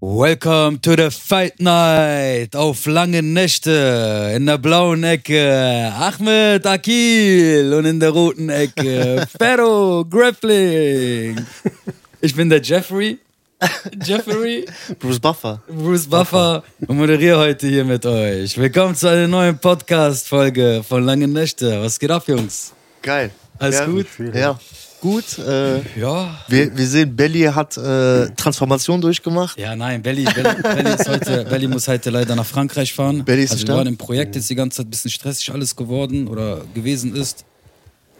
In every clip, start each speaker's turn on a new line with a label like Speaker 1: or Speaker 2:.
Speaker 1: Welcome to the Fight Night auf lange Nächte in der blauen Ecke Ahmed Akil und in der roten Ecke Ferro Grappling. Ich bin der Jeffrey. Jeffrey,
Speaker 2: Bruce Buffer.
Speaker 1: Bruce Buffer und moderiere heute hier mit euch. Willkommen zu einer neuen Podcast-Folge von Lange Nächte. Was geht ab, Jungs?
Speaker 2: Geil.
Speaker 1: Alles
Speaker 2: ja.
Speaker 1: gut?
Speaker 2: Ja. Gut. Äh,
Speaker 1: Ja.
Speaker 2: wir, wir sehen, Belly hat äh, Transformation durchgemacht.
Speaker 1: Ja, nein, Belly, Belly, Belly, ist heute, Belly muss heute leider nach Frankreich fahren.
Speaker 2: Belly ist
Speaker 1: also wir
Speaker 2: stark.
Speaker 1: waren im Projekt jetzt die ganze Zeit ein bisschen stressig alles geworden oder gewesen ist.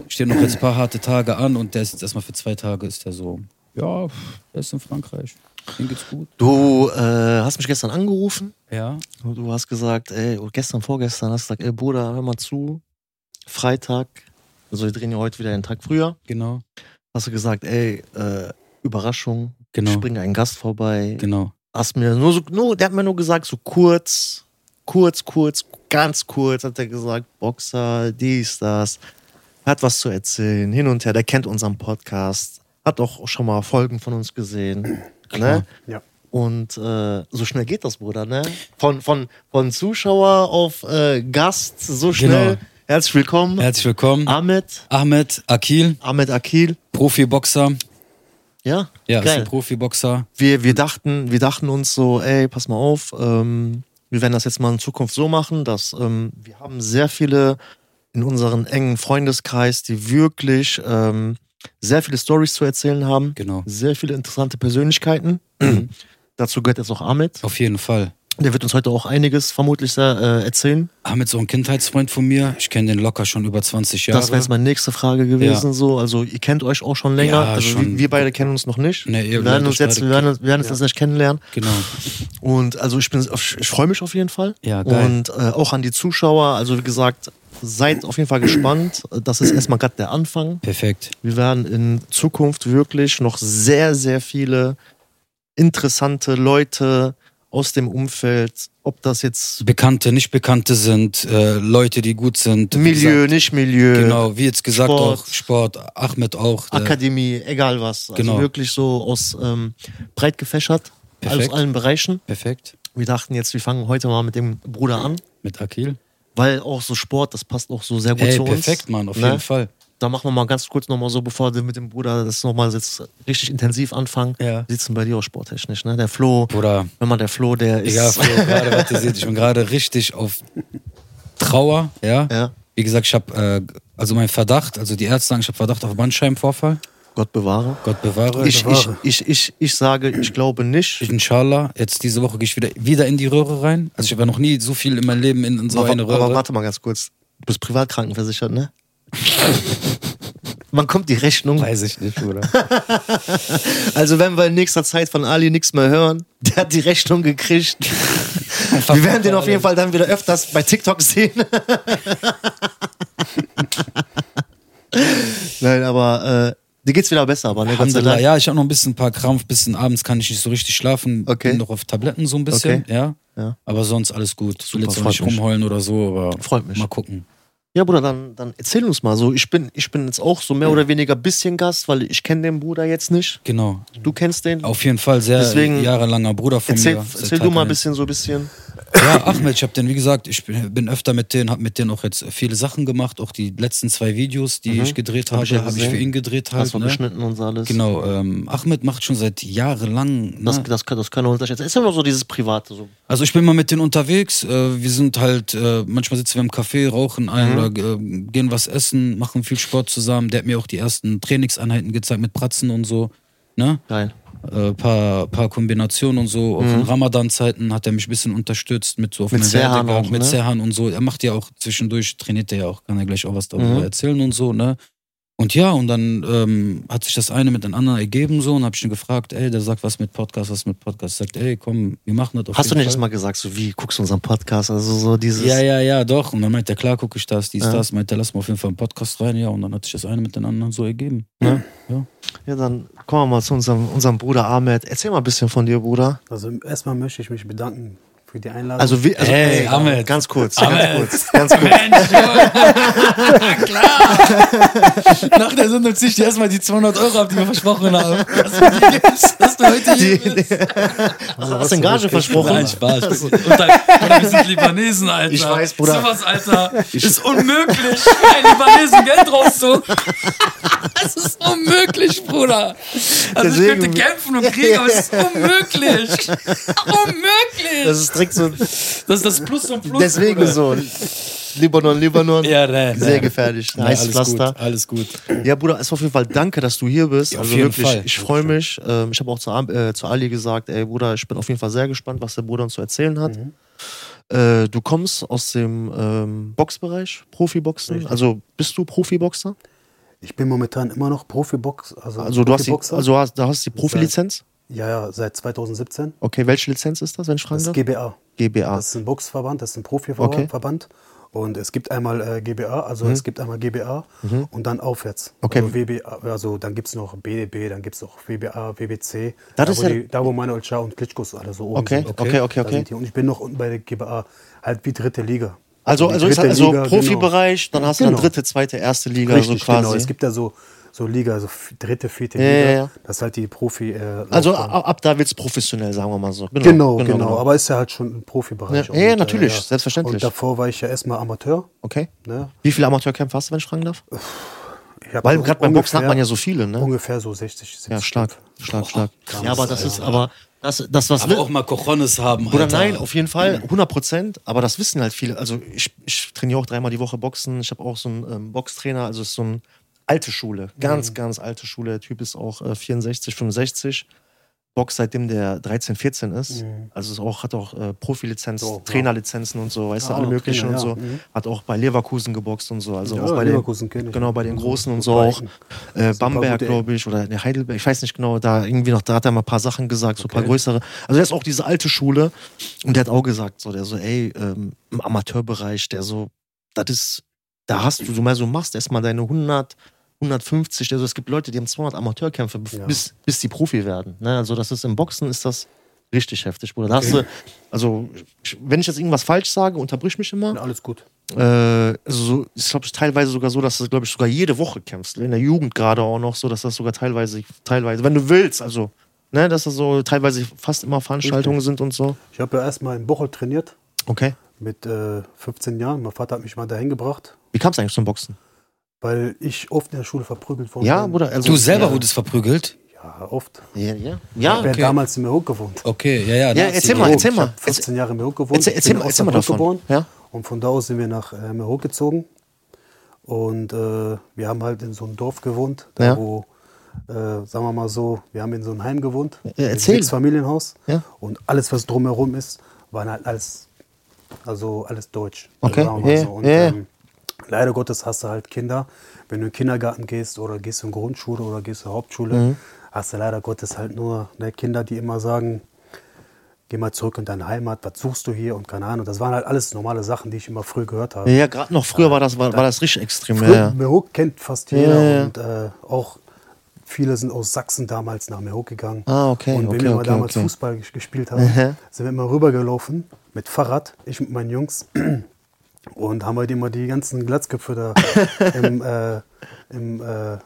Speaker 1: Stehen noch jetzt ein paar harte Tage an und der ist jetzt erstmal für zwei Tage ist der so. Ja, pff, der ist in Frankreich. Dem geht's gut.
Speaker 2: Du äh, hast mich gestern angerufen.
Speaker 1: Ja.
Speaker 2: Und Du hast gesagt, ey, oder gestern, vorgestern hast du gesagt, ey, Bruder, hör mal zu. Freitag. Also wir drehen ja heute wieder einen Tag früher.
Speaker 1: Genau.
Speaker 2: Hast du gesagt, ey, äh, Überraschung.
Speaker 1: Genau.
Speaker 2: Springt ein Gast vorbei.
Speaker 1: Genau.
Speaker 2: Hast mir nur so, nur, der hat mir nur gesagt, so kurz, kurz, kurz, ganz kurz, hat er gesagt, Boxer, dies, das, hat was zu erzählen, hin und her, der kennt unseren Podcast, hat auch schon mal Folgen von uns gesehen, ne?
Speaker 3: Ja.
Speaker 2: Und äh, so schnell geht das, Bruder, ne? Von, von, von Zuschauer auf äh, Gast, so schnell.
Speaker 1: Genau.
Speaker 2: Herzlich willkommen,
Speaker 1: Herzlich willkommen.
Speaker 2: Ahmed,
Speaker 1: Ahmed Akil,
Speaker 2: Ahmed Akil,
Speaker 1: Profiboxer.
Speaker 2: ja?
Speaker 1: Ja, ist ein
Speaker 2: Geil.
Speaker 1: Profiboxer.
Speaker 2: wir, wir, dachten, wir dachten uns so, ey, pass mal auf, ähm, wir werden das jetzt mal in Zukunft so machen, dass ähm, wir haben sehr viele in unseren engen Freundeskreis, die wirklich ähm, sehr viele Stories zu erzählen haben,
Speaker 1: Genau.
Speaker 2: sehr viele interessante Persönlichkeiten. Dazu gehört jetzt auch Ahmed.
Speaker 1: Auf jeden Fall.
Speaker 2: Der wird uns heute auch einiges vermutlich sehr, äh, erzählen.
Speaker 1: Ahmed ist auch ein Kindheitsfreund von mir. Ich kenne den locker schon über 20 Jahre.
Speaker 2: Das wäre jetzt meine nächste Frage gewesen. So. Also ihr kennt euch auch schon länger.
Speaker 1: ne? Ja,
Speaker 2: also
Speaker 1: schon.
Speaker 2: Wir, wir beide kennen uns noch nicht.
Speaker 1: Nee, ihr
Speaker 2: wir
Speaker 1: lernt
Speaker 2: werden uns
Speaker 1: euch
Speaker 2: jetzt,
Speaker 1: beide
Speaker 2: wir werden, uns- wir werden uns jetzt nicht kennenlernen.
Speaker 1: Genau.
Speaker 2: Und also ich bin, ich freue mich auf jeden Fall.
Speaker 1: Ja, Ah, geil.
Speaker 2: Und äh, auch an die Zuschauer. Also wie gesagt, seid auf jeden Fall gespannt. Das ist erstmal gerade der Anfang.
Speaker 1: Perfekt.
Speaker 2: Wir werden in Zukunft wirklich noch sehr, sehr viele interessante Leute aus dem Umfeld, ob das jetzt
Speaker 1: Bekannte, nicht Bekannte sind, äh, Leute, die gut sind. Wie
Speaker 2: Milieu,
Speaker 1: gesagt,
Speaker 2: nicht Milieu,
Speaker 1: Genau, wie jetzt gesagt
Speaker 2: Sport.
Speaker 1: auch Sport, Ahmed auch. Äh,
Speaker 2: Akademie, egal was. Also
Speaker 1: Genau.
Speaker 2: wirklich so aus ähm, breit gefächert, aus
Speaker 1: Perfekt.
Speaker 2: allen Bereichen.
Speaker 1: perfekt.
Speaker 2: Wir dachten jetzt, wir fangen heute mal mit dem Bruder an.
Speaker 1: Mit Akil.
Speaker 2: weil auch so Sport, das passt auch so sehr gut
Speaker 1: Ey,
Speaker 2: zu uns.
Speaker 1: perfekt, Mann, auf
Speaker 2: Ne?
Speaker 1: jeden Fall.
Speaker 2: Da machen wir mal ganz kurz nochmal so, bevor wir mit dem Bruder das nochmal jetzt richtig intensiv anfangen.
Speaker 1: Ja.
Speaker 2: Sieht es denn bei dir auch sporttechnisch, ne? Der Flo,
Speaker 1: Bruder,
Speaker 2: wenn man der Flo, der ist.
Speaker 1: Digga, Flo, gerade, was ihr seht, ich bin gerade richtig auf Trauer, ja.
Speaker 2: Ja.
Speaker 1: Wie gesagt, ich habe, äh, also mein Verdacht, also die Ärzte sagen, ich habe Verdacht auf Bandscheibenvorfall.
Speaker 2: Gott bewahre.
Speaker 1: Gott bewahre.
Speaker 2: Ich, ich, ich, ich, ich sage, ich glaube nicht.
Speaker 1: Inshallah, jetzt diese Woche gehe ich wieder, wieder in die Röhre rein. Also ich habe ja noch nie so viel in meinem Leben in, in so
Speaker 2: aber,
Speaker 1: eine Röhre.
Speaker 2: aber warte mal ganz kurz. Du bist privat krankenversichert, ne? Man kommt die Rechnung.
Speaker 1: Weiß ich nicht, Bruder.
Speaker 2: Also wenn wir in nächster Zeit von Ali nichts mehr hören, der hat die Rechnung gekriegt. Wir werden den auf jeden Fall dann wieder öfters bei TikTok sehen. Nein, aber äh, dir geht's wieder besser, aber ne, Gott sei
Speaker 1: Alhamdulillah,
Speaker 2: Dank.
Speaker 1: ja, ich habe noch ein bisschen ein paar Krampf, bisschen abends kann ich nicht so richtig schlafen,
Speaker 2: Okay.
Speaker 1: bin noch auf Tabletten so ein bisschen,
Speaker 2: Okay.
Speaker 1: ja.
Speaker 2: Ja.
Speaker 1: Aber sonst alles gut. Ich will
Speaker 2: Super,
Speaker 1: jetzt auch
Speaker 2: freut
Speaker 1: nicht
Speaker 2: mich.
Speaker 1: rumheulen oder so, aber
Speaker 2: Freut mich.
Speaker 1: mal gucken.
Speaker 2: Ja, Bruder, dann, dann erzähl uns mal so. Ich bin, ich bin jetzt auch so mehr oder weniger bisschen Gast, weil ich kenne den Bruder jetzt nicht.
Speaker 1: Genau.
Speaker 2: Du kennst den.
Speaker 1: Auf jeden Fall sehr
Speaker 2: Deswegen-
Speaker 1: jahrelanger Bruder von
Speaker 2: Erzähl,
Speaker 1: mir. seit
Speaker 2: erzähl du mal ein
Speaker 1: Tag
Speaker 2: bisschen so ein bisschen.
Speaker 1: an. Ja, Ahmed, ich habe den, wie gesagt, ich bin, bin öfter mit denen, habe mit denen auch jetzt viele Sachen gemacht. Auch die letzten zwei Videos, die ich gedreht habe,
Speaker 2: Mhm. ich ja
Speaker 1: habe ich
Speaker 2: gesehen.
Speaker 1: für ihn gedreht. Halt,
Speaker 2: Hast du
Speaker 1: ne?
Speaker 2: geschnitten und so alles.
Speaker 1: Genau, ähm, Ahmed macht schon seit jahrelang. Ne?
Speaker 2: Das, das, kann- das können wir uns gleich erzählen. Erzähl mal so dieses Private. So.
Speaker 1: Also ich bin mal mit denen unterwegs. Äh, wir sind halt, äh, manchmal sitzen wir im Café, rauchen ein
Speaker 2: Mhm.
Speaker 1: oder äh, gehen was essen, machen viel Sport zusammen. Der hat mir auch die ersten Trainingseinheiten gezeigt mit Pratzen und so. Ne?
Speaker 2: Geil.
Speaker 1: Äh, paar, paar Kombinationen und so. Auch in Ramadan-Zeiten hat er mich ein bisschen unterstützt mit so auf
Speaker 2: Mhm. Mit
Speaker 1: meinen
Speaker 2: Serhan auch,
Speaker 1: mit
Speaker 2: ne?
Speaker 1: Serhan und so. Er macht ja auch zwischendurch, trainiert er ja auch, kann er gleich auch was darüber
Speaker 2: Mhm.
Speaker 1: erzählen und so, ne? Und ja, und dann ähm, hat sich das eine mit dem anderen ergeben so und habe ich ihn gefragt, ey, der sagt was mit Podcast, was mit Podcast. Sagt, ey, komm, wir machen das auf
Speaker 2: Hast du
Speaker 1: jeden
Speaker 2: nicht
Speaker 1: Fall.
Speaker 2: das mal gesagt, so wie guckst du unseren Podcast? Also so dieses.
Speaker 1: Ja, ja, ja, doch. Und dann meinte er, klar, gucke ich das, dies,
Speaker 2: Ja.
Speaker 1: das. Meinte er, lass mal auf jeden Fall einen Podcast rein. Ja, und dann hat sich das eine mit den anderen so ergeben. Ja. ja.
Speaker 2: Ja, dann kommen wir mal zu unserem, unserem Bruder Ahmed. Erzähl mal ein bisschen von dir, Bruder.
Speaker 3: Also erstmal möchte ich mich bedanken für die Einladung.
Speaker 2: Also, wir, also
Speaker 1: Hey,
Speaker 2: ey,
Speaker 1: Ahmed.
Speaker 2: ganz kurz,
Speaker 1: Ahmed.
Speaker 2: ganz kurz, ganz kurz.
Speaker 1: Mensch, klar. Nach der Sendung zieh ich dir erstmal die 200 Euro ab, die wir versprochen haben. Dass du, die gibst, dass du heute hier bist.
Speaker 2: Also, hast du in Gage
Speaker 1: Nein,
Speaker 2: versprochen?
Speaker 1: Spaß. Und dann, Bruder, wir sind Libanesen, Alter.
Speaker 2: Ich weiß, Bruder.
Speaker 1: Sowas, Alter, ist unmöglich, ein Libanesen Geld rauszu. Das ist unmöglich, Bruder. Also
Speaker 2: Deswegen-
Speaker 1: ich könnte kämpfen und kriegen, aber es ist unmöglich.
Speaker 2: Das
Speaker 1: unmöglich.
Speaker 2: ist direkt so,
Speaker 1: Das ist das Plus und Plus.
Speaker 2: deswegen
Speaker 1: Bruder.
Speaker 2: so. Libanon, Libanon.
Speaker 1: Ja, ne,
Speaker 2: Sehr
Speaker 1: ne.
Speaker 2: gefährlich.
Speaker 1: Ja,
Speaker 2: Nice
Speaker 1: alles gut,
Speaker 2: Pflaster.
Speaker 1: alles gut.
Speaker 2: Ja, Bruder, es war auf jeden Fall danke, dass du hier bist.
Speaker 1: Ja, auf
Speaker 2: also
Speaker 1: jeden
Speaker 2: wirklich,
Speaker 1: Fall.
Speaker 2: ich freue mich. Ähm, ich habe auch zu, Am- äh, zu Ali gesagt, ey Bruder, ich bin auf jeden Fall sehr gespannt, was der Bruder uns zu erzählen hat.
Speaker 1: Mhm.
Speaker 2: Äh, du kommst aus dem ähm, Boxbereich, Profiboxen. Also bist du Profiboxer?
Speaker 3: ich bin momentan immer noch Profibox. Also,
Speaker 2: Also du hast die,
Speaker 3: Profiboxer.
Speaker 2: also hast, da hast du die Profilizenz.
Speaker 3: ja, ja, seit 2017.
Speaker 2: Okay, welche Lizenz ist das, wenn ich fragen
Speaker 3: Das ist
Speaker 2: darf?
Speaker 3: GBA.
Speaker 2: GBA.
Speaker 3: Das ist ein Boxverband, das ist ein
Speaker 2: Okay. Mhm.
Speaker 3: Profiverband. Und es gibt einmal äh, GBA, also es gibt einmal GBA und dann aufwärts.
Speaker 2: Okay.
Speaker 3: Also, WBA, also dann gibt es noch BDB, dann gibt es noch WBA, WBC.
Speaker 2: Das
Speaker 3: da,
Speaker 2: ist
Speaker 3: wo
Speaker 2: ja-
Speaker 3: die, da, wo Manuel Schah und Klitschkos alle so oben
Speaker 2: Okay,
Speaker 3: sind.
Speaker 2: okay, okay,
Speaker 3: Da
Speaker 2: okay.
Speaker 3: sind die. Und ich bin noch unten bei der GBA, halt wie dritte Liga.
Speaker 2: Also,
Speaker 3: die
Speaker 2: also, ist
Speaker 3: dritte
Speaker 2: halt also
Speaker 3: Liga,
Speaker 2: Profibereich, dann hast du dann
Speaker 3: Genau.
Speaker 2: dritte, zweite, erste Liga,
Speaker 3: Genau. Richtig,
Speaker 2: so quasi.
Speaker 3: genau. Es gibt ja so, so Liga, so f- dritte, vierte
Speaker 2: Ja,
Speaker 3: Liga.
Speaker 2: ja, ja.
Speaker 3: Das ist halt die Profi. Äh,
Speaker 2: also
Speaker 3: Laufbahn.
Speaker 2: ab, ab da wird es professionell, sagen wir mal so.
Speaker 3: Genau, genau, Aber ist ja halt schon ein Profibereich.
Speaker 2: Ja, ja,
Speaker 3: Und, äh,
Speaker 2: natürlich, selbstverständlich.
Speaker 3: Und davor war ich ja erstmal Amateur.
Speaker 2: Okay.
Speaker 3: Ne?
Speaker 2: Wie viele Amateurkämpfer hast du, wenn ich fragen darf?
Speaker 3: Ich hab
Speaker 2: Weil
Speaker 3: so
Speaker 2: gerade beim Boxen hat
Speaker 3: Äh, ungefähr-
Speaker 2: man ja so viele, ne?
Speaker 3: Ungefähr so 60, 70.
Speaker 2: Ja, stark,
Speaker 3: Stück.
Speaker 2: stark, stark.
Speaker 3: krass,
Speaker 2: ja, aber das
Speaker 3: Alter.
Speaker 2: ist, aber das, das was
Speaker 1: Aber auch mal Cochones haben,
Speaker 2: Oder
Speaker 1: Alter.
Speaker 2: nein, auf jeden Fall,
Speaker 3: Mhm.
Speaker 2: 100 Prozent. Aber das wissen halt viele. Also ich, ich trainiere auch dreimal die Woche Boxen. Ich habe auch so einen ähm, Boxtrainer. Also es ist so eine alte Schule, ganz,
Speaker 3: Mhm.
Speaker 2: ganz alte Schule. Der Typ ist auch äh, 64, 65. Box seitdem der 13, 14 ist.
Speaker 3: Mhm.
Speaker 2: Also ist auch, hat auch äh, Profilizenz,
Speaker 3: So, ja.
Speaker 2: Trainerlizenzen und so, weißt
Speaker 3: Ja,
Speaker 2: du, alle
Speaker 3: auch noch
Speaker 2: möglichen
Speaker 3: Trainer,
Speaker 2: und so.
Speaker 3: ja. Mhm.
Speaker 2: Hat auch bei Leverkusen geboxt und so. Also
Speaker 3: Ja,
Speaker 2: auch bei
Speaker 3: Leverkusen kenn
Speaker 2: den,
Speaker 3: ich.
Speaker 2: genau bei den Großen und
Speaker 3: Gut
Speaker 2: so auch.
Speaker 3: behalten.
Speaker 2: Äh,
Speaker 3: Sind paar
Speaker 2: Bamberg,
Speaker 3: gute
Speaker 2: glaube ich, oder ne, Heidelberg, ich weiß nicht genau, da irgendwie noch, da hat er mal ein paar Sachen gesagt, so ein paar größere. Also der ist auch diese alte Schule und der hat auch gesagt, so, der so, ey, ähm, im Amateurbereich, der so, das ist, da hast du, du mal so machst erstmal deine 100, 150, also es gibt Leute, die haben 200 Amateurkämpfe, bef-
Speaker 3: Ja.
Speaker 2: bis, bis die Profi werden. Ne? Also das ist im Boxen ist das richtig heftig, Bruder. Da hast du, also ich- wenn ich jetzt irgendwas falsch sage, unterbrich mich immer.
Speaker 3: Ja, Alles gut.
Speaker 2: Äh, also so, ich glaube, teilweise sogar so, dass du, glaube ich, sogar jede Woche kämpfst. In der Jugend gerade auch noch so, dass das sogar teilweise, teilweise, wenn du willst, also, ne, dass das so teilweise fast immer Veranstaltungen sind und so.
Speaker 3: Ich habe ja erstmal in Bocholt trainiert
Speaker 2: Okay.
Speaker 3: mit äh, 15 Jahren. Mein Vater hat mich mal dahin gebracht,
Speaker 2: Wie kam es eigentlich zum Boxen?
Speaker 3: weil ich oft in der Schule verprügelt worden
Speaker 2: Ja,
Speaker 3: bin.
Speaker 2: Bruder, also.
Speaker 1: Du selber
Speaker 2: ja.
Speaker 1: wurdest verprügelt?
Speaker 3: Ja, oft.
Speaker 2: Ja, ja. ja
Speaker 3: Ich habe
Speaker 2: okay.
Speaker 3: damals in Meerhoek gewohnt.
Speaker 1: Okay, ja, ja. da
Speaker 2: Ja,
Speaker 1: hast du die
Speaker 2: erzähl mal,
Speaker 1: Drogen.
Speaker 2: erzähl
Speaker 3: ich
Speaker 2: mal.
Speaker 3: habe 15 Jahre in Meerhoek gewohnt.
Speaker 2: Erzähl-
Speaker 3: Ich
Speaker 2: erzähl
Speaker 3: bin
Speaker 2: mal-
Speaker 3: in
Speaker 2: erzähl mal davon.
Speaker 3: Osnabrück Geboren.
Speaker 2: Ja.
Speaker 3: Und von da aus sind wir nach äh, Meerhoek gezogen. Und äh, wir haben halt in so einem Dorf gewohnt, da
Speaker 2: Ja.
Speaker 3: wo, äh, sagen wir mal so, wir haben in so einem Heim gewohnt.
Speaker 2: Ja, erzähl.
Speaker 3: Sechs Familienhaus.
Speaker 2: Ja.
Speaker 3: Und alles, was drumherum ist, waren halt alles, also alles deutsch.
Speaker 2: Okay.
Speaker 3: Also sagen wir mal
Speaker 2: Ja,
Speaker 3: so. Und,
Speaker 2: ja, ja.
Speaker 3: ähm, Leider Gottes hast du halt Kinder, wenn du in den Kindergarten gehst oder gehst in Grundschule oder gehst in Hauptschule,
Speaker 2: Mhm.
Speaker 3: hast du leider Gottes halt nur ne, Kinder, die immer sagen, geh mal zurück in deine Heimat, was suchst du hier und keine Ahnung. Das waren halt alles normale Sachen, die ich immer früh gehört habe.
Speaker 2: Ja, gerade noch früher war das, war, war das richtig extrem.
Speaker 3: Früh,
Speaker 2: Ja, ja.
Speaker 3: Meerhoek kennt fast
Speaker 2: Ja,
Speaker 3: jeder
Speaker 2: ja, ja.
Speaker 3: und äh, auch viele sind aus Sachsen damals nach Meerhoek gegangen.
Speaker 2: Ah, okay,
Speaker 3: Und wenn
Speaker 2: okay,
Speaker 3: wir mal
Speaker 2: okay,
Speaker 3: damals
Speaker 2: okay.
Speaker 3: Fußball ges- gespielt haben,
Speaker 2: Aha.
Speaker 3: sind wir immer rübergelaufen mit Fahrrad, ich mit meinen Jungs und haben halt immer die ganzen Glatzköpfe da im, äh, im äh,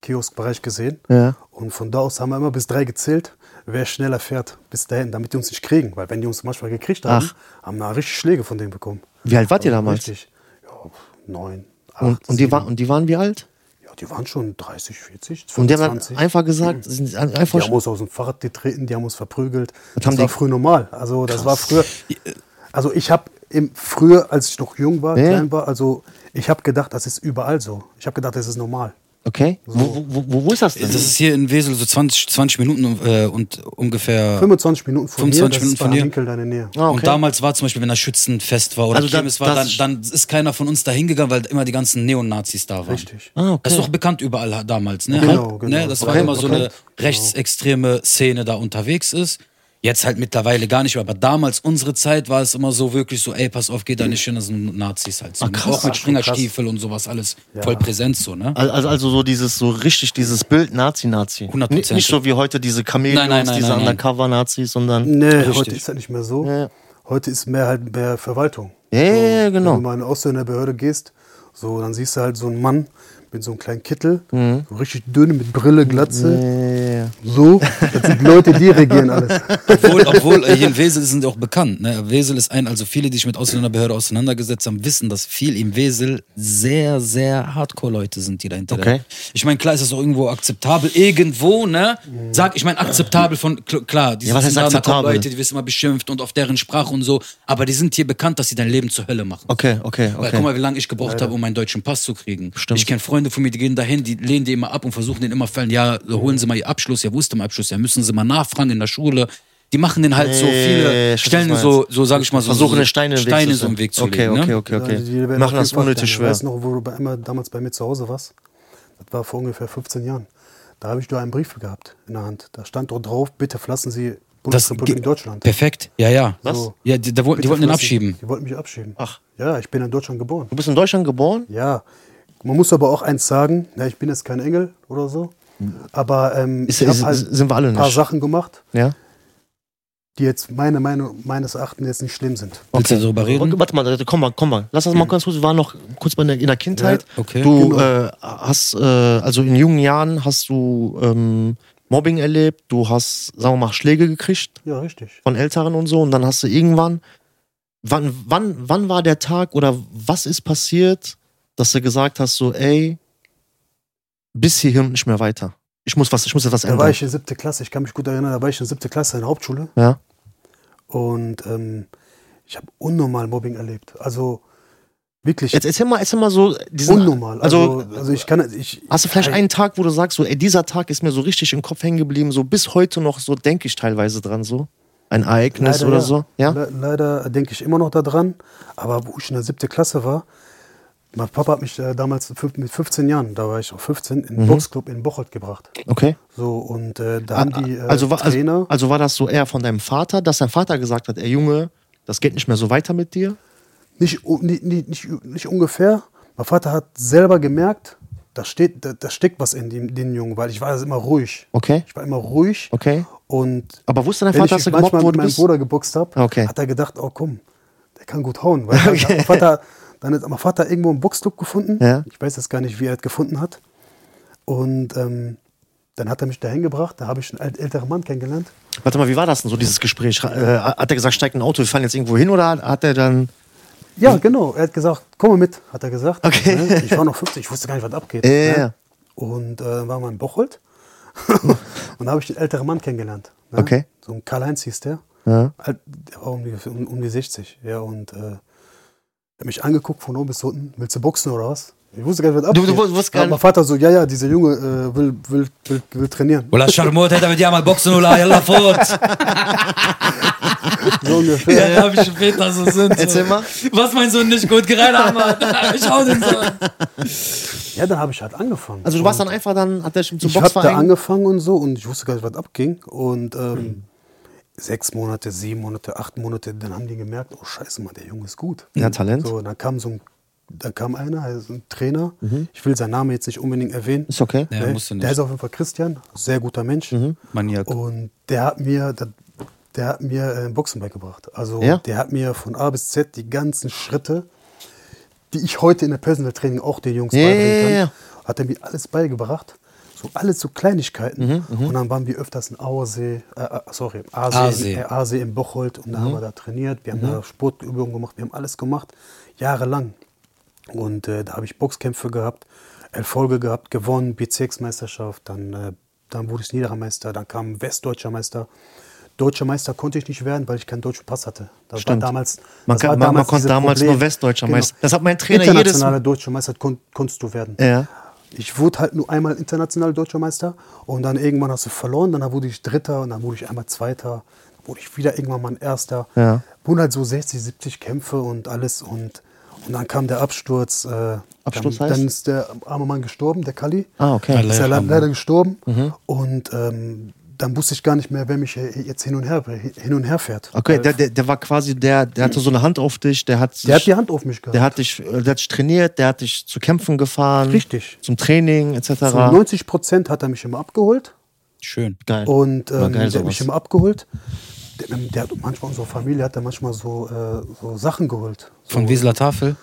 Speaker 3: Kioskbereich gesehen.
Speaker 2: Ja.
Speaker 3: Und von da aus haben wir immer bis drei gezählt, wer schneller fährt bis dahin, damit die uns nicht kriegen. Weil wenn die uns manchmal gekriegt haben, haben wir richtig Schläge von denen bekommen.
Speaker 2: Wie alt wart ihr damals?
Speaker 3: Richtig. Ja, neun, acht,
Speaker 2: Und, und, die
Speaker 3: sieben.
Speaker 2: war, und die waren wie alt?
Speaker 3: Ja, die waren schon 30, 40, 25.
Speaker 2: Und die haben dann einfach gesagt, sind einfach.
Speaker 3: die haben uns aus dem Fahrrad getreten, die haben uns verprügelt. Das,
Speaker 2: haben
Speaker 3: war
Speaker 2: die-
Speaker 3: früher normal. Also das war früher. Also ich habe früher, als ich noch jung war,
Speaker 2: Ja.
Speaker 3: klein war, also ich habe gedacht, das ist überall so. Ich habe gedacht, das ist normal.
Speaker 2: Okay. Wo, wo, wo, wo ist das denn?
Speaker 1: Das ist hier in Wesel so 20, 20 Minuten äh, und ungefähr.
Speaker 3: 25 Minuten von
Speaker 1: 25
Speaker 3: hier, das
Speaker 1: Minuten
Speaker 3: ist
Speaker 1: von
Speaker 3: bei
Speaker 1: hier.
Speaker 3: Winkel deine Nähe.
Speaker 2: Ah, okay.
Speaker 1: Und damals war zum Beispiel, wenn das Schützenfest war oder
Speaker 2: Also da-
Speaker 1: Kirmes war, dann,
Speaker 2: das-
Speaker 1: dann ist keiner von uns da hingegangen, weil immer die ganzen Neonazis da waren.
Speaker 3: Richtig.
Speaker 2: Ah, okay.
Speaker 1: Das ist doch bekannt überall ha- damals, ne?
Speaker 3: Genau,
Speaker 1: Halb-
Speaker 3: genau.
Speaker 1: Ne? Das war
Speaker 3: Bekannt,
Speaker 1: immer so eine
Speaker 3: bekannt.
Speaker 1: rechtsextreme Szene da unterwegs ist. Jetzt halt mittlerweile gar nicht mehr. Aber damals, unsere Zeit, war es immer so wirklich so, ey, pass auf, geht da nicht hin, das sind Nazis halt so.
Speaker 2: Ah, krass.
Speaker 1: auch mit
Speaker 3: Ach,
Speaker 1: Springerstiefel und sowas alles.
Speaker 3: Ja.
Speaker 1: Voll präsent so, ne?
Speaker 2: Al- Also, also so dieses, so richtig dieses Bild Nazi-Nazi.
Speaker 1: 100%.
Speaker 2: Nicht- Nicht so wie heute diese Chamäleons,
Speaker 1: Nein, nein, nein,
Speaker 2: diese
Speaker 1: nein, nein.
Speaker 2: Undercover-Nazis, sondern.
Speaker 3: Nee,
Speaker 1: Richtig.
Speaker 3: heute ist das nicht mehr so.
Speaker 2: Ja.
Speaker 3: Heute ist mehr halt mehr Verwaltung.
Speaker 2: Ja, ja, ja,
Speaker 3: Wenn
Speaker 2: genau.
Speaker 3: du mal in Ausländerbehörde gehst, so, dann siehst du halt so einen Mann mit so einem kleinen Kittel,
Speaker 2: Mhm.
Speaker 3: so richtig dünn, mit Brille, Glatze.
Speaker 2: Äh,
Speaker 3: So, das sind Leute, die regieren alles.
Speaker 1: Obwohl, obwohl äh, hier in Wesel sind auch bekannt. Ne? Wesel ist ein, also viele, die sich mit Ausländerbehörde auseinandergesetzt haben, wissen, dass viel im Wesel sehr, sehr Hardcore-Leute sind, die dahinter
Speaker 2: Okay.
Speaker 1: da- Ich meine, klar ist das auch irgendwo akzeptabel. Irgendwo, ne? Sag, ich meine, akzeptabel von, kl- klar, die
Speaker 2: Ja, was
Speaker 1: sitzen
Speaker 2: heißt
Speaker 1: da, da kommen
Speaker 2: akzeptabel?
Speaker 1: Leute, die wissen immer beschimpft und auf deren Sprache und so. Aber die sind hier bekannt, dass sie dein Leben zur Hölle machen.
Speaker 2: Okay, okay,
Speaker 1: Weil, guck
Speaker 2: okay.
Speaker 1: mal, wie lange ich gebraucht habe, um meinen deutschen Pass zu kriegen.
Speaker 2: Stimmt.
Speaker 1: Ich kenne Freunde von mir, die gehen dahin, die lehnen die immer ab und versuchen den immer fällen. Ja, holen Sie mal Ihr Abschluss, ja, wo ist denn mein Abschluss? Ja, müssen Sie mal nachfragen in der Schule. Die machen den halt so
Speaker 2: Nee, ich
Speaker 1: viele,
Speaker 2: weiß,
Speaker 1: stellen
Speaker 2: was du
Speaker 1: so, so, sag ich mal, so
Speaker 2: Versuchen,
Speaker 1: so,
Speaker 2: eine Steine, in den
Speaker 1: Steine
Speaker 2: zu
Speaker 1: so im
Speaker 2: stellen.
Speaker 1: Weg zu
Speaker 2: Okay,
Speaker 1: legen.
Speaker 2: okay,
Speaker 1: ne?
Speaker 2: okay,
Speaker 3: Also
Speaker 2: okay.
Speaker 3: die werden
Speaker 2: Machen
Speaker 3: auf
Speaker 2: das
Speaker 3: jeden Fall
Speaker 2: unnötig
Speaker 3: gerne. Ich
Speaker 2: schwer.
Speaker 3: weiß noch, wo du bei, einmal damals bei mir zu Hause warst. Das war vor ungefähr 15 Jahren. Da habe ich da einen Brief gehabt in der Hand. Da stand dort drauf, bitte verlassen Sie
Speaker 1: Das
Speaker 3: Bundesrepublik
Speaker 1: ge-
Speaker 3: Deutschland.
Speaker 1: Perfekt, ja, ja.
Speaker 2: Was?
Speaker 3: So.
Speaker 1: Ja, die, da wollten, die
Speaker 3: Bitte
Speaker 1: wollten den
Speaker 3: verlassen Sie-
Speaker 1: abschieben.
Speaker 3: Die wollten mich abschieben.
Speaker 2: Ach.
Speaker 3: Ja, ich bin in Deutschland geboren.
Speaker 2: Du bist in Deutschland geboren?
Speaker 3: Ja. Man muss aber auch eins sagen, na, ich bin jetzt kein Engel oder so. Aber ähm,
Speaker 2: Ist,
Speaker 3: ich
Speaker 2: ist,
Speaker 3: habe halt
Speaker 2: sind wir alle
Speaker 3: ein paar
Speaker 2: nicht.
Speaker 3: Sachen gemacht,
Speaker 2: Ja?
Speaker 3: die jetzt meine Meinung, meines Erachtens jetzt nicht schlimm sind.
Speaker 1: Willst du darüber reden?
Speaker 2: Warte mal, komm mal, komm mal. Lass uns mal ganz kurz. Wir waren noch kurz bei der, in der Kindheit.
Speaker 1: Ja, okay.
Speaker 2: Du
Speaker 3: genau.
Speaker 2: äh, hast, äh, also in jungen Jahren hast du ähm, Mobbing erlebt. Du hast, sagen wir mal, Schläge gekriegt
Speaker 3: Ja, richtig.
Speaker 2: von Älteren und so. Und dann hast du irgendwann. Wann, wann, wann war der Tag oder was ist passiert, dass du gesagt hast, so, ey, bis hierhin und nicht mehr weiter. Ich muss was, ich muss etwas
Speaker 3: Da war
Speaker 2: ändern.
Speaker 3: ich in siebte Klasse, ich kann mich gut erinnern, da war ich in siebte Klasse in der Hauptschule
Speaker 2: Ja.
Speaker 3: und ähm, ich habe unnormal Mobbing erlebt. Also wirklich
Speaker 2: Jetzt erzähl mal, erzähl mal so diesen.
Speaker 3: unnormal. Also,
Speaker 2: also-
Speaker 3: also, ich kann ich
Speaker 2: Hast du vielleicht
Speaker 3: ich-
Speaker 2: einen Tag, wo du sagst, so, ey, dieser Tag ist mir so richtig im Kopf hängen geblieben, so bis heute noch, so denke ich teilweise dran, so? Ein Ereignis
Speaker 3: leider,
Speaker 2: oder
Speaker 3: ja.
Speaker 2: so? Ja?
Speaker 3: Le leider denke ich immer noch daran, aber wo ich in der siebten Klasse war, mein Papa hat mich äh, damals fünf- mit 15 Jahren, da war ich auch 15, in den
Speaker 2: Mhm.
Speaker 3: Boxclub in Bocholt gebracht.
Speaker 2: Okay.
Speaker 3: So und äh, da haben die äh,
Speaker 2: also, war, also,
Speaker 3: Trainer
Speaker 2: also war das so eher von deinem Vater, dass dein Vater gesagt hat, ey Junge, das geht nicht mehr so weiter mit dir?
Speaker 3: nicht, u- nicht, nicht, nicht, nicht ungefähr. Mein Vater hat selber gemerkt, da, steht, da, da steckt was in dem, den Jungen, weil ich war immer ruhig.
Speaker 2: Okay.
Speaker 3: Ich war immer ruhig.
Speaker 2: Okay.
Speaker 3: Und
Speaker 2: Aber wusste dein
Speaker 3: wenn
Speaker 2: Vater, dass
Speaker 3: ich
Speaker 2: du gemobbt
Speaker 3: manchmal mit
Speaker 2: worden
Speaker 3: meinem
Speaker 2: bist?
Speaker 3: Bruder geboxt habe,
Speaker 2: Okay.
Speaker 3: hat er gedacht, oh komm, der kann gut hauen. Weil mein Vater, dann hat mein Vater irgendwo einen Boxclub gefunden.
Speaker 2: Ja.
Speaker 3: Ich weiß jetzt gar nicht, wie er es gefunden hat. Und ähm, dann hat er mich dahin gebracht. Da habe ich einen ält- älteren Mann kennengelernt.
Speaker 2: Warte mal, wie war das denn so, dieses Gespräch? Äh, hat er gesagt, steig in ein Auto, wir fahren jetzt irgendwo hin oder hat- hat er dann.
Speaker 3: Ja, genau. Er hat gesagt, komm mal mit, hat er gesagt.
Speaker 2: Hm. Okay.
Speaker 3: Ne? Ich war noch 50, ich wusste gar nicht, was abgeht.
Speaker 2: Ja, ja, ja.
Speaker 3: Ne? Und äh, dann waren wir in Bocholt und da habe ich den älteren Mann kennengelernt. Ne?
Speaker 2: Okay.
Speaker 3: So ein Karl-Heinz hieß der.
Speaker 2: Ja.
Speaker 3: Alt, der war um die, um, um die 60. Ja, und äh, der hat mich angeguckt von oben bis unten. Willst du boxen oder was? Ich wusste gar nicht, was
Speaker 2: Du-
Speaker 3: abgeht.
Speaker 2: du wusstest gar
Speaker 3: Aber Mein
Speaker 2: nicht-
Speaker 3: Vater so, ja, ja, dieser Junge äh, will, will, will, will trainieren.
Speaker 1: Oder Scharmot hätte mit dir mal boxen oder yalla fort.
Speaker 3: So ungefähr.
Speaker 1: Ja, hab ich später so sind. So.
Speaker 2: Erzähl mal.
Speaker 1: Was mein Sohn nicht gut geredet hat. Ich hau den Sohn.
Speaker 3: Ja, dann habe ich halt angefangen.
Speaker 2: Also du warst dann einfach dann, hat er schon zum
Speaker 3: ich habe da
Speaker 2: Boxverein.
Speaker 3: angefangen und so und ich wusste gar nicht, was abging. Und ähm, sechs Monate, sieben Monate, acht Monate, dann haben die gemerkt, oh scheiße, Mann, der Junge ist gut.
Speaker 2: Ja, Talent.
Speaker 3: So, dann kam so ein, dann kam einer, also ein Trainer. Ich will seinen Namen jetzt nicht unbedingt erwähnen.
Speaker 2: Mhm. Ist okay. Mhm.
Speaker 1: Ja,
Speaker 3: Ne?
Speaker 1: musst du
Speaker 3: Der
Speaker 1: nicht.
Speaker 3: ist auf jeden Fall Christian, sehr guter Mensch.
Speaker 1: Maniak.
Speaker 3: Und der hat mir, der, der hat mir äh, Boxen beigebracht. Also
Speaker 2: Ja?
Speaker 3: der hat mir von A bis Z die ganzen Schritte, die ich heute in der Personal Training auch den Jungs
Speaker 2: Ja,
Speaker 3: beibringen kann,
Speaker 2: ja, ja.
Speaker 3: hat er mir alles beigebracht. So alles so Kleinigkeiten.
Speaker 2: Mhm,
Speaker 3: und dann waren wir öfters in Auersee, äh, äh, sorry, im Aasee,
Speaker 1: Aasee.
Speaker 3: Äh, Aasee in Bocholt und da
Speaker 2: Mhm.
Speaker 3: haben wir da trainiert, wir haben da Sportübungen gemacht, wir haben alles gemacht, jahrelang. Und äh, da habe ich Boxkämpfe gehabt, Erfolge gehabt, gewonnen, Bezirksmeisterschaft, dann, äh, dann wurde ich niederer Meister, dann kam Westdeutscher Meister. Deutscher Meister konnte ich nicht werden, weil ich keinen deutschen Pass hatte. Das
Speaker 2: Stimmt.
Speaker 3: war damals.
Speaker 2: Man
Speaker 3: das
Speaker 2: kann-
Speaker 3: war
Speaker 2: man- man konnte
Speaker 3: dieses
Speaker 2: damals
Speaker 3: Problem. Genau.
Speaker 2: nur Westdeutscher Meister. Das hat mein Trainer jedes-
Speaker 3: Internationaler deutscher Meister kon konntest du werden.
Speaker 2: Ja.
Speaker 3: Ich wurde halt nur einmal international deutscher Meister und dann irgendwann hast du verloren, dann wurde ich Dritter und dann wurde ich einmal Zweiter, dann wurde ich wieder irgendwann mal ein Erster.
Speaker 2: Ja.
Speaker 3: Wurden halt so 60, 70 Kämpfe und alles und, und dann kam der Absturz. Äh,
Speaker 2: Absturz
Speaker 3: dann,
Speaker 2: heißt?
Speaker 3: dann ist der arme Mann gestorben, der Kali.
Speaker 2: Ah, okay.
Speaker 3: Ist ja
Speaker 1: Leider
Speaker 3: leider gestorben und ähm, dann wusste ich gar nicht mehr, wer mich äh, jetzt hin und her, hin und her fährt.
Speaker 2: Okay,
Speaker 3: Weil
Speaker 2: der, der, der war quasi, der, der hatte so eine Hand auf dich, der hat sich,
Speaker 3: der hat die Hand auf mich gehabt.
Speaker 2: der hat dich, äh, der hat dich trainiert, der hat dich zu Kämpfen gefahren.
Speaker 3: Richtig.
Speaker 2: Zum Training, etc.
Speaker 3: Zu 90 Prozent hat er mich immer abgeholt.
Speaker 1: Schön.
Speaker 2: Geil.
Speaker 3: Und
Speaker 2: War
Speaker 3: ähm,
Speaker 2: geil,
Speaker 3: der hat mich
Speaker 2: sowas.
Speaker 3: immer abgeholt. Der, der hat manchmal unsere Familie hat da manchmal so, äh, so Sachen geholt.
Speaker 1: Von Wieseler Tafel.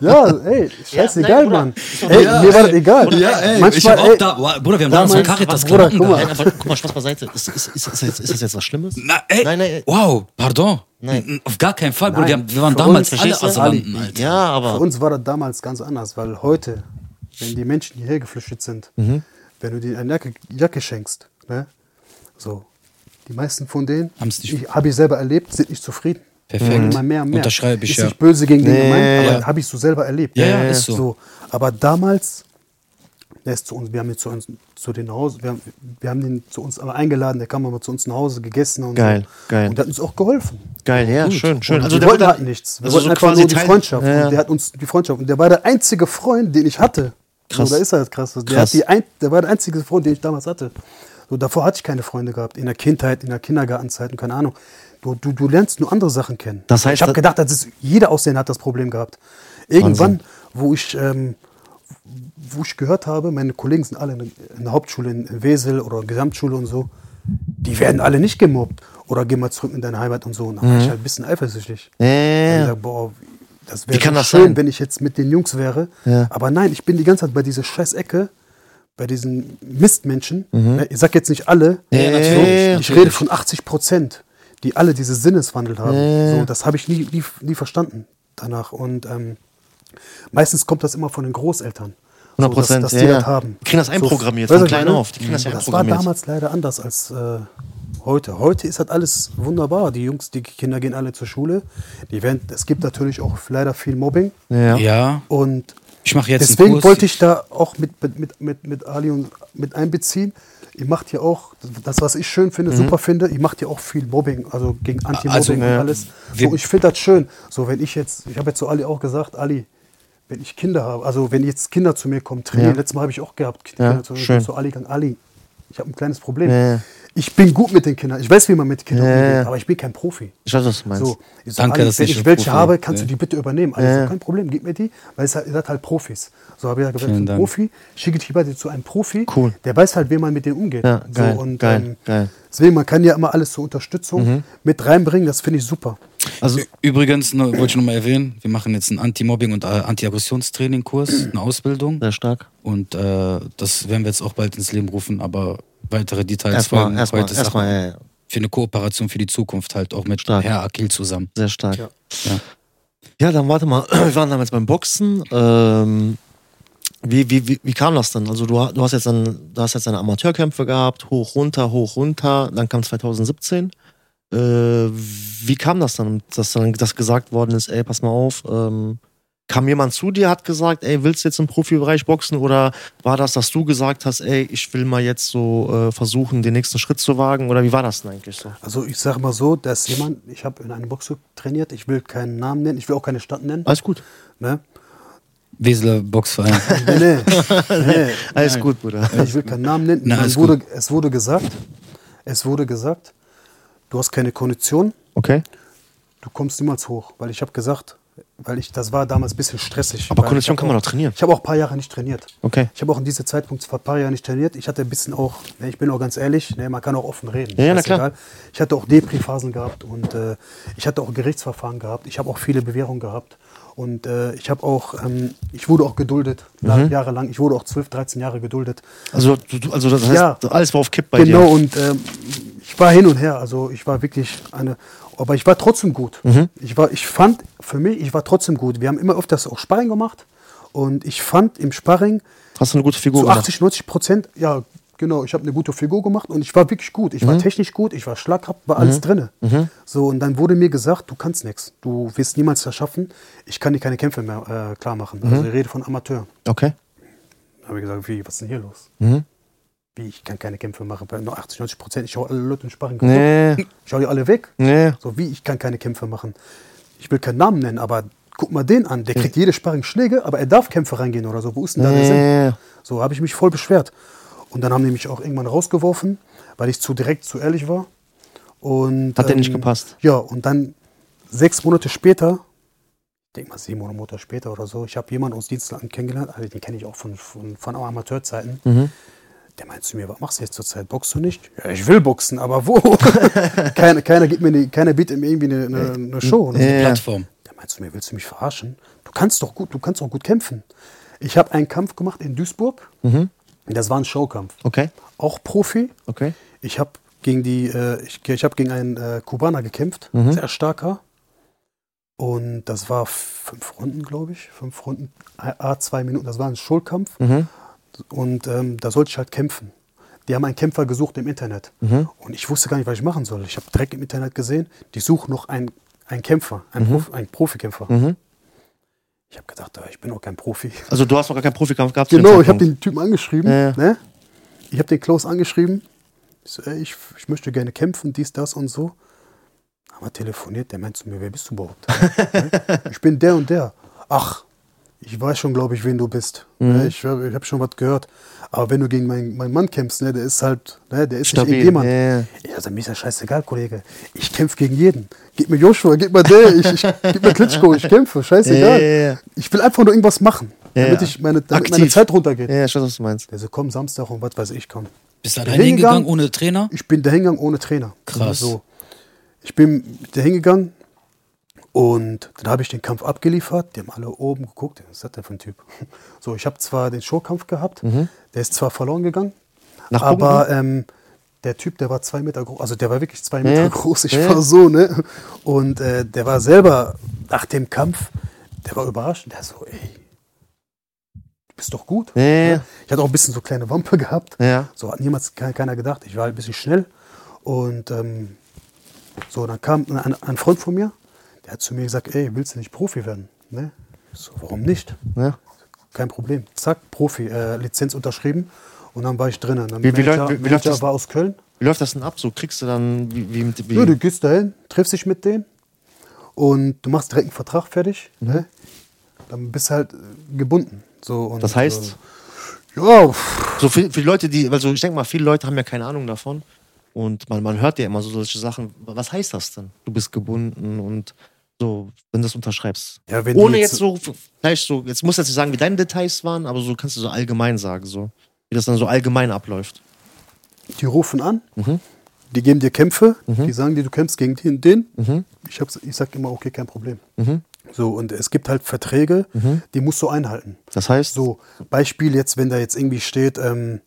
Speaker 3: Ja, ey, scheißegal,
Speaker 2: nein, Bruder.
Speaker 3: Mann. Ey, mir war das egal.
Speaker 1: Ja, ey, ich
Speaker 3: manchmal,
Speaker 1: hab auch
Speaker 3: ey,
Speaker 1: da, Wow, Bruder, wir haben damals von
Speaker 3: damals-
Speaker 1: Caritas
Speaker 3: Ach, Bruder,
Speaker 1: Klamotten
Speaker 3: guck mal.
Speaker 1: gehabt.
Speaker 2: Nein, aber guck mal, Spaß beiseite. Ist, ist, ist, ist, jetzt- ist das jetzt was Schlimmes?
Speaker 1: Na, ey,
Speaker 2: Nein, nein.
Speaker 1: wow, pardon.
Speaker 2: Nein.
Speaker 1: N- Auf gar keinen Fall, Bruder. Wir,
Speaker 3: Nein,
Speaker 1: haben, wir waren
Speaker 3: für
Speaker 1: damals
Speaker 3: uns,
Speaker 1: alle
Speaker 2: verstehst du?
Speaker 1: Asylanten, Alter.
Speaker 2: Ja,
Speaker 3: für
Speaker 2: aber.
Speaker 3: uns war das damals ganz anders, weil heute, wenn die Menschen hierher geflüchtet sind,
Speaker 1: Mhm.
Speaker 3: wenn du dir eine Jacke, Jacke schenkst, ne, so, die meisten von denen,
Speaker 1: Haben's nicht-
Speaker 3: habe ich selber erlebt, sind nicht zufrieden.
Speaker 1: Perfekt.
Speaker 3: Immer mehr und mehr.
Speaker 1: Unterschreibe ich,
Speaker 3: ist
Speaker 1: ja.
Speaker 3: nicht böse gegen den
Speaker 2: Nee,
Speaker 3: gemeint, aber
Speaker 1: ja.
Speaker 3: habe ich so selber erlebt.
Speaker 1: Ja, ja, ist so.
Speaker 3: Aber damals, der ist zu uns, wir haben ihn zu uns, zu den nach Hause, wir haben, wir haben ihn zu uns alle eingeladen, der kam aber zu uns nach Hause gegessen und
Speaker 2: Geil,
Speaker 3: so.
Speaker 2: geil.
Speaker 3: Und der hat uns auch geholfen.
Speaker 2: Geil, ja, schön, schön.
Speaker 3: Also wir
Speaker 2: der
Speaker 3: wollten
Speaker 2: wurde-
Speaker 3: halt nichts. Wir
Speaker 2: also
Speaker 3: wollten
Speaker 2: so
Speaker 3: einfach
Speaker 2: quasi
Speaker 3: nur die
Speaker 2: Teil-
Speaker 3: Freundschaft.
Speaker 2: Ja, ja.
Speaker 3: Und der hat uns die Freundschaft. Und der war der einzige Freund, den ich hatte.
Speaker 2: Krass.
Speaker 3: So, da ist er halt krass. Der,
Speaker 2: Krass.
Speaker 3: Hat die ein, der war der einzige Freund, den ich damals hatte. So, davor hatte ich keine Freunde gehabt. In der Kindheit, in der Kindergartenzeit und keine Ahnung. Du, du, du lernst nur andere Sachen kennen.
Speaker 2: Das heißt,
Speaker 3: ich habe
Speaker 2: das-
Speaker 3: gedacht, das ist, jeder Aussehen hat das Problem gehabt. Irgendwann, wo ich, ähm, wo ich gehört habe, meine Kollegen sind alle in der- in der Hauptschule in Wesel oder Gesamtschule und so, die werden alle nicht gemobbt. Oder geh mal zurück in deine Heimat und so. Und dann war ich halt ein bisschen eifersüchtig.
Speaker 2: Mhm. Ja,
Speaker 3: Hab
Speaker 2: ja, ja.
Speaker 3: gesagt, boah, das wäre
Speaker 2: Wie kann
Speaker 3: so
Speaker 2: das
Speaker 3: schön,
Speaker 2: sein?
Speaker 3: wenn ich jetzt mit den Jungs wäre.
Speaker 2: Ja.
Speaker 3: Aber nein, ich bin die ganze Zeit bei dieser scheiß Ecke, bei diesen Mistmenschen. Ne, Ich sag jetzt nicht alle.
Speaker 2: Mhm. Ja, natürlich,
Speaker 3: ich rede von 80 Prozent, die alle diese Sinneswandel haben. So, das habe ich nie, nie, nie verstanden danach. Und ähm, meistens kommt das immer von den Großeltern.
Speaker 2: 100
Speaker 3: dass,
Speaker 2: Prozent,
Speaker 3: dass
Speaker 2: ja,
Speaker 3: die das
Speaker 2: ja.
Speaker 3: haben.
Speaker 2: Die kriegen das einprogrammiert,
Speaker 3: weißt
Speaker 2: von
Speaker 3: du,
Speaker 2: klein
Speaker 3: ne?
Speaker 2: auf, die kriegen das ja
Speaker 3: Und das war
Speaker 2: einprogrammiert.
Speaker 3: damals leider anders als äh, heute. Heute ist halt alles wunderbar. Die Jungs, die Kinder gehen alle zur Schule. Die werden, es gibt natürlich auch leider viel Mobbing.
Speaker 2: Ja.
Speaker 1: Ja.
Speaker 3: Und
Speaker 1: Ich mache jetzt einen
Speaker 3: deswegen
Speaker 1: Kurs.
Speaker 3: wollte ich da auch mit, mit- mit, mit, mit Ali und mit einbeziehen. Ihr macht hier auch das, was ich schön finde, super finde. Ihr macht hier auch viel Mobbing, also gegen Anti-Mobbing
Speaker 1: Mhm. Also,
Speaker 3: und
Speaker 1: ja.
Speaker 3: alles.
Speaker 1: Wir-
Speaker 3: So, ich finde das schön. So, wenn ich jetzt, ich habe jetzt zu Ali auch gesagt, Ali, wenn ich Kinder habe, also wenn jetzt Kinder zu mir kommen, trainieren,
Speaker 2: Ja.
Speaker 3: letztes Mal habe ich auch gehabt,
Speaker 2: Ja,
Speaker 3: Kinder zu mir,
Speaker 2: schön.
Speaker 3: zu Ali gegangen, Ali, ich habe ein kleines Problem.
Speaker 2: Ja, ja.
Speaker 3: Ich bin gut mit den Kindern, ich weiß, wie man mit Kindern
Speaker 2: Ja, ja.
Speaker 3: umgeht, aber ich bin kein Profi.
Speaker 2: Ich weiß, was du meinst.
Speaker 3: So, ich so,
Speaker 1: Danke,
Speaker 3: Ali,
Speaker 1: dass
Speaker 3: wenn
Speaker 1: ich
Speaker 3: ich
Speaker 1: ein
Speaker 3: welche
Speaker 1: Profi
Speaker 3: habe,
Speaker 1: bin.
Speaker 3: kannst
Speaker 1: Ja.
Speaker 3: du die bitte übernehmen. Also,
Speaker 2: Ja.
Speaker 3: kein Problem, gib mir die, weil es halt, ihr seid halt Profis. So habe ich ja gesagt,
Speaker 1: Vielen
Speaker 3: ein
Speaker 1: Dank.
Speaker 3: Profi, schicke ich lieber zu einem Profi,
Speaker 2: Cool.
Speaker 3: der weiß halt, wie man mit dem umgeht.
Speaker 2: Ja, geil,
Speaker 3: so, ähm,
Speaker 2: geil, geil. Mhm.
Speaker 3: Deswegen, man kann ja immer alles zur Unterstützung mit reinbringen, das finde ich super.
Speaker 2: Also,
Speaker 1: Ü- Übrigens, nur, wollte ich nochmal erwähnen, wir machen jetzt einen Anti-Mobbing- und äh, Anti-Aggressionstraining-Kurs, eine Ausbildung.
Speaker 2: sehr stark.
Speaker 1: Und äh, das werden wir jetzt auch bald ins Leben rufen, aber weitere Details
Speaker 2: Erstmal,
Speaker 1: folgen.
Speaker 2: erstmal,
Speaker 1: Heute ist
Speaker 2: erstmal,
Speaker 1: auch
Speaker 2: ja, ja.
Speaker 1: Für eine Kooperation für die Zukunft halt, auch mit
Speaker 2: Stark.
Speaker 1: Herr Akil zusammen.
Speaker 2: Sehr stark.
Speaker 3: Ja.
Speaker 1: Ja.
Speaker 2: Ja, dann warte mal. Wir waren damals beim Boxen. Ähm, wie, wie, wie, wie kam das denn? Also du, ha- du hast jetzt dann, du hast jetzt deine Amateurkämpfe gehabt, hoch runter, hoch runter. Dann kam 2017. Äh, wie kam das dann, dass dann das gesagt worden ist? Ey, pass mal auf. Ähm, kam jemand zu dir, hat gesagt, ey, willst du jetzt im Profibereich boxen? Oder war das, dass du gesagt hast, ey, ich will mal jetzt so äh, versuchen, den nächsten Schritt zu wagen? Oder wie war das denn eigentlich so?
Speaker 3: Also ich sage mal so, dass jemand, ich habe in einem Boxclub trainiert, ich will keinen Namen nennen, ich will auch keine Stadt nennen.
Speaker 2: Alles gut.
Speaker 3: Ne?
Speaker 1: Weseler Boxverein.
Speaker 3: Nee, nee, nee.
Speaker 2: Alles gut, Bruder.
Speaker 3: Ich will keinen Namen nennen.
Speaker 1: Na,
Speaker 3: Man
Speaker 1: alles
Speaker 3: wurde, es wurde gesagt, es wurde gesagt, du hast keine Kondition,
Speaker 2: Okay.
Speaker 3: du kommst niemals hoch, weil ich habe gesagt, weil ich, das war damals ein bisschen stressig.
Speaker 2: Aber
Speaker 3: weil
Speaker 2: Kondition
Speaker 3: ich hab
Speaker 2: kann man
Speaker 3: auch-
Speaker 2: doch trainieren.
Speaker 3: Ich habe auch ein paar Jahre nicht trainiert.
Speaker 2: Okay.
Speaker 3: Ich habe auch in diesem Zeitpunkt vor ein paar Jahren nicht trainiert. Ich hatte ein bisschen auch, ne, ich bin auch ganz ehrlich, ne, man kann auch offen reden.
Speaker 2: Ja, ja, na
Speaker 3: Ist
Speaker 2: klar.
Speaker 3: Ich hatte auch Depri-Phasen gehabt und äh, ich hatte auch Gerichtsverfahren gehabt. Ich habe auch viele Bewährungen gehabt. Und äh, ich habe auch, ähm, ich wurde auch geduldet,
Speaker 2: Mhm.
Speaker 3: lang- jahrelang. Ich wurde auch 12, 13 Jahre geduldet.
Speaker 2: Also, du, du- also das heißt,
Speaker 3: Ja.
Speaker 2: alles war auf Kipp bei
Speaker 3: genau,
Speaker 2: dir.
Speaker 3: und ähm, ich war hin und her. Also ich war wirklich eine. Aber ich war trotzdem gut.
Speaker 2: Mhm.
Speaker 3: Ich, war, ich fand, für mich, ich war trotzdem gut. Wir haben immer öfters auch Sparring gemacht. Und ich fand im Sparring
Speaker 2: Hast du eine gute Figur
Speaker 3: zu
Speaker 2: gemacht?
Speaker 3: 80, 90 Prozent, ja, genau, ich habe eine gute Figur gemacht und ich war wirklich gut.
Speaker 2: Mhm.
Speaker 3: Ich war technisch gut, ich war schlaghaft, war alles drinne. So, und dann wurde mir gesagt, du kannst nichts. Du wirst niemals das schaffen. Ich kann dir keine Kämpfe mehr äh, klar machen.
Speaker 2: Mhm.
Speaker 3: Also ich rede von Amateur.
Speaker 2: Okay.
Speaker 3: habe ich gesagt, wie, was ist denn hier los?
Speaker 2: Mhm.
Speaker 3: Wie, ich kann keine Kämpfe machen. Bei nur 80, 90 Prozent, ich hau alle Leute in Sparring kaputt.
Speaker 2: Nee,
Speaker 3: Ich hau die alle weg.
Speaker 2: nee.
Speaker 3: So wie, ich kann keine Kämpfe machen. Ich will keinen Namen nennen, aber guck mal den an, der kriegt jede Sparringschläge, aber er darf Kämpfe reingehen oder so. Wo ist denn da der
Speaker 2: Ja.
Speaker 3: Sinn? So habe ich mich voll beschwert. Und dann haben die mich auch irgendwann rausgeworfen, weil ich zu direkt, zu ehrlich war. Und, ähm,
Speaker 2: Hat der nicht gepasst?
Speaker 3: Ja, und dann sechs Monate später, ich denke mal sieben Monate später oder so, ich habe jemanden aus Dienstland kennengelernt, also den kenne ich auch von, von, von Amateurzeiten. Der meint zu mir, was machst du jetzt zurzeit? Boxst du nicht? Ja, ich will boxen, aber wo? keiner, keiner, gibt mir eine, keiner bietet mir irgendwie eine, eine, eine Show. oder so.
Speaker 2: Ja.
Speaker 1: Plattform.
Speaker 3: Der meint zu mir, willst du mich verarschen? Du kannst doch gut, du kannst doch gut kämpfen. Ich habe einen Kampf gemacht in Duisburg. Das war ein Showkampf.
Speaker 2: Okay.
Speaker 3: Auch Profi.
Speaker 2: Okay.
Speaker 3: Ich habe gegen die, äh, ich, ich habe gegen einen äh, Kubaner gekämpft, sehr starker. Und das war fünf Runden, glaube ich. Fünf Runden, äh, A, zwei Minuten. Das war ein Schulkampf. Und ähm, da sollte ich halt kämpfen. Die haben einen Kämpfer gesucht im Internet. Und ich wusste gar nicht, was ich machen soll. Ich habe direkt im Internet gesehen, die suchen noch einen, einen Kämpfer, einen, Prof, einen Profikämpfer. Ich habe gedacht, ah, ich bin auch kein Profi.
Speaker 2: Also du hast noch gar keinen Profikampf gehabt. zu dem
Speaker 3: Genau, ich habe
Speaker 2: Zeitpunkt.
Speaker 3: den Typen angeschrieben.
Speaker 2: Ja, ja.
Speaker 3: Ne? Ich habe den Klaus angeschrieben. Ich, so, ey, ich, ich möchte gerne kämpfen, dies, das und so. Haben wir telefoniert, der meint zu mir, wer bist du überhaupt? Ne? ich bin der und der. Ach, ich weiß schon, glaube ich, wen du bist.
Speaker 2: Mhm.
Speaker 3: Ne? Ich, hab- ich habe schon was gehört. Aber wenn du gegen meinen, meinen Mann kämpfst, ne, der ist halt, ne, der ist
Speaker 2: Stabil,
Speaker 3: nicht irgendjemand.
Speaker 2: ja, ja.
Speaker 3: Ich sag, mir ist ja scheißegal, Kollege. Ich kämpfe gegen jeden. Gib mir Joshua, gib mir der, ich, ich, gib mir Klitschko, ich kämpfe, scheißegal.
Speaker 2: Ja, ja, ja.
Speaker 3: Ich will einfach nur irgendwas machen,
Speaker 2: Ja,
Speaker 3: damit
Speaker 2: ja.
Speaker 3: ich meine, damit meine
Speaker 2: Aktiv.
Speaker 3: Zeit runtergeht.
Speaker 2: Ja, ja, ich weiß, was du meinst.
Speaker 3: Der so, komm Samstag und was weiß ich, komm.
Speaker 1: Bist
Speaker 3: Ich
Speaker 1: du
Speaker 3: bin
Speaker 1: alleine hingegangen ohne Trainer?
Speaker 3: Ich bin da hingegangen ohne Trainer.
Speaker 1: Krass.
Speaker 3: So. Ich bin da hingegangen und dann habe ich den Kampf abgeliefert. Die haben alle oben geguckt. Was ist das denn für ein Typ? So, ich habe zwar den Showkampf gehabt,
Speaker 1: Mhm.
Speaker 3: der ist zwar verloren gegangen,
Speaker 2: Nach
Speaker 3: aber ähm, der Typ, der war zwei Meter groß, also der war wirklich zwei Meter
Speaker 2: Ja.
Speaker 3: groß, ich
Speaker 2: Ja.
Speaker 3: war so, ne? Und äh, der war selber nach dem Kampf, der war überrascht, der so, ey, du bist doch gut.
Speaker 2: Ja, ja, ja.
Speaker 3: Ich hatte auch ein bisschen so kleine Wampe gehabt.
Speaker 2: Ja.
Speaker 3: So hat niemals ke- keiner gedacht. Ich war halt ein bisschen schnell. Und ähm, so, dann kam ein, ein Freund von mir, der hat zu mir gesagt, ey, willst du nicht Profi werden? Ne? Ich so, warum nicht?
Speaker 2: Ja.
Speaker 3: Kein Problem. Zack, Profi, äh, Lizenz unterschrieben. Und dann war ich drinnen. Dann
Speaker 2: Wie- wie
Speaker 3: Manager,
Speaker 2: läuft- wie- wie läuft
Speaker 3: Manager
Speaker 2: das?
Speaker 3: war aus Köln.
Speaker 2: Wie läuft das denn ab? So kriegst du dann wie, wie mit wie,
Speaker 3: Ja, du gehst dahin, triffst dich mit denen und du machst direkt einen Vertrag fertig.
Speaker 2: Mhm.
Speaker 3: Ne? Dann bist du halt äh, gebunden. So, und,
Speaker 2: Das heißt?
Speaker 3: äh, ja, pff,
Speaker 2: so für, für die Leute, die also ich denke mal, viele Leute haben ja keine Ahnung davon und man, man hört ja immer so solche Sachen. Was heißt das denn? Du bist gebunden und so, wenn du das unterschreibst.
Speaker 3: Ja, wenn die
Speaker 2: Ohne jetzt,
Speaker 3: jetzt-
Speaker 2: so vielleicht so jetzt muss jetzt nicht sagen, wie deine Details waren, aber so kannst du so allgemein sagen so, wie das dann so allgemein abläuft.
Speaker 3: die rufen an,
Speaker 2: Mhm.
Speaker 3: die geben dir Kämpfe, die sagen dir, du kämpfst gegen den und den.
Speaker 2: Mhm.
Speaker 3: Ich, hab's, ich sag immer, okay, kein Problem. So, und es gibt halt Verträge,
Speaker 2: Mhm.
Speaker 3: die musst du einhalten.
Speaker 2: Das heißt,
Speaker 3: So, Beispiel jetzt, wenn da jetzt irgendwie steht, ähm,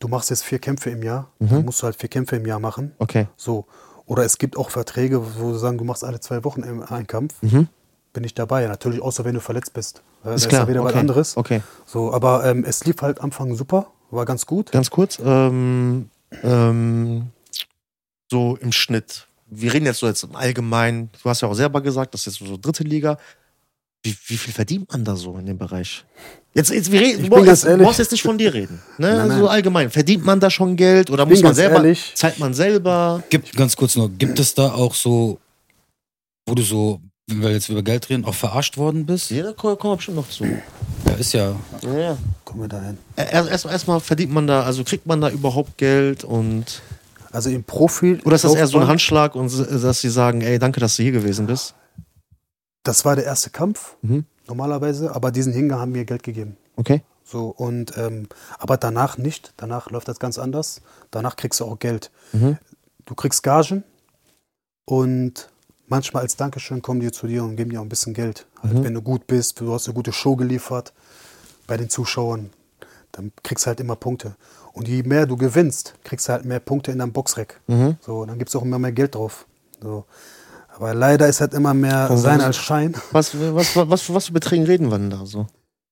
Speaker 3: du machst jetzt vier Kämpfe im Jahr, dann musst du halt vier Kämpfe im Jahr machen.
Speaker 2: Mhm. okay.
Speaker 3: So. Oder es gibt auch Verträge, wo sie sagen, du machst alle zwei Wochen einen einen Kampf. Bin ich dabei. Natürlich, außer wenn du verletzt bist. Äh,
Speaker 2: Mhm. Ist
Speaker 3: da
Speaker 2: klar,
Speaker 3: ist ja wieder was
Speaker 2: okay,
Speaker 3: anderes.
Speaker 2: okay.
Speaker 3: So, aber ähm, es lief halt am Anfang super, war ganz gut.
Speaker 2: Ganz kurz, ähm, ähm, so im Schnitt. Wir reden jetzt so jetzt im Allgemeinen. Du hast ja auch selber gesagt, das ist so dritte Liga. Wie, wie viel verdient man da so in dem Bereich? Jetzt, jetzt wir reden,
Speaker 3: Ich
Speaker 2: du
Speaker 3: bin ganz
Speaker 2: brauchst,
Speaker 3: ehrlich.
Speaker 2: brauchst jetzt nicht von dir reden. Ne?
Speaker 3: Nein, nein.
Speaker 2: So allgemein. Verdient man da schon Geld oder
Speaker 3: bin
Speaker 2: muss man
Speaker 3: ganz
Speaker 2: selber?
Speaker 3: ehrlich.
Speaker 2: Zahlt man selber?
Speaker 1: Gibt, ganz kurz nur, gibt es da auch so, wo du so, wenn wir jetzt über Geld reden, auch verarscht worden bist?
Speaker 2: Ja, da kommen wir bestimmt noch zu.
Speaker 1: Ja, ist ja.
Speaker 2: Ja, ja.
Speaker 3: Kommen wir dahin.
Speaker 2: Ä- Äh, erst- Erstmal erstmal verdient man da, also kriegt man da überhaupt Geld und
Speaker 3: Also im Profi.
Speaker 2: oder ist das eher so ein
Speaker 3: Laufbahn,
Speaker 2: Handschlag und s- dass sie sagen, ey, danke, dass du hier gewesen bist?
Speaker 3: Das war der erste Kampf,
Speaker 2: Mhm.
Speaker 3: normalerweise. Aber diesen Hinger haben mir Geld gegeben.
Speaker 2: Okay.
Speaker 3: So, und, ähm, aber danach nicht. Danach läuft das ganz anders. Danach kriegst du auch Geld.
Speaker 2: Mhm.
Speaker 3: Du kriegst Gagen und manchmal als Dankeschön kommen die zu dir und geben dir auch ein bisschen Geld. Halt,
Speaker 2: Mhm.
Speaker 3: wenn du gut bist, du hast eine gute Show geliefert bei den Zuschauern, dann kriegst du halt immer Punkte. Und je mehr du gewinnst, kriegst du halt mehr Punkte in deinem Boxrack.
Speaker 2: Mhm.
Speaker 3: So, dann gibt es auch immer mehr Geld drauf. So. Aber leider ist halt immer mehr
Speaker 2: Und
Speaker 3: Sein
Speaker 2: was-
Speaker 3: als Schein.
Speaker 2: Was, was, was, was, für- was für Beträgen reden wir denn da so?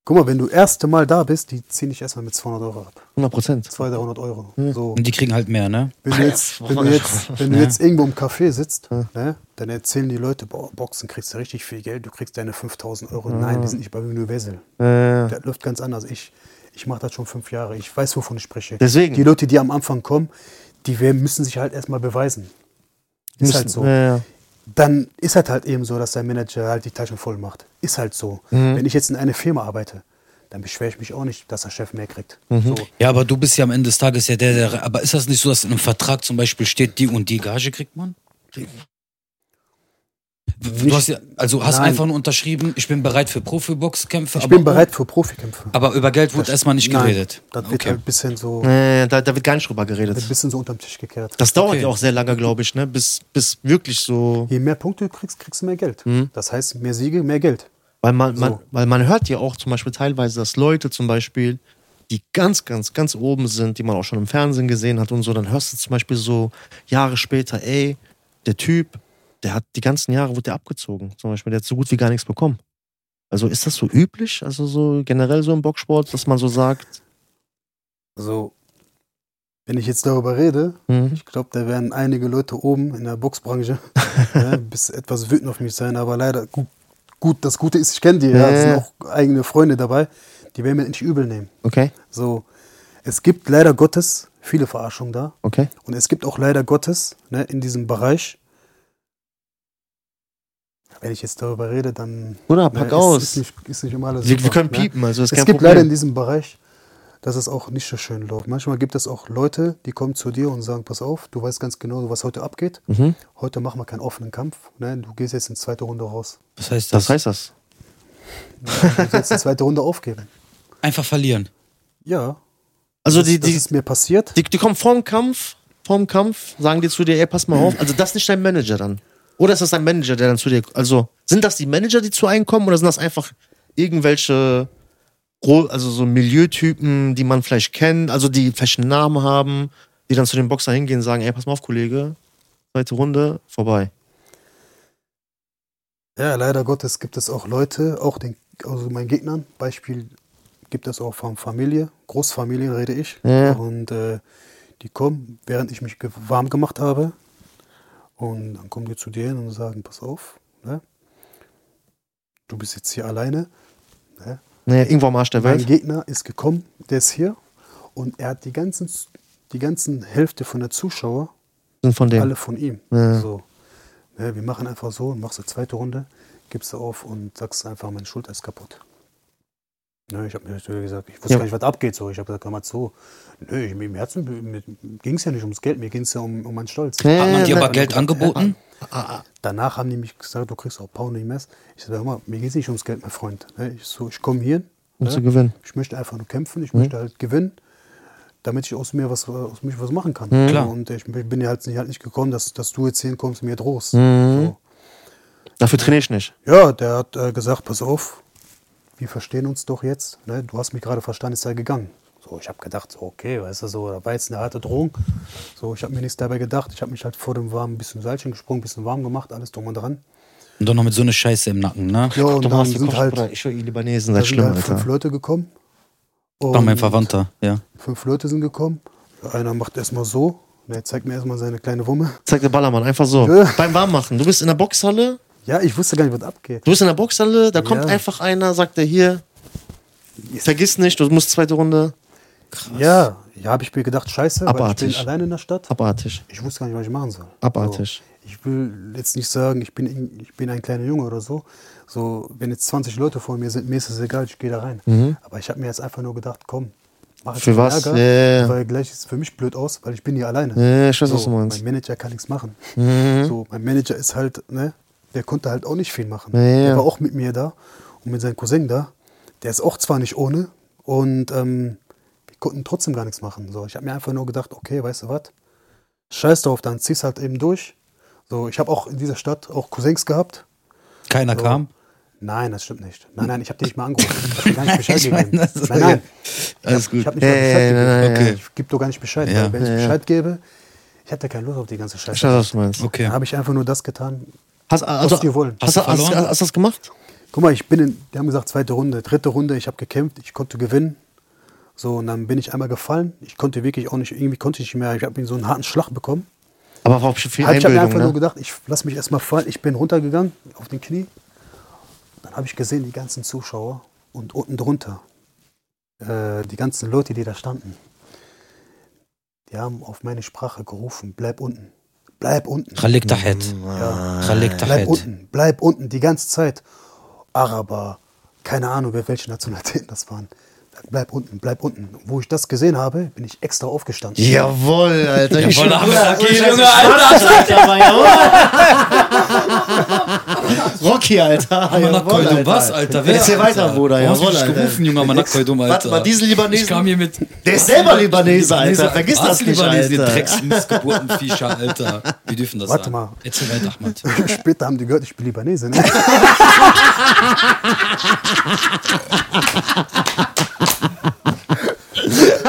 Speaker 3: Guck mal, wenn du erste Mal da bist, die ziehen dich erstmal mit 200 Euro ab.
Speaker 2: 100 Prozent.
Speaker 3: 200, 300 Euro.
Speaker 2: Hm.
Speaker 3: So,
Speaker 1: Und die kriegen halt mehr, ne?
Speaker 3: wenn du jetzt, wenn du jetzt, wenn du jetzt irgendwo im Café sitzt, ne, dann erzählen die Leute, boah, Boxen kriegst du richtig viel Geld, du kriegst deine 5000 Euro. Nein, die sind nicht bei Wiener Wessel.
Speaker 2: Äh,
Speaker 3: Das läuft ganz anders. Ich, ich mache das schon fünf Jahre. Ich weiß, wovon ich spreche.
Speaker 2: Deswegen.
Speaker 3: Die Leute, die am Anfang kommen, die werden, müssen sich halt erstmal beweisen. Ist halt so.
Speaker 2: Ja, ja.
Speaker 3: dann ist halt halt eben so, dass der Manager halt die Taschen voll macht. Ist halt so.
Speaker 1: Mhm.
Speaker 3: Wenn ich jetzt in einer Firma arbeite, dann beschwere ich mich auch nicht, dass der Chef mehr kriegt. So.
Speaker 1: Ja, aber Mhm. du bist ja am Ende des Tages ja der, der. Aber ist das nicht so, dass in einem Vertrag zum Beispiel steht, die und die Gage kriegt man? Du
Speaker 3: Nicht-
Speaker 1: hast ja, also hast
Speaker 3: Nein.
Speaker 1: einfach nur unterschrieben, ich bin bereit für Profiboxkämpfe.
Speaker 3: Ich
Speaker 1: aber, Ah,
Speaker 3: bin bereit für Profikämpfe.
Speaker 1: Aber über Geld wurde erstmal nicht
Speaker 3: Nein,
Speaker 1: geredet.
Speaker 3: Das wird halt ein bisschen so,
Speaker 2: Nee, da, da wird gar nicht drüber geredet.
Speaker 3: ein bisschen so unterm Tisch gekehrt.
Speaker 2: Das dauert
Speaker 1: Okay.
Speaker 2: ja auch sehr lange, glaube ich, ne? Bis, bis wirklich so.
Speaker 3: Je mehr Punkte du kriegst, kriegst du mehr Geld.
Speaker 1: Mhm.
Speaker 3: Das heißt, mehr Siege, mehr Geld.
Speaker 2: Weil man, man,
Speaker 3: So.
Speaker 2: weil man hört ja auch zum Beispiel teilweise, dass Leute zum Beispiel, die ganz, ganz, ganz oben sind, die man auch schon im Fernsehen gesehen hat und so, dann hörst du zum Beispiel so Jahre später, ey, der Typ, der hat die ganzen Jahre wurde der abgezogen. Zum Beispiel, der hat so gut wie gar nichts bekommen. Also ist das so üblich, also so generell so im Boxsport, dass man so sagt,
Speaker 3: Also, wenn ich jetzt darüber rede,
Speaker 2: hm,
Speaker 3: ich glaube, da werden einige Leute oben in der Boxbranche ja, bis etwas wütend auf mich sein, aber leider, gut, gut das Gute ist, ich kenne die, ja, es
Speaker 2: Ja.
Speaker 3: sind auch eigene Freunde dabei, die werden mir nicht übel nehmen.
Speaker 2: okay,
Speaker 3: So, es gibt leider Gottes viele Verarschungen da.
Speaker 2: okay,
Speaker 3: Und es gibt auch leider Gottes ne, in diesem Bereich. Wenn ich jetzt darüber rede, dann.
Speaker 2: Bruder,
Speaker 3: ne,
Speaker 2: pack
Speaker 3: ist,
Speaker 2: aus.
Speaker 3: Ist nicht, ist nicht immer alles
Speaker 2: wir, wir
Speaker 3: super,
Speaker 2: können
Speaker 3: ne?
Speaker 2: piepen, also
Speaker 3: Es
Speaker 2: ist
Speaker 3: gibt
Speaker 2: kein
Speaker 3: leider in
Speaker 2: Problem.
Speaker 3: diesem Bereich, dass es auch nicht so schön läuft. Manchmal gibt es auch Leute, die kommen zu dir und sagen: Pass auf, du weißt ganz genau, was heute abgeht.
Speaker 2: Mhm.
Speaker 3: Heute machen wir keinen offenen Kampf. Ne? Du gehst jetzt in zweite Runde raus.
Speaker 1: Was heißt das?
Speaker 2: Das heißt das.
Speaker 3: Du musst jetzt in zweite Runde aufgeben.
Speaker 1: einfach verlieren.
Speaker 3: Ja.
Speaker 2: Also
Speaker 3: das,
Speaker 2: die,
Speaker 3: das
Speaker 2: die,
Speaker 3: ist mir passiert.
Speaker 2: Die, die kommen vorm Kampf, vorm Kampf, sagen die zu dir, ey, pass mal auf. Also das ist nicht dein Manager dann. Oder ist das dein Manager, der dann zu dir, also sind das die Manager, die zu einem kommen oder sind das einfach irgendwelche, Gro- also so Milieutypen, die man vielleicht kennt, also die vielleicht einen Namen haben, die dann zu dem Boxer hingehen und sagen, ey, pass mal auf, Kollege, zweite Runde, vorbei.
Speaker 3: Ja, leider Gottes gibt es auch Leute, auch den, also meinen Gegnern. Beispiel gibt es auch von Familie, Großfamilien rede ich.
Speaker 2: Ja.
Speaker 3: Und äh, die kommen, während ich mich ge- warm gemacht habe. Und dann kommen die zu dir hin und sagen, pass auf, ne? du bist jetzt hier alleine.
Speaker 2: Naja, irgendwo am Arsch der
Speaker 3: Mein
Speaker 2: Welt.
Speaker 3: Gegner ist gekommen, der ist hier. Und er hat die ganzen, die ganzen Hälfte von der Zuschauer
Speaker 2: Sind von dem.
Speaker 3: alle von ihm.
Speaker 2: Ja.
Speaker 3: So. Ne, wir machen einfach so, machst du zweite Runde, gibst du auf und sagst einfach, meine Schulter ist kaputt. Ne, ich habe mir natürlich gesagt, ich wusste
Speaker 2: Ja.
Speaker 3: gar nicht, was abgeht. So. Ich habe gesagt, hör mal zu. Nö, ich, im Herzen mir ging's ja nicht ums Geld, mir ging's ja um, um meinen Stolz.
Speaker 2: Ja,
Speaker 1: Hat man dir
Speaker 2: ja,
Speaker 1: aber
Speaker 2: ja.
Speaker 1: Geld angeboten?
Speaker 3: Danach haben die mich gesagt, du kriegst auch Pound nicht mehr. Ich sage, hör mal, mir geht's nicht ums Geld, mein Freund. Ne, ich so, ich komme hier,
Speaker 2: Um zu gewinnen.
Speaker 3: ich möchte einfach nur kämpfen, ich
Speaker 2: Mhm.
Speaker 3: möchte halt gewinnen, damit ich aus mir was, aus mich was machen kann.
Speaker 2: Mhm.
Speaker 1: Klar.
Speaker 3: Und ich bin ja halt nicht, halt nicht gekommen, dass, dass du jetzt hinkommst und mir drohst.
Speaker 2: Mhm.
Speaker 3: So.
Speaker 2: Dafür trainiere ich nicht.
Speaker 3: Ja, der hat äh, gesagt, pass auf, wir verstehen uns doch jetzt. Ne? Du hast mich gerade verstanden, ist er gegangen. So, ich habe gedacht, so, okay, weißt du, so, da war jetzt eine harte Drohung. So, ich habe mir nichts dabei gedacht. Ich habe mich halt vor dem Warmen ein bisschen Seilchen gesprungen, ein bisschen warm gemacht, alles drum und dran.
Speaker 1: Und dann noch mit so einer Scheiße im Nacken, ne?
Speaker 3: Ja, und
Speaker 2: mal,
Speaker 3: dann
Speaker 2: hast du
Speaker 3: sind
Speaker 2: Kopf,
Speaker 3: halt,
Speaker 2: Bruder.
Speaker 3: da
Speaker 2: ich höre, ihr Libanesen seid
Speaker 3: sind
Speaker 2: schlimm,
Speaker 3: halt fünf
Speaker 2: Alter.
Speaker 3: Leute gekommen.
Speaker 1: War mein
Speaker 3: Und
Speaker 1: Verwandter, ja.
Speaker 3: Fünf Leute sind gekommen. Einer macht erstmal so. Und er zeigt mir erstmal seine kleine Wumme.
Speaker 2: Zeig der Ballermann, einfach so.
Speaker 3: Ja.
Speaker 2: Beim Warmmachen. Du bist in der Boxhalle,
Speaker 3: Ja, ich wusste gar nicht, was abgeht.
Speaker 2: Du bist in der Boxhalle, da kommt
Speaker 3: Ja.
Speaker 2: einfach einer, sagt er hier, vergiss nicht, du musst zweite Runde.
Speaker 3: Ja, ja habe ich mir gedacht, scheiße, weil ich
Speaker 2: Abartig.
Speaker 3: bin alleine in der Stadt.
Speaker 2: Abartig.
Speaker 3: Ich wusste gar nicht, was ich machen soll.
Speaker 2: Abartig.
Speaker 3: So, ich will jetzt nicht sagen, ich bin, in- ich bin ein kleiner Junge oder so. So, wenn jetzt 20 Leute vor mir sind, mir ist es egal, ich gehe da rein. Aber ich habe mir jetzt einfach nur gedacht, komm, mach jetzt
Speaker 2: Mhm. Für
Speaker 3: keinen
Speaker 2: was? Ja, ja, ja.
Speaker 3: weil gleich sieht es für mich blöd aus, weil ich bin hier alleine.
Speaker 2: Ja, ich weiß, was du meinst.
Speaker 3: Mein Manager kann nichts machen. So, mein Manager ist halt, ne, der konnte halt auch nicht viel machen.
Speaker 2: Ja, ja.
Speaker 3: Der war auch mit mir da und mit seinem Cousin da. Der ist auch zwar nicht ohne und ähm, wir konnten trotzdem gar nichts machen. So, ich habe mir einfach nur gedacht, okay, weißt du was? Scheiß drauf, dann zieh's halt eben durch. So, ich habe auch in dieser Stadt auch Cousins gehabt.
Speaker 1: Keiner
Speaker 3: So.
Speaker 1: kam.
Speaker 3: Nein, das stimmt nicht. Nein, nein, ich habe dir nicht mal angerufen. Ich habe dir gar nicht Bescheid
Speaker 1: Ich meine,
Speaker 3: gegeben.
Speaker 1: das ist
Speaker 3: nein, nein,
Speaker 1: Alles gut.
Speaker 3: ich habe nicht mal Bescheid
Speaker 2: Hey,
Speaker 3: gegeben.
Speaker 2: nein, nein,
Speaker 1: Okay.
Speaker 3: Ich gebe doch gar nicht Bescheid.
Speaker 1: Ja.
Speaker 3: Weil wenn ich
Speaker 2: Ja, ja.
Speaker 3: Bescheid gebe, ich hatte keine Lust auf die ganze
Speaker 2: Ich weiß,
Speaker 3: Scheiße.
Speaker 2: was du meinst.
Speaker 1: Okay.
Speaker 3: Dann habe ich einfach nur das getan.
Speaker 2: Hast, also,
Speaker 3: die wollen.
Speaker 2: Hast, du-
Speaker 1: Hast du
Speaker 2: hast,
Speaker 1: verloren?
Speaker 2: hast, du das gemacht?
Speaker 3: Guck mal, ich bin in, die haben gesagt, zweite Runde, dritte Runde, ich habe gekämpft, ich konnte gewinnen. So, und dann bin ich einmal gefallen. Ich konnte wirklich auch nicht, irgendwie konnte ich nicht mehr. Ich habe so einen harten Schlag bekommen.
Speaker 2: Aber war auch schon viel
Speaker 3: Hab ich hab mir
Speaker 2: Einbildung,
Speaker 3: einfach nur
Speaker 2: ne?
Speaker 3: gedacht, ich lass mich erstmal fallen. Ich bin runtergegangen auf den Knie. Dann habe ich gesehen, die ganzen Zuschauer und unten drunter, äh, die ganzen Leute, die da standen, die haben auf meine Sprache gerufen, bleib unten, bleib unten.
Speaker 2: Halt.
Speaker 1: خليك تحت خليك
Speaker 3: Äh, Bleib
Speaker 1: تحت
Speaker 3: unten, bleib unten, die ganze Zeit. Araber, keine Ahnung, wer welche Nationalitäten das waren. Bleib unten, bleib unten. Wo ich das gesehen habe, bin ich extra aufgestanden.
Speaker 2: Jawohl, Alter. Ich
Speaker 1: Jawohl,
Speaker 2: bin
Speaker 1: Abdel
Speaker 2: Bruder,
Speaker 1: Hakim,
Speaker 2: ich
Speaker 1: Junge,
Speaker 2: bin Schwarz, Alter, war jawohl. Rocky, Alter.
Speaker 1: Manak,
Speaker 2: Jawohl,
Speaker 1: Koydum, was, Alter? Wer,
Speaker 2: Erzähl weiter, Bruder.
Speaker 1: Warum hast du
Speaker 2: Jawohl,
Speaker 1: mich
Speaker 2: Alter.
Speaker 1: gerufen, junger Manak, Koydum, Alter?
Speaker 2: Warte mal, diesen Libanesen-
Speaker 1: Ich kam hier mit...
Speaker 2: Der ist selber Libanese, Alter. Vergiss
Speaker 1: Was
Speaker 2: das nicht,
Speaker 1: Libanesen,
Speaker 2: Alter.
Speaker 1: ihr Drecksmissgeburtenviecher, Alter. Wir dürfen das
Speaker 3: Warte
Speaker 1: sagen.
Speaker 3: mal.
Speaker 1: Erzähl weiter, Ahmad.
Speaker 3: Später haben die gehört, ich bin Libanese. Ne?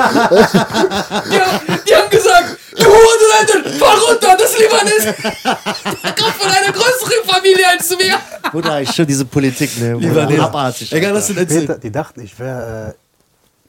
Speaker 1: Die haben, die haben gesagt, du Hundereiter, fahr runter, das Libanes. Der kommt von einer größeren Familie als wir.
Speaker 2: Bruder, ich schon diese Politik, ne? Bruder, Abartig.
Speaker 1: Egal,
Speaker 2: Alter.
Speaker 1: was du erzählst.
Speaker 3: Später, die dachten, ich wäre äh,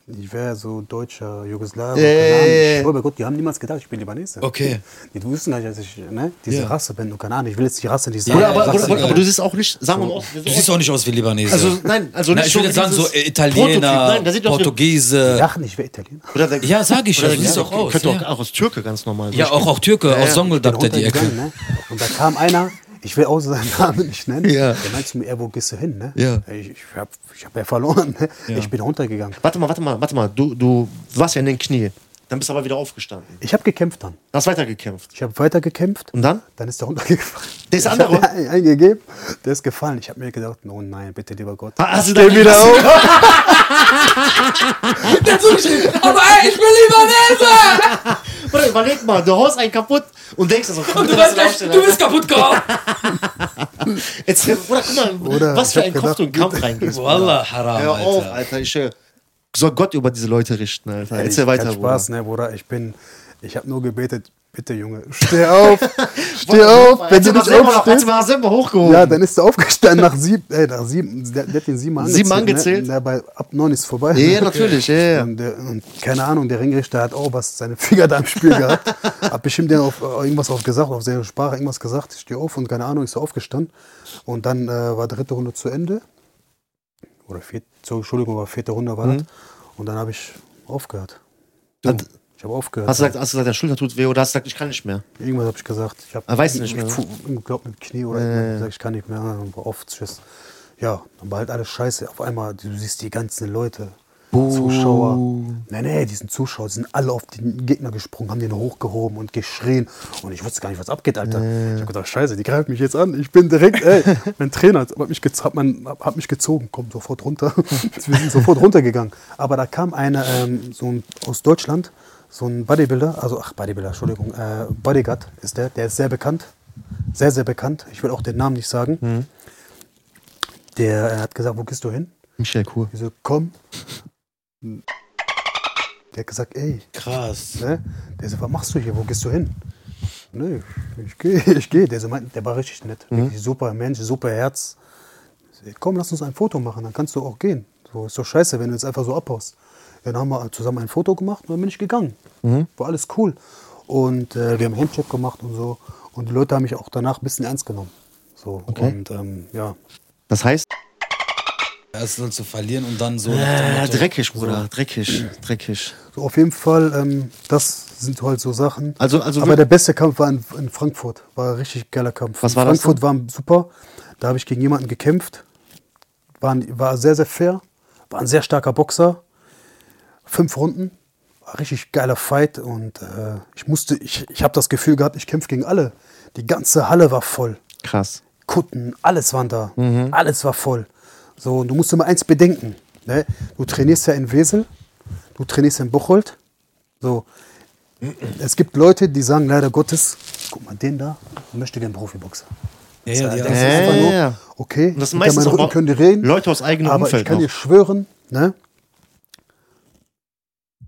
Speaker 3: ich wär so deutscher Jugoslaw.
Speaker 2: Ja, ja, ja, ja.
Speaker 3: Ich schwöre bei Gott, die haben niemals gedacht, ich bin Libanese.
Speaker 1: Okay.
Speaker 3: Die wussten gar nicht, dass ich ne, diese
Speaker 1: Ja.
Speaker 3: Rasse bin. Und keine Ahnung, ich will jetzt die Rasse nicht sagen.
Speaker 2: Bruder, aber,
Speaker 3: Sag's
Speaker 2: Bruder,
Speaker 3: egal.
Speaker 2: aber du siehst auch nicht, sagen wir mal, offen, wir
Speaker 1: Du
Speaker 2: sind
Speaker 1: siehst auch nicht aus wie Libanese.
Speaker 2: Also, nein, also
Speaker 1: Na,
Speaker 2: nicht
Speaker 1: ich würde jetzt
Speaker 2: so
Speaker 1: sagen,
Speaker 2: wie
Speaker 1: so
Speaker 2: dieses
Speaker 1: äh,
Speaker 2: Prototyp.
Speaker 1: Italiener,
Speaker 2: Nein, der sieht doch so-
Speaker 3: die
Speaker 1: Portugiese.
Speaker 3: dachten, ich wäre Italiener.
Speaker 2: Oder der-
Speaker 1: Ja, sag ich ja,
Speaker 2: oder
Speaker 1: so
Speaker 2: der-
Speaker 1: sieht doch aus,
Speaker 2: Könnte
Speaker 1: ja.
Speaker 2: auch, auch aus Türke ganz normal sein.
Speaker 1: Ja, auch, auch Türke, aus Songoldak, da
Speaker 3: bin
Speaker 1: die Ecke.
Speaker 3: runtergegangen, Ne? Und da kam einer, ich will auch seinen Namen nicht nennen.
Speaker 2: Ja.
Speaker 3: Der meinte zu mir, er, wo gehst du hin? Ne?
Speaker 1: Ja.
Speaker 3: Ich, ich habe ich hab ja verloren. Ne? Ich bin runtergegangen.
Speaker 2: Warte mal, warte mal, warte mal. Du, du warst ja in den Knie. Dann bist du aber wieder aufgestanden.
Speaker 3: Ich habe gekämpft dann.
Speaker 2: Hast weitergekämpft.
Speaker 3: Ich habe weiter gekämpft.
Speaker 2: Und dann?
Speaker 3: Dann ist der runtergefallen.
Speaker 2: Der ist
Speaker 3: Ich hab
Speaker 2: andere-
Speaker 3: mir einen eingegeben, der ist gefallen. Ich habe mir gedacht, oh nein, bitte lieber Gott.
Speaker 2: Hast du dann wieder auf?
Speaker 1: Der zugeschrieben, aber ey, ich bin Libanese!
Speaker 2: Bruder, überleg mal, du haust einen kaputt und denkst also, komm,
Speaker 1: Und du, weißt
Speaker 2: lass ihn
Speaker 1: gleich,
Speaker 2: aufstehen,
Speaker 1: du bist kaputt gehauen.
Speaker 2: Jetzt, Bruder, guck mal,
Speaker 3: Bruder,
Speaker 2: was
Speaker 3: ich
Speaker 2: für
Speaker 3: hab
Speaker 2: ein Kopf
Speaker 3: gedacht,
Speaker 2: du in den Kampf reingehst.
Speaker 1: Wallah, haram,
Speaker 2: Hör auf,
Speaker 1: Alter.
Speaker 2: Alter, ich schwör. Soll Gott über diese Leute richten, Alter. Erzähl weiter,
Speaker 3: Kein
Speaker 2: Bruder.
Speaker 3: Spaß, ne, Bruder. Ich bin, ich habe nur gebetet, bitte Junge, steh auf, steh auf. Wenn
Speaker 2: Erzähl
Speaker 3: du
Speaker 2: mal
Speaker 3: nicht
Speaker 2: selber noch, erzähl
Speaker 3: aufstehst,
Speaker 2: mal selber hochgehoben.
Speaker 3: ja, dann ist er aufgestanden nach sieben, ey, nach sieben, der, der hat den siebenmal angezählt.
Speaker 2: Siebenmal angezählt?
Speaker 3: Ne? Ja, bei, ab neun ist vorbei. ne?
Speaker 2: Ja, ja, natürlich, ja, ja.
Speaker 3: Und, der, und keine Ahnung, der Ringrichter hat auch was, seine Finger da im Spiel gehabt. Hat bestimmt den auf äh, irgendwas auf gesagt, auf seine Sprache irgendwas gesagt. Ich stehe auf und keine Ahnung, ist er aufgestanden. Und dann äh, war dritte Runde zu Ende. Oder vierte, Entschuldigung, war vierte Runde war das. Und dann habe ich aufgehört. Du,
Speaker 2: Mhm. Hat-
Speaker 3: ich habe aufgehört.
Speaker 2: Hast du gesagt, hast du gesagt, der Schulter tut weh oder hast du gesagt, ich kann nicht mehr?
Speaker 3: Irgendwas habe ich gesagt. Ich habe
Speaker 2: Er Ah, weiß nicht mehr,
Speaker 3: Ich glaube mit dem Knie oder irgendwas gesagt, ich kann nicht mehr. Dann war Auf, tschüss. Ja, dann war halt alles scheiße. Auf einmal, du siehst die ganzen Leute. Zuschauer. Nee, nee, die sind Zuschauer, die sind alle auf den Gegner gesprungen, haben den hochgehoben und geschrien. Und ich wusste gar nicht, was abgeht, Alter. Ich habe gedacht, scheiße, die greifen mich jetzt an. Ich bin direkt, ey, mein Trainer hat hat mich, gez- hat, mein, hat mich gezogen. Komm, sofort runter. Wir sind sofort runtergegangen. Aber da kam einer, ähm, so ein, aus Deutschland, so ein Bodybuilder, also ach Bodybuilder, Entschuldigung, äh, Bodyguard ist der, der ist sehr bekannt, sehr, sehr bekannt. Ich will auch den Namen nicht sagen. Der äh, hat gesagt, wo gehst du hin?
Speaker 2: Michael Kur.
Speaker 3: Ich so, komm. Der hat gesagt, ey,
Speaker 1: Krass.
Speaker 3: ne? Der so, was machst du hier? Wo gehst du hin? Ne, ich gehe, ich gehe. Der, so, meint, der war richtig nett. Wirklich Super Mensch, super Herz. Ich so, Komm, lass uns ein Foto machen, dann kannst du auch gehen. So ist doch scheiße, wenn du jetzt einfach so abhaust. Dann haben wir zusammen ein Foto gemacht und dann bin ich gegangen. War alles cool. Und äh, wir haben Handcheck gemacht und so. Und die Leute haben mich auch danach ein bisschen ernst genommen. So, und ähm, ja.
Speaker 2: Das heißt,
Speaker 1: Erst dann zu verlieren und dann so.
Speaker 2: äh, dreckig, Bruder, dreckig, dreckig.
Speaker 3: So, auf jeden Fall, ähm, das sind halt so Sachen.
Speaker 2: Also- also
Speaker 3: Aber
Speaker 2: wir-
Speaker 3: der beste Kampf war in, in Frankfurt. War ein richtig geiler Kampf.
Speaker 2: Was war das
Speaker 3: Frankfurt war super. Da habe ich gegen jemanden gekämpft. War, ein- war sehr, sehr fair. War ein sehr starker Boxer. Fünf Runden. War ein richtig geiler Fight. Und äh, ich musste, ich, ich habe das Gefühl gehabt, ich kämpfe gegen alle. Die ganze Halle war voll.
Speaker 2: Krass.
Speaker 3: Kutten, alles waren da.
Speaker 2: Mhm.
Speaker 3: Alles war voll. So, und du musst immer eins bedenken. Ne? Du trainierst ja in Wesel, du trainierst in Bocholt. So. Es gibt Leute, die sagen leider Gottes, guck mal, den da möchte gern Profiboxer.
Speaker 1: Ja, ja,
Speaker 3: Das
Speaker 1: ja.
Speaker 3: ist
Speaker 2: Ja,
Speaker 3: einfach nur,
Speaker 2: ja, ja.
Speaker 3: okay,
Speaker 2: Und das sind
Speaker 3: hinter
Speaker 2: meistens
Speaker 3: meinen
Speaker 2: auch
Speaker 3: Rücken können die reden,
Speaker 2: Leute aus eigenem
Speaker 3: aber
Speaker 2: Umfeld
Speaker 3: ich kann
Speaker 2: noch.
Speaker 3: dir schwören, ne?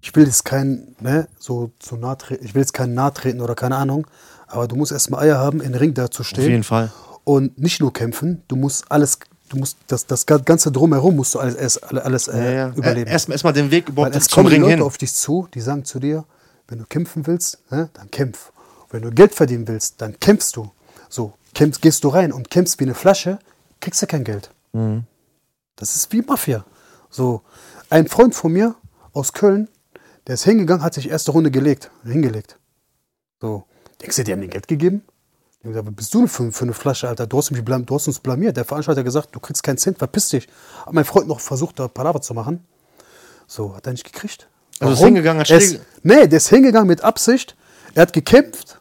Speaker 3: ich will jetzt kein, ne, so zu nahe treten, ich will jetzt keinen nahe treten oder keine Ahnung, aber du musst erstmal Eier haben, in den Ring da zu
Speaker 2: Auf
Speaker 3: stehen.
Speaker 2: jeden Fall.
Speaker 3: Und nicht nur kämpfen, du musst alles, du musst das, das ga- ganze Drumherum musst du alles, alles, alles
Speaker 2: Ja,
Speaker 3: äh,
Speaker 2: ja.
Speaker 3: überleben.
Speaker 2: Äh, Erstmal erstmal den Weg
Speaker 3: Weil
Speaker 2: überhaupt
Speaker 3: es
Speaker 2: zum
Speaker 3: kommen die
Speaker 2: Ring
Speaker 3: Leute
Speaker 2: hin.
Speaker 3: auf dich zu, die sagen zu dir, wenn du kämpfen willst, ne, dann kämpf. Wenn du Geld verdienen willst, dann kämpfst du. So, kämpfst, gehst du rein und kämpfst wie eine Flasche, kriegst du kein Geld.
Speaker 2: Mhm.
Speaker 3: Das ist wie Mafia. So, ein Freund von mir aus Köln, der ist hingegangen, hat sich erste Runde gelegt, hingelegt. So, Denkst du, die haben dir Geld gegeben? Ich hab gesagt, was bist du denn für, für eine Flasche, Alter? Du hast, mich blam, du hast uns blamiert. Der Veranstalter hat gesagt, du kriegst keinen Cent, verpiss dich. Hat mein Freund noch versucht, da Palaver zu machen. So, hat er nicht gekriegt.
Speaker 2: Also ist
Speaker 3: Warum?
Speaker 2: hingegangen, hat
Speaker 3: Er ist,
Speaker 2: Schläge-
Speaker 3: Nee, der ist hingegangen mit Absicht. Er hat gekämpft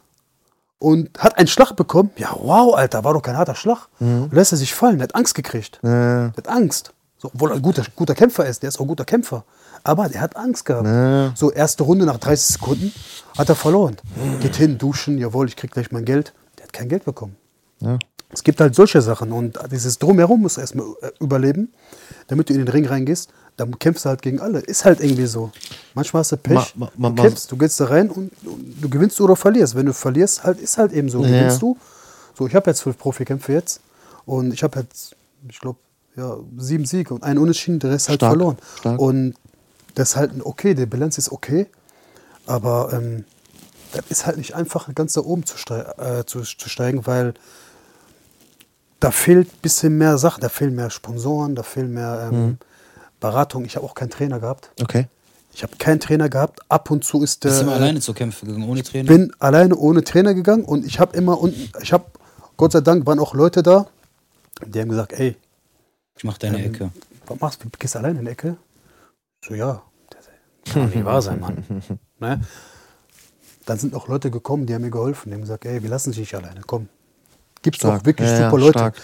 Speaker 3: und hat einen Schlag bekommen. Ja, wow, Alter, war doch kein harter Schlag.
Speaker 2: Mhm.
Speaker 3: Und lässt er sich fallen. Der hat Angst gekriegt. Der hat Angst. So, obwohl er ein guter, guter Kämpfer ist. Der ist auch ein guter Kämpfer. Aber der hat Angst gehabt. So, erste Runde nach 30 Sekunden hat er verloren. Geht hin, duschen, jawohl, ich krieg gleich mein Geld. Der hat kein Geld bekommen. Es gibt halt solche Sachen und dieses Drumherum musst du erstmal äh, überleben, damit du in den Ring reingehst. Dann kämpfst du halt gegen alle. Ist halt irgendwie so. Manchmal hast du Pech,
Speaker 2: Ma- ma- ma-
Speaker 3: du kämpfst, du gehst da rein und, und du gewinnst oder verlierst. Wenn du verlierst, halt, ist halt eben so.
Speaker 2: Ja.
Speaker 3: Gewinnst du? So, ich habe jetzt fünf Profikämpfe jetzt und ich habe jetzt, ich glaube, ja, sieben Siege und einen Unentschieden, der Rest halt
Speaker 2: Stark,
Speaker 3: verloren.
Speaker 2: stark.
Speaker 3: Und das ist halt ein okay, die Bilanz ist okay, aber ähm, das ist halt nicht einfach, ganz da oben zu, stei äh, zu, zu steigen, weil da fehlt ein bisschen mehr Sachen, da fehlen mehr Sponsoren, da fehlen mehr ähm,
Speaker 2: Mhm.
Speaker 3: Beratung. Ich habe auch keinen Trainer gehabt.
Speaker 2: Okay.
Speaker 3: Ich habe keinen Trainer gehabt. Ab und zu ist der.
Speaker 1: Bist du immer
Speaker 3: äh,
Speaker 1: alleine zu kämpfen gegangen, ohne Trainer?
Speaker 3: bin alleine ohne Trainer gegangen und ich habe immer unten, ich habe, Gott sei Dank waren auch Leute da, die haben gesagt, ey,
Speaker 1: ich mach deine Ecke.
Speaker 3: was machst du? Gehst du alleine in die Ecke? So, ja. Das kann doch nicht wahr sein, Mann. ne? Dann sind auch Leute gekommen, die haben mir geholfen. Die haben gesagt, ey, wir lassen dich nicht alleine, komm. Gibt's
Speaker 2: Stark.
Speaker 3: doch wirklich
Speaker 2: Ja, ja,
Speaker 3: super Leute.
Speaker 2: stark.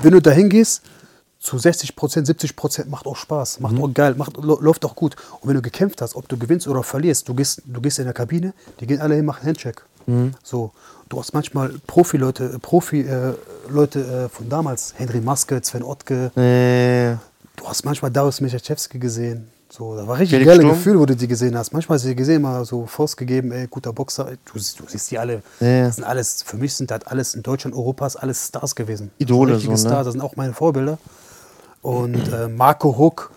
Speaker 3: Wenn du da hingehst, zu 60 Prozent, 70 Prozent macht auch Spaß, macht
Speaker 2: Mhm.
Speaker 3: auch geil, macht, lo- läuft auch gut. Und wenn du gekämpft hast, ob du gewinnst oder verlierst, du gehst, du gehst in der Kabine, die gehen alle hin, machen Handcheck.
Speaker 2: Mhm.
Speaker 3: So, du hast manchmal Profi-Leute, Profi-Leute äh, Leute, äh, von damals, Henry Maske, Sven Ottke,
Speaker 2: Äh,
Speaker 3: Du hast manchmal Darius Michaczewski gesehen. So, da war richtig
Speaker 2: Felix
Speaker 3: geile
Speaker 2: Sturm?
Speaker 3: Gefühl, wo du die gesehen hast. Manchmal hast du die gesehen, mal so Faust gegeben, ey, guter Boxer. Ey, Du, siehst- du siehst die alle.
Speaker 2: Ja.
Speaker 3: Das sind alles, für mich sind das alles in Deutschland, Europa ist alles Stars gewesen.
Speaker 2: Idole
Speaker 3: Richtige
Speaker 2: so, ne?
Speaker 3: Stars, das sind auch meine Vorbilder. Und äh, Marco Huck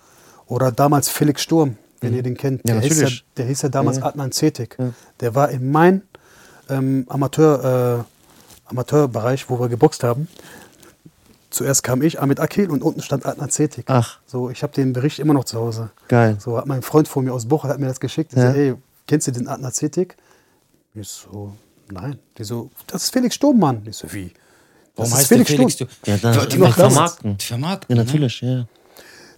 Speaker 3: oder damals Felix Sturm, wenn ihr den kennt.
Speaker 2: Mhm. Ja,
Speaker 3: der, hieß ja,
Speaker 2: natürlich.
Speaker 3: der hieß ja damals Adnan Zetik. Der war in meinem ähm, Amateur, äh, Amateurbereich, wo wir geboxt haben. Zuerst kam ich, Ahmed Akil, und unten stand Adnan Zetik.
Speaker 2: Ach.
Speaker 3: So, ich habe den Bericht immer noch zu Hause.
Speaker 2: Geil.
Speaker 3: So hat mein Freund von mir aus Bochum hat mir das geschickt. Ich
Speaker 2: Ja.
Speaker 3: so, ey, kennst du den Adnan Zetik? Ich so, nein. Die so, das ist Felix Sturm, Mann. Ich so, wie? Das
Speaker 1: Warum
Speaker 3: ist
Speaker 1: heißt der Felix
Speaker 3: Sturm.
Speaker 1: Stu-
Speaker 2: Ja, dann-
Speaker 1: Ver-
Speaker 2: die noch
Speaker 1: vermarkten.
Speaker 2: vermarkten.
Speaker 1: Vermarkten.
Speaker 2: ja,
Speaker 1: ne?
Speaker 2: natürlich, ja.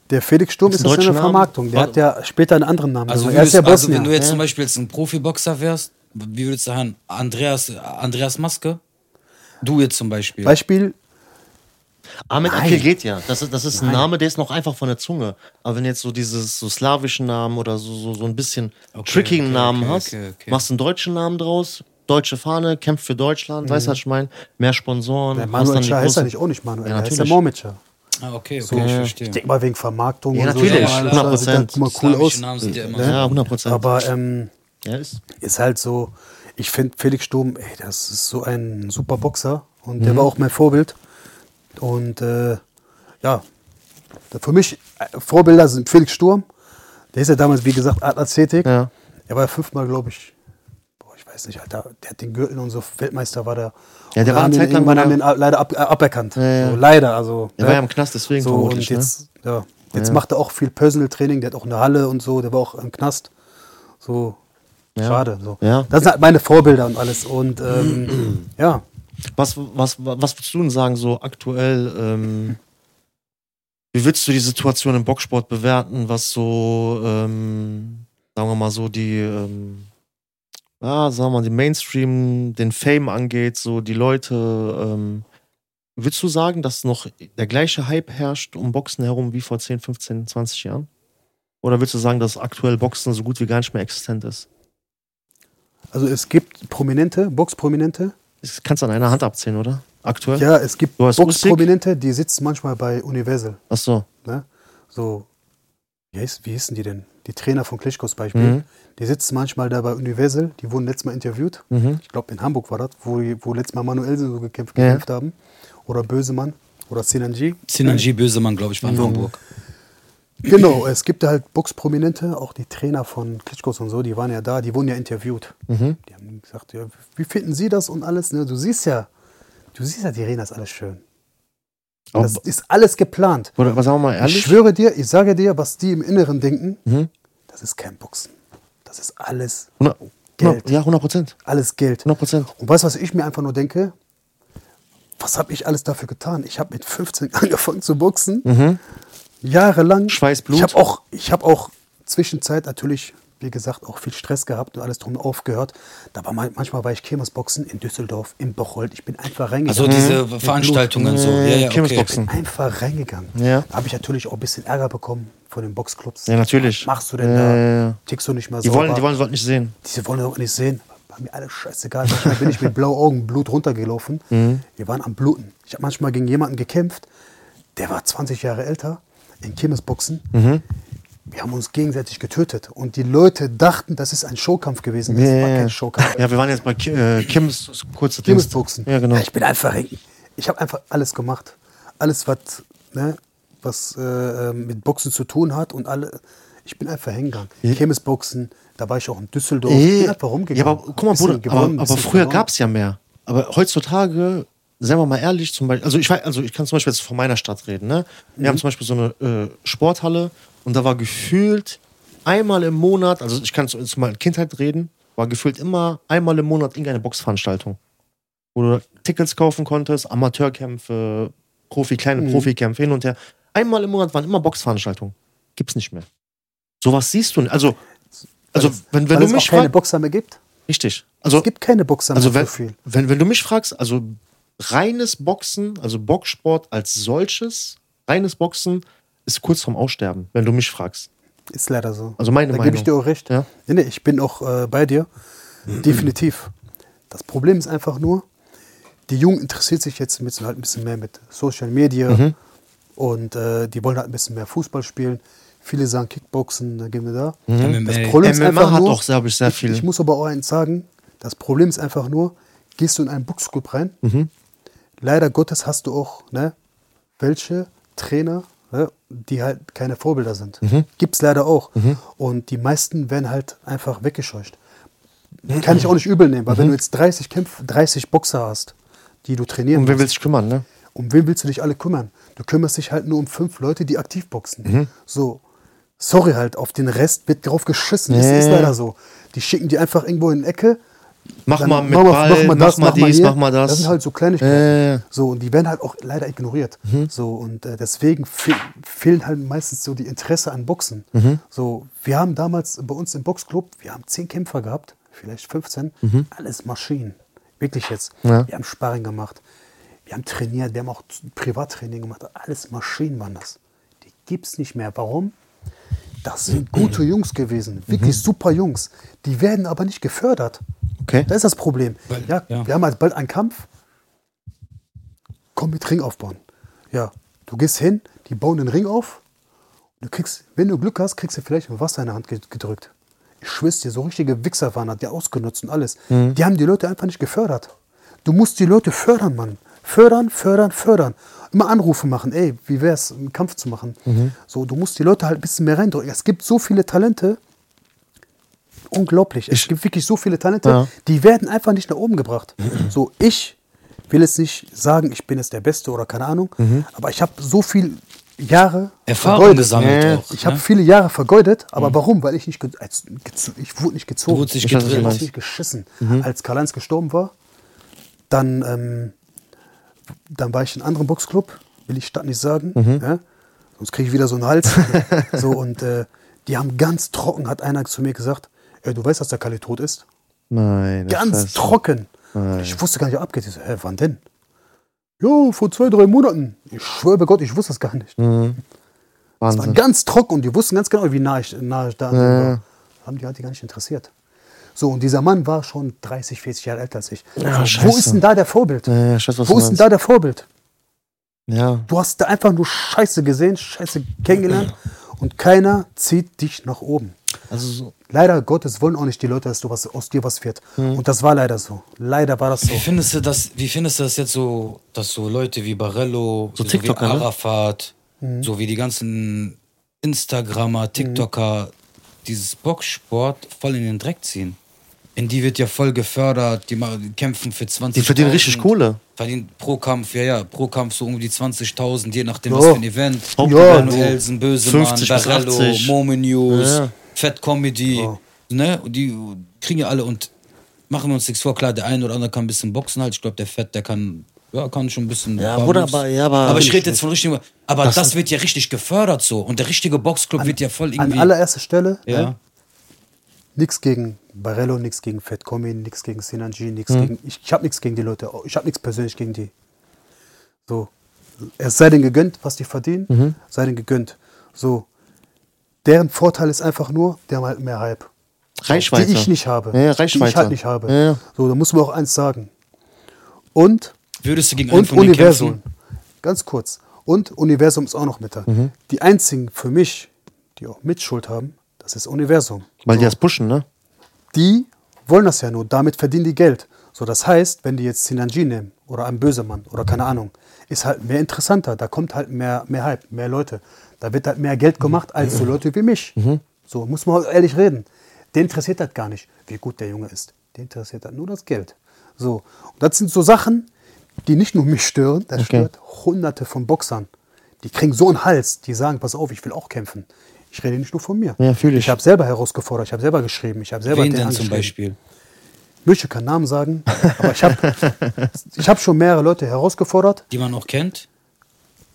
Speaker 3: Der Felix Sturm
Speaker 2: Ist
Speaker 3: ist
Speaker 2: ein
Speaker 3: das eine
Speaker 2: deutscher Name?
Speaker 3: Vermarktung. Der hat ja später einen anderen Namen.
Speaker 1: Also,
Speaker 3: genommen.
Speaker 1: würdest,
Speaker 3: er ist ja
Speaker 1: also
Speaker 3: Bosnier.
Speaker 1: wenn du jetzt zum Beispiel jetzt ein Profiboxer wärst, wie würdest du sagen, Andreas, Andreas Maske? Du jetzt zum Beispiel.
Speaker 3: Beispiel,
Speaker 2: Ahmed
Speaker 3: Nein.
Speaker 2: Ah, Akil geht ja. Das, ist- das ist ein Name, der ist noch einfach von der Zunge. Aber wenn du jetzt so dieses so slawischen Namen oder so, so, so ein bisschen
Speaker 1: Okay,
Speaker 2: trickigen
Speaker 1: okay,
Speaker 2: Namen
Speaker 1: okay,
Speaker 2: hast,
Speaker 1: okay, okay.
Speaker 2: machst einen deutschen Namen draus, deutsche Fahne, kämpft für Deutschland, weißt du, was ich meine? Mehr Sponsoren.
Speaker 3: Mhm. der
Speaker 2: hast
Speaker 3: Manuel
Speaker 2: dann die
Speaker 3: Schaar heißt ja
Speaker 2: großen-
Speaker 3: nicht auch nicht Manuel,
Speaker 2: Ja,
Speaker 3: er heißt ja
Speaker 2: natürlich.
Speaker 3: Mormetscher.
Speaker 1: ah, okay, okay, ich verstehe.
Speaker 3: Ich denke mal wegen Vermarktung
Speaker 2: Ja,
Speaker 3: und
Speaker 2: natürlich,
Speaker 3: so. aber
Speaker 2: 100%.
Speaker 3: das Sieht dann immer cool aus. Ne?
Speaker 1: Slawische Namen sind ja immer
Speaker 2: Ja, 100 Prozent.
Speaker 3: Aber ähm,
Speaker 2: ja, ist.
Speaker 3: ist halt so, ich finde Felix Sturm, ey, das ist so ein super Boxer und
Speaker 2: Mhm.
Speaker 3: der war auch mein Vorbild. Und äh, ja, da- für mich äh, Vorbilder sind Felix Sturm, der ist ja damals, wie gesagt, Athletik.
Speaker 2: Ja.
Speaker 3: Er war fünfmal, glaube ich, boah, ich weiß nicht, Alter, der hat den Gürtel und so, Weltmeister war der.
Speaker 2: Ja, der
Speaker 3: Und
Speaker 2: war
Speaker 3: haben
Speaker 2: eine
Speaker 3: den
Speaker 2: Zeit lang
Speaker 3: irgendwann
Speaker 2: war
Speaker 3: haben
Speaker 2: der-
Speaker 3: den ab- leider ab, äh, aberkannt.
Speaker 2: ja.
Speaker 3: So, leider, also.
Speaker 2: Der war ja im Knast, deswegen
Speaker 3: so,
Speaker 2: vermutlich, ne?
Speaker 3: und jetzt, ja, jetzt macht er auch viel Personal Training, der hat auch eine Halle und so, der war auch im Knast. So, schade. So.
Speaker 2: Ja.
Speaker 3: Das sind halt meine Vorbilder und alles. Und ähm, ja,
Speaker 2: Was, was, was würdest du denn sagen, so aktuell? Ähm, wie würdest du die Situation im Boxsport bewerten, was so, ähm, sagen wir mal so, die, ähm, ja, sagen wir mal, den Mainstream, den Fame angeht, so die Leute? Ähm, würdest du sagen, dass noch der gleiche Hype herrscht um Boxen herum wie vor 10, 15, 20 Jahren? Oder würdest du sagen, dass aktuell Boxen so gut wie gar nicht mehr existent ist?
Speaker 3: also es gibt Prominente, Boxprominente.
Speaker 2: Das kannst du an einer Hand abzählen, oder? Aktuell?
Speaker 3: Ja, es gibt
Speaker 2: Du hast
Speaker 3: Boxprominente, die sitzen manchmal bei Universal.
Speaker 2: Ach so.
Speaker 3: Ne? So, wie, heißt, wie hießen die denn? Die Trainer von Klitschkos Beispiel.
Speaker 2: Mhm.
Speaker 3: Die sitzen manchmal da bei Universal, die wurden letztes Mal interviewt.
Speaker 2: Mhm.
Speaker 3: Ich glaube, in Hamburg war das, wo, die- wo letztes Mal Manuelsen so gekämpft,
Speaker 2: Ja.
Speaker 3: gekämpft haben. Oder Bösemann oder Sinanji.
Speaker 1: Sinanji Bösemann, glaube ich, war in Hamburg.
Speaker 3: Genau, es gibt ja halt Boxprominente, auch die Trainer von Klitschkos und so, die waren ja da, die wurden ja interviewt.
Speaker 2: Mhm.
Speaker 3: Die haben gesagt, ja, wie finden Sie das und alles? Ne? Du siehst ja, du siehst ja, die reden das alles schön.
Speaker 2: Aber-
Speaker 3: Das ist alles geplant.
Speaker 2: Oder was sagen wir mal ehrlich?
Speaker 3: Ich schwöre dir, ich sage dir, was die im Inneren denken,
Speaker 2: Mhm.
Speaker 3: das ist kein Boxen. Das ist alles
Speaker 2: Hundert-
Speaker 3: Geld.
Speaker 2: Ja, 100 Prozent.
Speaker 3: Alles Geld.
Speaker 2: 100%.
Speaker 3: Und weißt du, was ich mir einfach nur denke? Was habe ich alles dafür getan? Ich habe mit 15 angefangen zu boxen.
Speaker 2: Mhm.
Speaker 3: Jahrelang.
Speaker 2: Schweißblut.
Speaker 3: Ich habe auch, ich habe auch Zwischenzeit natürlich, wie gesagt, auch viel Stress gehabt und alles drum aufgehört. Da war man, manchmal war ich Kirmesboxen in Düsseldorf, in Bocholt. Ich bin einfach reingegangen. Mhm.
Speaker 1: Also diese Veranstaltungen so. Ja, ja, okay.
Speaker 2: Kirmesboxen.
Speaker 3: Einfach reingegangen.
Speaker 2: Ja.
Speaker 3: Da habe ich natürlich auch ein bisschen Ärger bekommen von den Boxclubs.
Speaker 2: Ja, natürlich.
Speaker 3: Was machst du denn
Speaker 2: Ja,
Speaker 3: da?
Speaker 2: ja, ja.
Speaker 3: Tickst du nicht mehr
Speaker 2: Äh. Die
Speaker 3: sauber?
Speaker 2: wollen, die wollen es nicht sehen.
Speaker 3: Diese wollen doch nicht sehen. War mir alles scheißegal. Manchmal bin ich mit blauen Augen Blut runtergelaufen.
Speaker 2: Mhm.
Speaker 3: Wir waren am Bluten. Ich habe manchmal gegen jemanden gekämpft, der war 20 Jahre älter, in Kirmesboxen.
Speaker 2: Mhm.
Speaker 3: Wir haben uns gegenseitig getötet. Und die Leute dachten, das ist ein Showkampf gewesen. Das war kein Showkampf.
Speaker 2: Ja, wir waren jetzt bei Ki äh, Kims kurze
Speaker 3: Kirmesboxen.
Speaker 2: Ja, genau.
Speaker 3: ich bin einfach, ich habe einfach alles gemacht. Alles, was, ne, was äh, mit Boxen zu tun hat und alle, ich bin einfach hingegangen. Kirmesboxen, da war ich auch in Düsseldorf. Ich bin einfach rumgegangen.
Speaker 2: Äh, Ja, aber guck mal,
Speaker 3: Bisschen
Speaker 2: Bruder,
Speaker 3: gewonnen,
Speaker 2: aber, aber
Speaker 3: bisschen
Speaker 2: früher
Speaker 3: verloren.
Speaker 2: gab es ja mehr. Aber heutzutage, seien wir mal ehrlich, zum Beispiel, also ich, weiß- also ich kann zum Beispiel jetzt von meiner Stadt reden. Ne? Wir
Speaker 3: Mhm.
Speaker 2: haben zum Beispiel so eine äh, Sporthalle und da war gefühlt einmal im Monat, also ich kann zu, zu meiner Kindheit reden, war gefühlt immer einmal im Monat irgendeine Boxveranstaltung. Wo du Tickets kaufen konntest, Amateurkämpfe, Profi, kleine
Speaker 3: Mhm.
Speaker 2: Profikämpfe hin und her. Einmal im Monat waren immer Boxveranstaltungen. Gibt's nicht mehr. Sowas siehst du nicht. Also, also wenn, wenn
Speaker 3: Weil
Speaker 2: du
Speaker 3: es
Speaker 2: mich
Speaker 3: auch keine
Speaker 2: fragst-
Speaker 3: Boxer mehr gibt.
Speaker 2: Richtig. Also,
Speaker 3: Es gibt keine Boxer mehr
Speaker 2: also wenn,
Speaker 3: so viel.
Speaker 2: wenn, wenn du mich fragst, also reines Boxen, also Boxsport als solches, reines Boxen ist kurz vorm Aussterben, wenn du mich fragst.
Speaker 3: Ist leider so.
Speaker 2: Also meine
Speaker 3: da gebe ich
Speaker 2: Meinung.
Speaker 3: dir auch recht.
Speaker 2: Ja. Mhm.
Speaker 3: Nee, nee, ich bin auch äh, bei dir. Definitiv. Das Problem ist einfach nur, die Jugend interessiert sich jetzt ein bisschen, halt ein bisschen mehr mit Social Media
Speaker 2: Mhm.
Speaker 3: und äh, die wollen halt ein bisschen mehr Fußball spielen. Viele sagen Kickboxen, da gehen wir da.
Speaker 2: Mhm.
Speaker 1: MMA.
Speaker 3: Das Problem ist
Speaker 2: MMA
Speaker 3: einfach
Speaker 2: hat
Speaker 3: nur,
Speaker 2: auch, glaube ich, sehr viel.
Speaker 3: Ich muss aber auch eins sagen, das Problem ist einfach nur, gehst du in einen Boxclub rein,
Speaker 2: Mhm.
Speaker 3: leider Gottes hast du auch ne, welche Trainer, ne, die halt keine Vorbilder sind.
Speaker 2: Mhm.
Speaker 3: Gibt's leider auch. Und die meisten werden halt einfach weggescheucht. Kann ich auch nicht übel nehmen, weil
Speaker 2: Mhm.
Speaker 3: wenn du jetzt 30 Kämpfe, 30 Boxer hast, die du trainieren
Speaker 2: Um wen
Speaker 3: musst,
Speaker 2: willst du dich kümmern, ne?
Speaker 3: um wen willst du dich alle kümmern? Du kümmerst dich halt nur um fünf Leute, die aktiv boxen.
Speaker 2: Mhm.
Speaker 3: So, sorry halt, auf den Rest wird drauf geschissen. Das
Speaker 2: Nee.
Speaker 3: ist leider so. Die schicken die einfach irgendwo in die Ecke.
Speaker 2: Mach
Speaker 3: dann
Speaker 2: mal mit Ball, mach mal dies,
Speaker 3: hier.
Speaker 2: mach mal das.
Speaker 3: Das sind halt so
Speaker 2: Äh.
Speaker 3: Kleinigkeiten. So, und die werden halt auch leider ignoriert.
Speaker 2: Mhm.
Speaker 3: So, und äh, deswegen fe fehlen halt meistens so die Interesse an Boxen.
Speaker 2: Mhm.
Speaker 3: So, wir haben damals bei uns im Boxclub, wir haben zehn Kämpfer gehabt, vielleicht 15, alles Maschinen. Wirklich jetzt.
Speaker 2: Mhm. Ja.
Speaker 3: Wir haben Sparring gemacht, wir haben trainiert, wir haben auch Privattraining gemacht, alles Maschinen waren das. Die gibt es nicht mehr. Warum? Das sind gute Jungs gewesen, wirklich
Speaker 2: Mhm.
Speaker 3: super Jungs. Die werden aber nicht gefördert.
Speaker 2: Okay.
Speaker 3: Da ist das Problem.
Speaker 1: Weil-
Speaker 3: ja,
Speaker 1: ja.
Speaker 3: Wir haben halt bald einen Kampf. Komm mit Ring aufbauen. Ja, du gehst hin, die bauen den Ring auf. Du kriegst, wenn du Glück hast, kriegst du vielleicht ein Wasser in der Hand ge- gedrückt. Ich schwör's dir, so richtige Wichser waren das, die ausgenutzt und alles. Die haben die Leute einfach nicht gefördert. Du musst die Leute fördern, Mann. Fördern, fördern, fördern. Immer Anrufe machen, ey, wie wär's, einen Kampf zu machen. So, du musst die Leute halt ein bisschen mehr reindrücken. Es gibt so viele Talente, unglaublich. Es gibt wirklich so viele Talente,
Speaker 2: Ja.
Speaker 3: die werden einfach nicht nach oben gebracht. So, ich will jetzt nicht sagen, ich bin jetzt der Beste oder keine Ahnung, aber ich habe so viele Jahre
Speaker 1: Erfahrung
Speaker 3: vergeudet. Äh,
Speaker 1: gesammelt
Speaker 2: Ja.
Speaker 1: auch.
Speaker 3: Ich habe
Speaker 1: ne? Mhm.
Speaker 3: viele Jahre vergeudet, aber warum? Weil ich nicht, ge als, gez- ich wurde nicht gezogen.
Speaker 1: Du wurdest nicht Mhm.
Speaker 2: Ich weiß, was du
Speaker 3: Ich
Speaker 1: gedrillt.
Speaker 3: habe
Speaker 2: meinst.
Speaker 3: nicht geschissen. Als Karl-Heinz gestorben war, dann, ähm, dann war ich in einem anderen Boxclub, will ich Stadt nicht sagen.
Speaker 1: Mhm.
Speaker 3: Ja? Sonst kriege ich wieder so einen Hals. so, und äh, die haben ganz trocken, hat einer zu mir gesagt, "Ey, du weißt, dass der Kalle tot ist?
Speaker 2: Nein. das
Speaker 3: Ganz
Speaker 2: heißt-
Speaker 3: trocken.
Speaker 1: Ah,
Speaker 3: Ich wusste gar nicht, was abgeht. Ich so, hä, wann denn? Ja, vor zwei, drei Monaten. Ich schwöre bei Gott, ich wusste das gar nicht. Es war
Speaker 2: Wahnsinn.
Speaker 3: ganz trocken und die wussten ganz genau, wie nah ich, nah ich da an dem war. Haben die halt die gar nicht interessiert. So, und dieser Mann war schon 30, 40 Jahre älter als ich.
Speaker 2: Ja,
Speaker 3: so, wo
Speaker 2: scheiße.
Speaker 3: ist denn da der Vorbild?
Speaker 2: Ja, ja, ich weiß, Äh, was
Speaker 3: wo
Speaker 2: du
Speaker 3: ist denn
Speaker 2: meinst.
Speaker 3: da der Vorbild?
Speaker 2: Ja.
Speaker 3: Du hast da einfach nur Scheiße gesehen, Scheiße kennengelernt und keiner zieht dich nach oben.
Speaker 2: Also so.
Speaker 3: Leider Gottes wollen auch nicht die Leute, dass du was, aus dir was wird.
Speaker 2: Hm.
Speaker 3: Und das war leider so. Leider war das so.
Speaker 1: Wie findest du das, wie findest du das jetzt so, dass so Leute wie Barello, so, wie
Speaker 2: TikToker, ne? Mhm.
Speaker 1: Arafat, so wie die ganzen Instagrammer, TikToker dieses Boxsport voll in den Dreck ziehen? In die wird ja voll gefördert, die, ma- die kämpfen für 20
Speaker 2: Die verdienen richtig Kohle.
Speaker 1: Verdienen pro Kampf, ja, ja, pro Kampf so um die 20.000, je nachdem,
Speaker 3: Ja.
Speaker 1: was für ein Event.
Speaker 2: Hauptevent.
Speaker 1: Manuelsen, Bösemann,
Speaker 2: 50 bis
Speaker 1: Barello,
Speaker 2: 80.
Speaker 1: Momen News,
Speaker 2: Ja.
Speaker 3: Oh.
Speaker 1: Fat Comedy.
Speaker 3: Ja.
Speaker 1: Ne? Und Die, kriegen ja alle und machen wir uns nichts vor. Klar, der eine oder andere kann ein bisschen boxen halt. Ich glaube, der Fett, der kann, ja, kann schon ein bisschen.
Speaker 2: Ja,
Speaker 1: ein paar
Speaker 2: Bruder,
Speaker 1: Moves.
Speaker 2: aber- ja, aber-
Speaker 1: ich rede jetzt von richtigen. Aber das,
Speaker 2: Das-
Speaker 1: wird ja richtig gefördert so. Und der richtige Boxclub wird ja voll
Speaker 3: An
Speaker 1: irgendwie.
Speaker 3: allererster Stelle,
Speaker 1: ja.
Speaker 3: ne? nichts gegen Barello, nichts gegen Fat Comin, nichts gegen Sinanji, nichts
Speaker 2: Mhm.
Speaker 3: gegen. Ich, ich habe nichts gegen die Leute, ich habe nichts persönlich gegen die. So. Es sei denn gegönnt, was die verdienen,
Speaker 2: Mhm.
Speaker 3: sei denn gegönnt. So. Deren Vorteil ist einfach nur, die haben halt mehr Hype.
Speaker 2: Reichweite.
Speaker 3: Die ich nicht habe.
Speaker 2: Ja, ja,
Speaker 3: die ich
Speaker 2: Reichweite.
Speaker 3: halt nicht habe.
Speaker 2: Ja, ja.
Speaker 3: So, da muss man auch eins sagen. Und
Speaker 1: Würdest du gegen einen
Speaker 3: und
Speaker 1: von denen
Speaker 3: Universum.
Speaker 1: kämpfen?
Speaker 3: Ganz kurz. Und Universum ist auch noch mit da.
Speaker 2: Mhm.
Speaker 3: Die einzigen für mich, die auch Mitschuld haben, das ist Universum.
Speaker 2: Weil die das pushen, ne?
Speaker 3: Die wollen das ja nur, damit verdienen die Geld. So, das heißt, wenn die jetzt Sinanji nehmen oder einen Bösemann oder keine Ahnung, ist halt mehr interessanter, da kommt halt mehr, mehr Hype, mehr Leute. Da wird halt mehr Geld gemacht als so Leute wie mich.
Speaker 2: Mhm.
Speaker 3: So, muss man auch ehrlich reden. Den interessiert das gar nicht, wie gut der Junge ist. Den interessiert halt nur das Geld. So, und das sind so Sachen, die nicht nur mich stören, das stört hunderte von Boxern. Die kriegen so einen Hals, die sagen, pass auf, ich will auch kämpfen. Ich rede nicht nur von mir.
Speaker 2: Ja, fühl ich.
Speaker 3: Ich habe selber herausgefordert, ich habe selber geschrieben, ich habe selber
Speaker 1: Wen
Speaker 3: den
Speaker 1: denn zum Beispiel?
Speaker 3: angeschrieben. Möchte keinen Namen sagen, aber ich habe ich hab schon mehrere Leute herausgefordert.
Speaker 1: Die man auch kennt?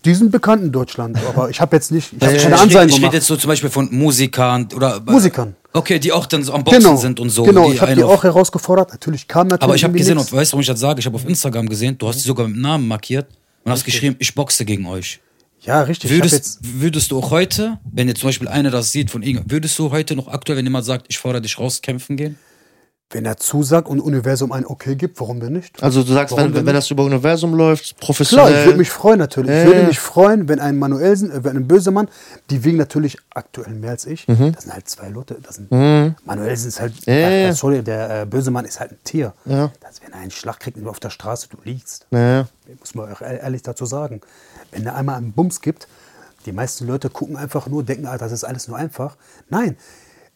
Speaker 3: Die sind bekannt in Deutschland, aber ich habe jetzt nicht, ich habe
Speaker 1: ich
Speaker 3: keine
Speaker 1: rede-
Speaker 3: Ansagen
Speaker 1: ich rede
Speaker 3: gemacht.
Speaker 1: jetzt so zum Beispiel von Musikern oder.
Speaker 3: Musikern.
Speaker 1: Okay, die auch dann so am Boxen sind und so.
Speaker 3: Genau, ich habe
Speaker 1: einen
Speaker 3: die
Speaker 1: auf-
Speaker 3: auch herausgefordert. Natürlich kam natürlich.
Speaker 1: Aber ich habe
Speaker 3: irgendwie
Speaker 1: gesehen,
Speaker 3: nix.
Speaker 1: und weißt du, warum ich das sage? Ich habe auf Instagram gesehen, du hast sie sogar mit Namen markiert und hast geschrieben, ich boxe gegen euch.
Speaker 3: ja, richtig. Ich hab
Speaker 1: Würdest,
Speaker 3: jetzt,
Speaker 1: würdest du auch heute, wenn jetzt zum Beispiel einer das sieht von irgend, würdest du heute noch aktuell, wenn jemand sagt, ich fordere dich raus, kämpfen gehen?
Speaker 3: wenn er zusagt und Universum ein Okay gibt, warum denn nicht?
Speaker 2: Also du sagst, wenn,
Speaker 3: Warum denn
Speaker 2: wenn das über Universum läuft, professionell.
Speaker 3: Klar, ich würde mich freuen natürlich. Ich
Speaker 2: Äh.
Speaker 3: würde mich freuen, wenn ein Manuelsen, äh, wenn ein Bösemann, die wiegen natürlich aktuell mehr als ich. Das sind halt zwei Leute. Das sind, Manuelsen ist halt,
Speaker 2: Mhm. ja, ja.
Speaker 3: äh, sorry, der äh, Bösemann ist halt ein Tier.
Speaker 2: Ja.
Speaker 3: Das, wenn er einen Schlag kriegt und du auf der Straße, du liegst.
Speaker 2: Ja.
Speaker 3: Muss man auch ehr- ehrlich dazu sagen. Wenn er einmal einen Bums gibt, die meisten Leute gucken einfach nur, denken, ah, das ist alles nur einfach. Nein,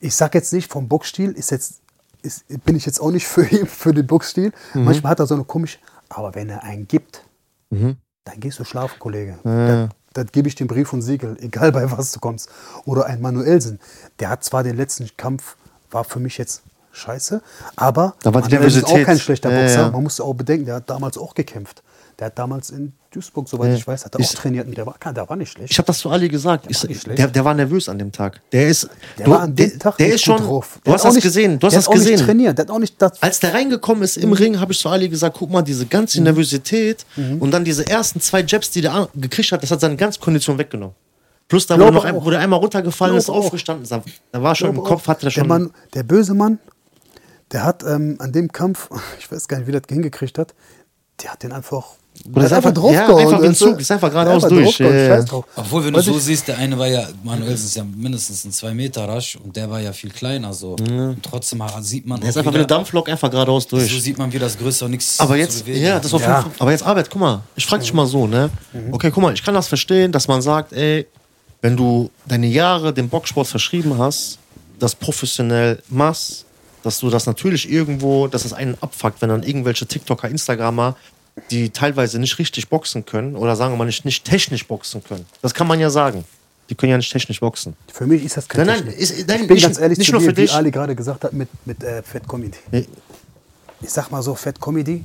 Speaker 3: ich sag jetzt nicht, vom Boxstil ist jetzt, ist, bin ich jetzt auch nicht für ihn, für den Boxstil.
Speaker 2: Mhm.
Speaker 3: Manchmal hat er so eine komische, aber wenn er einen gibt,
Speaker 2: Mhm.
Speaker 3: dann gehst du schlafen, Kollege. Das, das gebe ich dem Brief und Siegel, egal bei was du kommst. Oder ein Manuelsen, der hat zwar den letzten Kampf, war für mich jetzt scheiße, aber
Speaker 2: Da war die
Speaker 3: Manuelsen ist auch
Speaker 2: Nervosität.
Speaker 3: kein schlechter
Speaker 2: Ja,
Speaker 3: Boxer.
Speaker 2: ja.
Speaker 3: Man musste auch bedenken, der hat damals auch gekämpft. Der hat damals in Duisburg, soweit ich weiß, hat er auch trainiert und der war, der war nicht schlecht.
Speaker 2: Ich habe das zu Ali gesagt. Ich,
Speaker 3: nicht schlecht.
Speaker 2: der, der war nervös an dem Tag. Der ist.
Speaker 3: der
Speaker 2: du,
Speaker 3: war an dem
Speaker 2: der,
Speaker 3: Tag
Speaker 2: der
Speaker 3: nicht
Speaker 2: ist schon.
Speaker 3: gut drauf.
Speaker 2: Du
Speaker 3: Der
Speaker 2: hast
Speaker 3: hat auch
Speaker 2: das
Speaker 3: nicht-
Speaker 2: gesehen. Du hast
Speaker 3: der
Speaker 2: das
Speaker 3: hat auch Nicht
Speaker 2: gesehen.
Speaker 3: trainiert. Mhm. Der hat auch nicht das
Speaker 2: Als der reingekommen ist im Ring, habe ich zu Ali gesagt: guck mal, diese
Speaker 3: Mhm.
Speaker 2: ganze Nervosität und dann diese ersten zwei Jabs, die der an- gekriegt hat, das hat seine ganze Kondition weggenommen. Plus, da wurde
Speaker 3: Glaube
Speaker 2: noch ein,
Speaker 3: auch.
Speaker 2: wo der einmal runtergefallen ist,
Speaker 3: Glaube auch.
Speaker 2: aufgestanden ist. Da war schon im
Speaker 3: glaube
Speaker 2: Kopf,
Speaker 3: auch,
Speaker 2: hatte er schon.
Speaker 3: Der, Mann, der böse Mann, der hat ähm, an dem Kampf, ich weiß gar nicht, wie der das hingekriegt hat, der hat den einfach.
Speaker 2: Oder ist
Speaker 3: der hat
Speaker 2: einfach- ja, einfach den
Speaker 3: weißt du?
Speaker 2: Zug, ist einfach
Speaker 3: Der hat
Speaker 2: geradeaus durch,
Speaker 3: draufgehauen,
Speaker 2: ja, ja.
Speaker 3: scheiß drauf.
Speaker 1: Obwohl, wenn du
Speaker 3: Weiß
Speaker 1: so
Speaker 3: ich-
Speaker 1: siehst, der eine war ja, Manuel ist ja mindestens ein 2 Meter rasch und der war ja viel kleiner so. Und trotzdem hat- sieht man,
Speaker 2: Der ist
Speaker 1: auch
Speaker 2: einfach wie
Speaker 1: wieder-
Speaker 2: eine Dampflok, einfach geradeaus durch.
Speaker 1: so sieht man, wie das größer und nichts
Speaker 2: Aber
Speaker 1: zu
Speaker 2: jetzt,
Speaker 1: bewegen
Speaker 2: ja,
Speaker 1: hat,
Speaker 2: das
Speaker 1: ne?
Speaker 2: war
Speaker 3: Ja. Mhm.
Speaker 2: fünf- aber jetzt Arbeit, guck mal, ich frage dich mal so, ne? Okay, guck mal, ich kann das verstehen, dass man sagt, ey, wenn du deine Jahre dem Boxsport verschrieben hast, das professionell machst, dass du das natürlich irgendwo, dass das einen abfuckt, wenn dann irgendwelche TikToker, Instagramer, die teilweise nicht richtig boxen können oder sagen wir mal nicht, nicht technisch boxen können. Das kann man ja sagen. Die können ja nicht technisch boxen.
Speaker 3: Für mich ist das kein
Speaker 2: Nein, nein,
Speaker 3: Technik.
Speaker 2: ist- nein,
Speaker 3: ich bin
Speaker 2: nicht-
Speaker 3: ganz ehrlich
Speaker 2: nicht
Speaker 3: zu
Speaker 2: nur
Speaker 3: dir,
Speaker 2: für dich.
Speaker 3: wie Ali gerade gesagt hat, mit, mit äh, Fat Comedy.
Speaker 2: Nee.
Speaker 3: Ich sag mal so, Fat Comedy,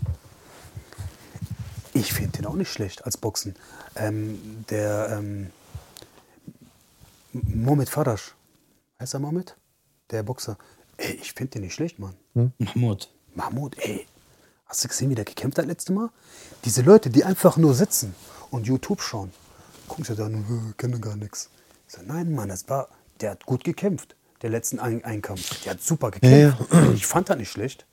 Speaker 3: ich finde den auch nicht schlecht als Boxen. Ähm, der ähm, Mohamed Farasch, heißt er Mohamed? Der Boxer. Ey, ich finde den nicht schlecht, Mann.
Speaker 1: Mahmoud.
Speaker 3: Mahmoud, ey, hast du gesehen, wie der gekämpft hat letzte Mal? Diese Leute, die einfach nur sitzen und YouTube schauen, gucken sie dann, "Äh, kenne gar nichts. Ich sag, nein, Mann, das war, der hat gut gekämpft, der letzten ein Einkampf. Der hat super gekämpft. Ich fand das nicht schlecht.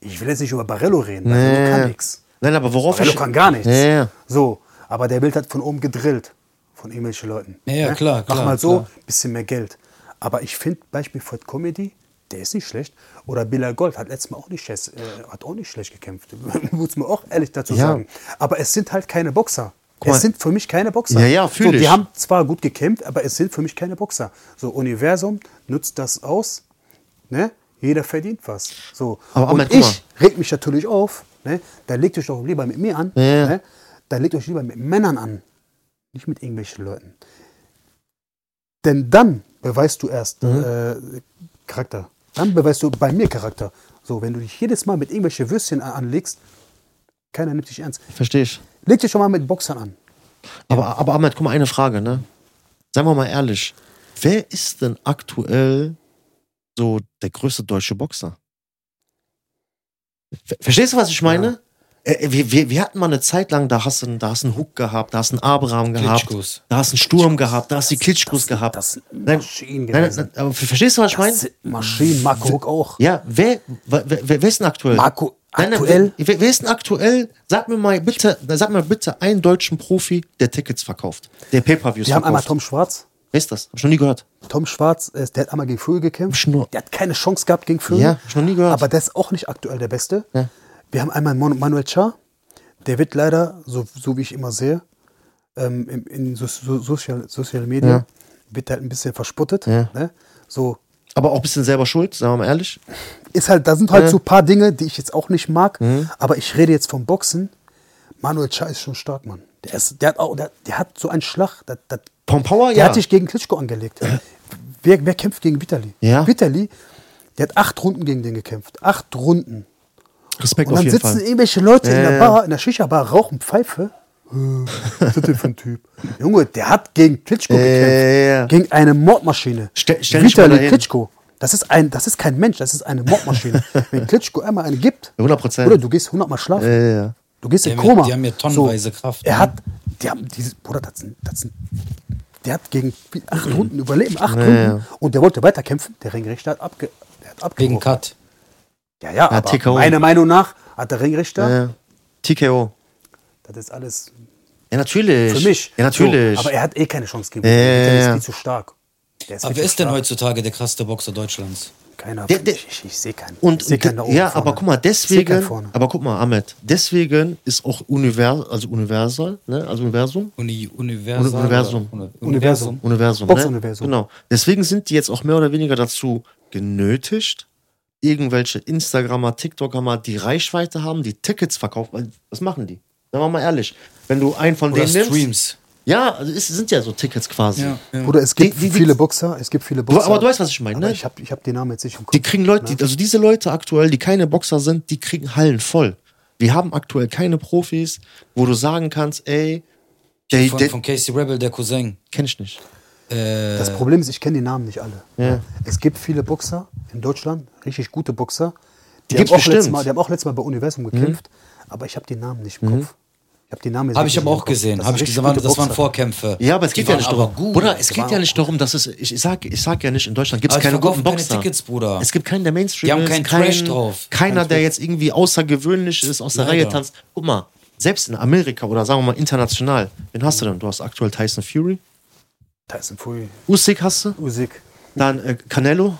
Speaker 3: Ich will jetzt nicht über Barello reden,
Speaker 1: Also
Speaker 3: Barello kann nichts.
Speaker 2: Nein, aber worauf
Speaker 3: Barello kann gar nichts.
Speaker 2: Ja, ja.
Speaker 3: So, aber der Bild hat von oben gedrillt, von irgendwelchen Leuten. ne?
Speaker 1: Ja, ja, klar,
Speaker 3: Mach
Speaker 1: klar,
Speaker 3: mal so,
Speaker 1: klar.
Speaker 3: bisschen mehr Geld. Aber ich finde, Beispiel für Comedy, der ist nicht schlecht. Oder Billa Gold hat letztes Mal auch nicht, scheiß- äh, hat auch nicht schlecht gekämpft. Muss man auch ehrlich dazu
Speaker 2: Ja.
Speaker 3: sagen. Aber es sind halt keine Boxer.
Speaker 2: mal.
Speaker 3: Es sind für mich keine Boxer.
Speaker 2: Ja, ja, fühl
Speaker 3: so,
Speaker 2: ich.
Speaker 3: Die haben zwar gut gekämpft, aber es sind für mich keine Boxer. So, Universum nutzt das aus. Ne? Jeder verdient was. So.
Speaker 2: Aber
Speaker 3: Und
Speaker 2: Ahmed, guck
Speaker 3: ich reg mich natürlich auf. Ne? Dann legt euch doch lieber mit mir an.
Speaker 2: Ja.
Speaker 3: Ne? Dann legt euch lieber mit Männern an. Nicht mit irgendwelchen Leuten.
Speaker 2: Mhm.
Speaker 3: Denn dann beweist du erst äh, Charakter. Dann beweist du bei mir Charakter. So, wenn du dich jedes Mal mit irgendwelche Würstchen a- anlegst, keiner nimmt dich ernst.
Speaker 2: Verstehe ich.
Speaker 3: Leg dich schon mal mit Boxern an.
Speaker 2: Aber, aber Ahmed, guck mal, eine Frage, ne? Seien wir mal ehrlich. Wer ist denn aktuell so der größte deutsche Boxer? Ver- Verstehst du, was ich meine? Äh, Wir, wir, wir hatten mal eine Zeit lang, da hast du, da hast du einen Hook gehabt, da hast du einen Abraham gehabt,
Speaker 1: Klitschkos.
Speaker 2: da hast du einen Sturm gehabt, da hast du die Klitschkos
Speaker 3: das-
Speaker 2: gehabt.
Speaker 3: das sind
Speaker 2: nein,
Speaker 3: Maschinen
Speaker 2: nein,
Speaker 3: gewesen.
Speaker 2: nein, aber ver- verstehst du, was ich meine?
Speaker 3: Maschinen, Marco Huck auch.
Speaker 2: Ja, wer, wer, wer, wer ist denn aktuell?
Speaker 3: Marco, aktuell?
Speaker 2: wer, wer ist denn aktuell? Sag mir mal bitte, sag mir bitte einen deutschen Profi, der Tickets verkauft, der Pay-Per-Views
Speaker 3: Wir haben einmal
Speaker 2: verkauft.
Speaker 3: Tom Schwarz.
Speaker 2: wer ist das? Hab ich noch nie gehört.
Speaker 3: Tom Schwarz, äh, der hat einmal gegen Flügel gekämpft.
Speaker 2: Hab ich nur-
Speaker 3: Der hat keine Chance gehabt gegen Flügel.
Speaker 2: Ja, schon nie gehört.
Speaker 3: Aber der ist auch nicht aktuell der Beste.
Speaker 2: Ja.
Speaker 3: Wir haben einmal Mon- Manuel Char. Der wird leider, so, so wie ich immer sehe, ähm, in, in so, so, Social, Social Media,
Speaker 2: Ja.
Speaker 3: wird halt ein bisschen verspottet.
Speaker 2: Ja.
Speaker 3: Ne? So,
Speaker 2: Aber auch ein bisschen selber schuld, sagen wir mal ehrlich.
Speaker 3: ist halt, da sind halt so ein paar Dinge, die ich jetzt auch nicht mag.
Speaker 2: Mhm.
Speaker 3: Aber ich rede jetzt vom Boxen. Manuel Char ist schon stark, Mann. Der, ist, der, hat, auch, der, der hat so einen Schlag. Der, der,
Speaker 2: Pom Power,
Speaker 3: der
Speaker 2: ja. Äh.
Speaker 3: hat sich gegen Klitschko angelegt. Wer, wer kämpft gegen Vitali?
Speaker 2: Ja.
Speaker 3: Vitali, der hat acht Runden gegen den gekämpft. Acht Runden.
Speaker 2: Respekt
Speaker 3: Und
Speaker 2: auf
Speaker 3: dann
Speaker 2: jeden
Speaker 3: sitzen
Speaker 2: Fall.
Speaker 3: irgendwelche Leute in
Speaker 2: Ja,
Speaker 3: der
Speaker 2: ja, ja.
Speaker 3: Bar, in der Shisha-Bar, rauchen Pfeife. Äh, Was ist das denn für ein Typ? Junge, der hat gegen Klitschko
Speaker 2: Ja,
Speaker 3: gekämpft.
Speaker 2: ja, ja.
Speaker 3: Gegen eine Mordmaschine.
Speaker 2: Ste- stell dich mal
Speaker 3: Vitali
Speaker 2: dahin.
Speaker 3: Klitschko. Das ist, ein, das ist kein Mensch, das ist eine Mordmaschine. Wenn Klitschko einmal eine gibt,
Speaker 2: 100%.
Speaker 3: oder du gehst 100 Mal schlafen.
Speaker 2: Ja, ja, ja.
Speaker 3: Du gehst in
Speaker 1: Die haben ja-
Speaker 3: Koma.
Speaker 1: die haben ja tonnenweise Kraft,
Speaker 3: Er
Speaker 1: ne?
Speaker 3: hat, die haben dieses, Bruder, das sind, das sind, der hat gegen viel- acht Runden überlebt, acht
Speaker 2: Ja,
Speaker 3: Runden. Und der wollte weiterkämpfen. Der Ringrichter hat, abge, der hat
Speaker 1: Wegen
Speaker 3: abgebrochen.
Speaker 1: Cut.
Speaker 3: Ja, ja, aber
Speaker 2: TKO.
Speaker 3: meiner Meinung nach hat der Ringrichter,
Speaker 2: Ja, ja. TKO.
Speaker 3: das ist alles
Speaker 2: Ja, natürlich.
Speaker 3: für mich.
Speaker 2: Ja, natürlich.
Speaker 3: So, aber er hat eh keine Chance gegen
Speaker 2: Ja,
Speaker 3: Vitali. Der
Speaker 2: ja.
Speaker 3: ist viel zu stark. Der
Speaker 1: Aber
Speaker 3: viel
Speaker 1: wer
Speaker 3: zu
Speaker 1: ist denn
Speaker 3: stark.
Speaker 1: heutzutage der krasseste Boxer Deutschlands?
Speaker 3: Keiner.
Speaker 2: Der- der-
Speaker 3: ich ich, ich sehe keinen.
Speaker 2: und,
Speaker 3: ich seh
Speaker 2: und
Speaker 3: keinen da oben
Speaker 2: ja,
Speaker 3: vorne.
Speaker 2: aber guck mal,
Speaker 3: Ich seh keinen
Speaker 2: deswegen,
Speaker 3: vorne.
Speaker 2: aber guck mal, Ahmed, deswegen ist auch Univers, also Universal, ne, also Universum,
Speaker 1: Uni
Speaker 2: Uni- Universum.
Speaker 1: Universum. Universum.
Speaker 2: Universum.
Speaker 3: Boxuniversum.
Speaker 2: Ne? Genau. Deswegen sind die jetzt auch mehr oder weniger dazu genötigt, irgendwelche Instagramer, TikToker mal, die Reichweite haben, die Tickets verkaufen. Weil, Was machen die? Sagen wir mal ehrlich. Wenn du einen von
Speaker 1: Oder
Speaker 2: denen nimmst.
Speaker 1: Streams.
Speaker 2: Ja, also es sind ja so Tickets quasi.
Speaker 1: Ja, ja.
Speaker 3: Bruder, es
Speaker 2: Die-
Speaker 3: gibt
Speaker 2: die- die-
Speaker 3: viele Boxer, es gibt viele
Speaker 2: Aber,
Speaker 3: Boxer.
Speaker 2: aber du weißt, was ich meine,
Speaker 3: aber
Speaker 2: ne?
Speaker 3: ich habe ich hab den Namen jetzt nicht im Kopf.
Speaker 2: Die kriegen Leute, die, also diese Leute aktuell, die keine Boxer sind, die kriegen Hallen voll. Wir haben aktuell keine Profis, wo du sagen kannst, ey, der,
Speaker 1: Von,
Speaker 2: der
Speaker 1: von Casey Rebel, der Cousin.
Speaker 2: kenn ich nicht.
Speaker 1: Äh,
Speaker 3: Das Problem ist, ich kenne die Namen nicht alle.
Speaker 2: Ja.
Speaker 3: Es gibt viele Boxer in Deutschland, richtig gute Boxer.
Speaker 2: Die
Speaker 3: Die,
Speaker 2: gibt's
Speaker 3: haben, auch letztes
Speaker 2: bestimmt.
Speaker 3: Mal, die haben auch letztes Mal bei
Speaker 1: Mhm.
Speaker 3: Universum gekämpft, aber ich habe die Namen nicht im Kopf. Ich habe die Namen jetzt
Speaker 1: habe
Speaker 3: wirklich
Speaker 1: Mhm. ich aber
Speaker 3: nicht im
Speaker 1: auch
Speaker 3: Kopf.
Speaker 1: gesehen.
Speaker 3: Das
Speaker 1: Habe
Speaker 3: sind
Speaker 1: ich
Speaker 3: richtig
Speaker 1: gesehen, waren-
Speaker 3: gute
Speaker 1: das waren
Speaker 3: Boxer.
Speaker 1: Vorkämpfe.
Speaker 2: Ja, aber es
Speaker 1: Die
Speaker 2: geht ja
Speaker 1: waren
Speaker 2: nicht
Speaker 1: aber
Speaker 2: darum.
Speaker 1: Gut.
Speaker 2: Bruder, es geht
Speaker 3: waren
Speaker 2: ja nicht darum, dass es. Ich, ich, sag, ich sag ja nicht, in Deutschland gibt es
Speaker 1: Aber die
Speaker 2: keine guten
Speaker 1: verkaufen keine
Speaker 2: Boxer.
Speaker 1: Tickets, Bruder.
Speaker 2: Es gibt keinen, der Mainstream
Speaker 1: Die haben
Speaker 2: ist.
Speaker 1: keinen
Speaker 2: keinen-
Speaker 1: Trash drauf.
Speaker 2: Keiner, der jetzt irgendwie außergewöhnlich ist, aus der
Speaker 1: Leider.
Speaker 2: Reihe tanzt. Guck mal, selbst in Amerika oder sagen wir mal international, wen hast du denn? Du hast aktuell Tyson Fury,
Speaker 3: Tyson Fury,
Speaker 2: Usyk hast du,
Speaker 3: Usyk,
Speaker 2: dann äh, Canelo,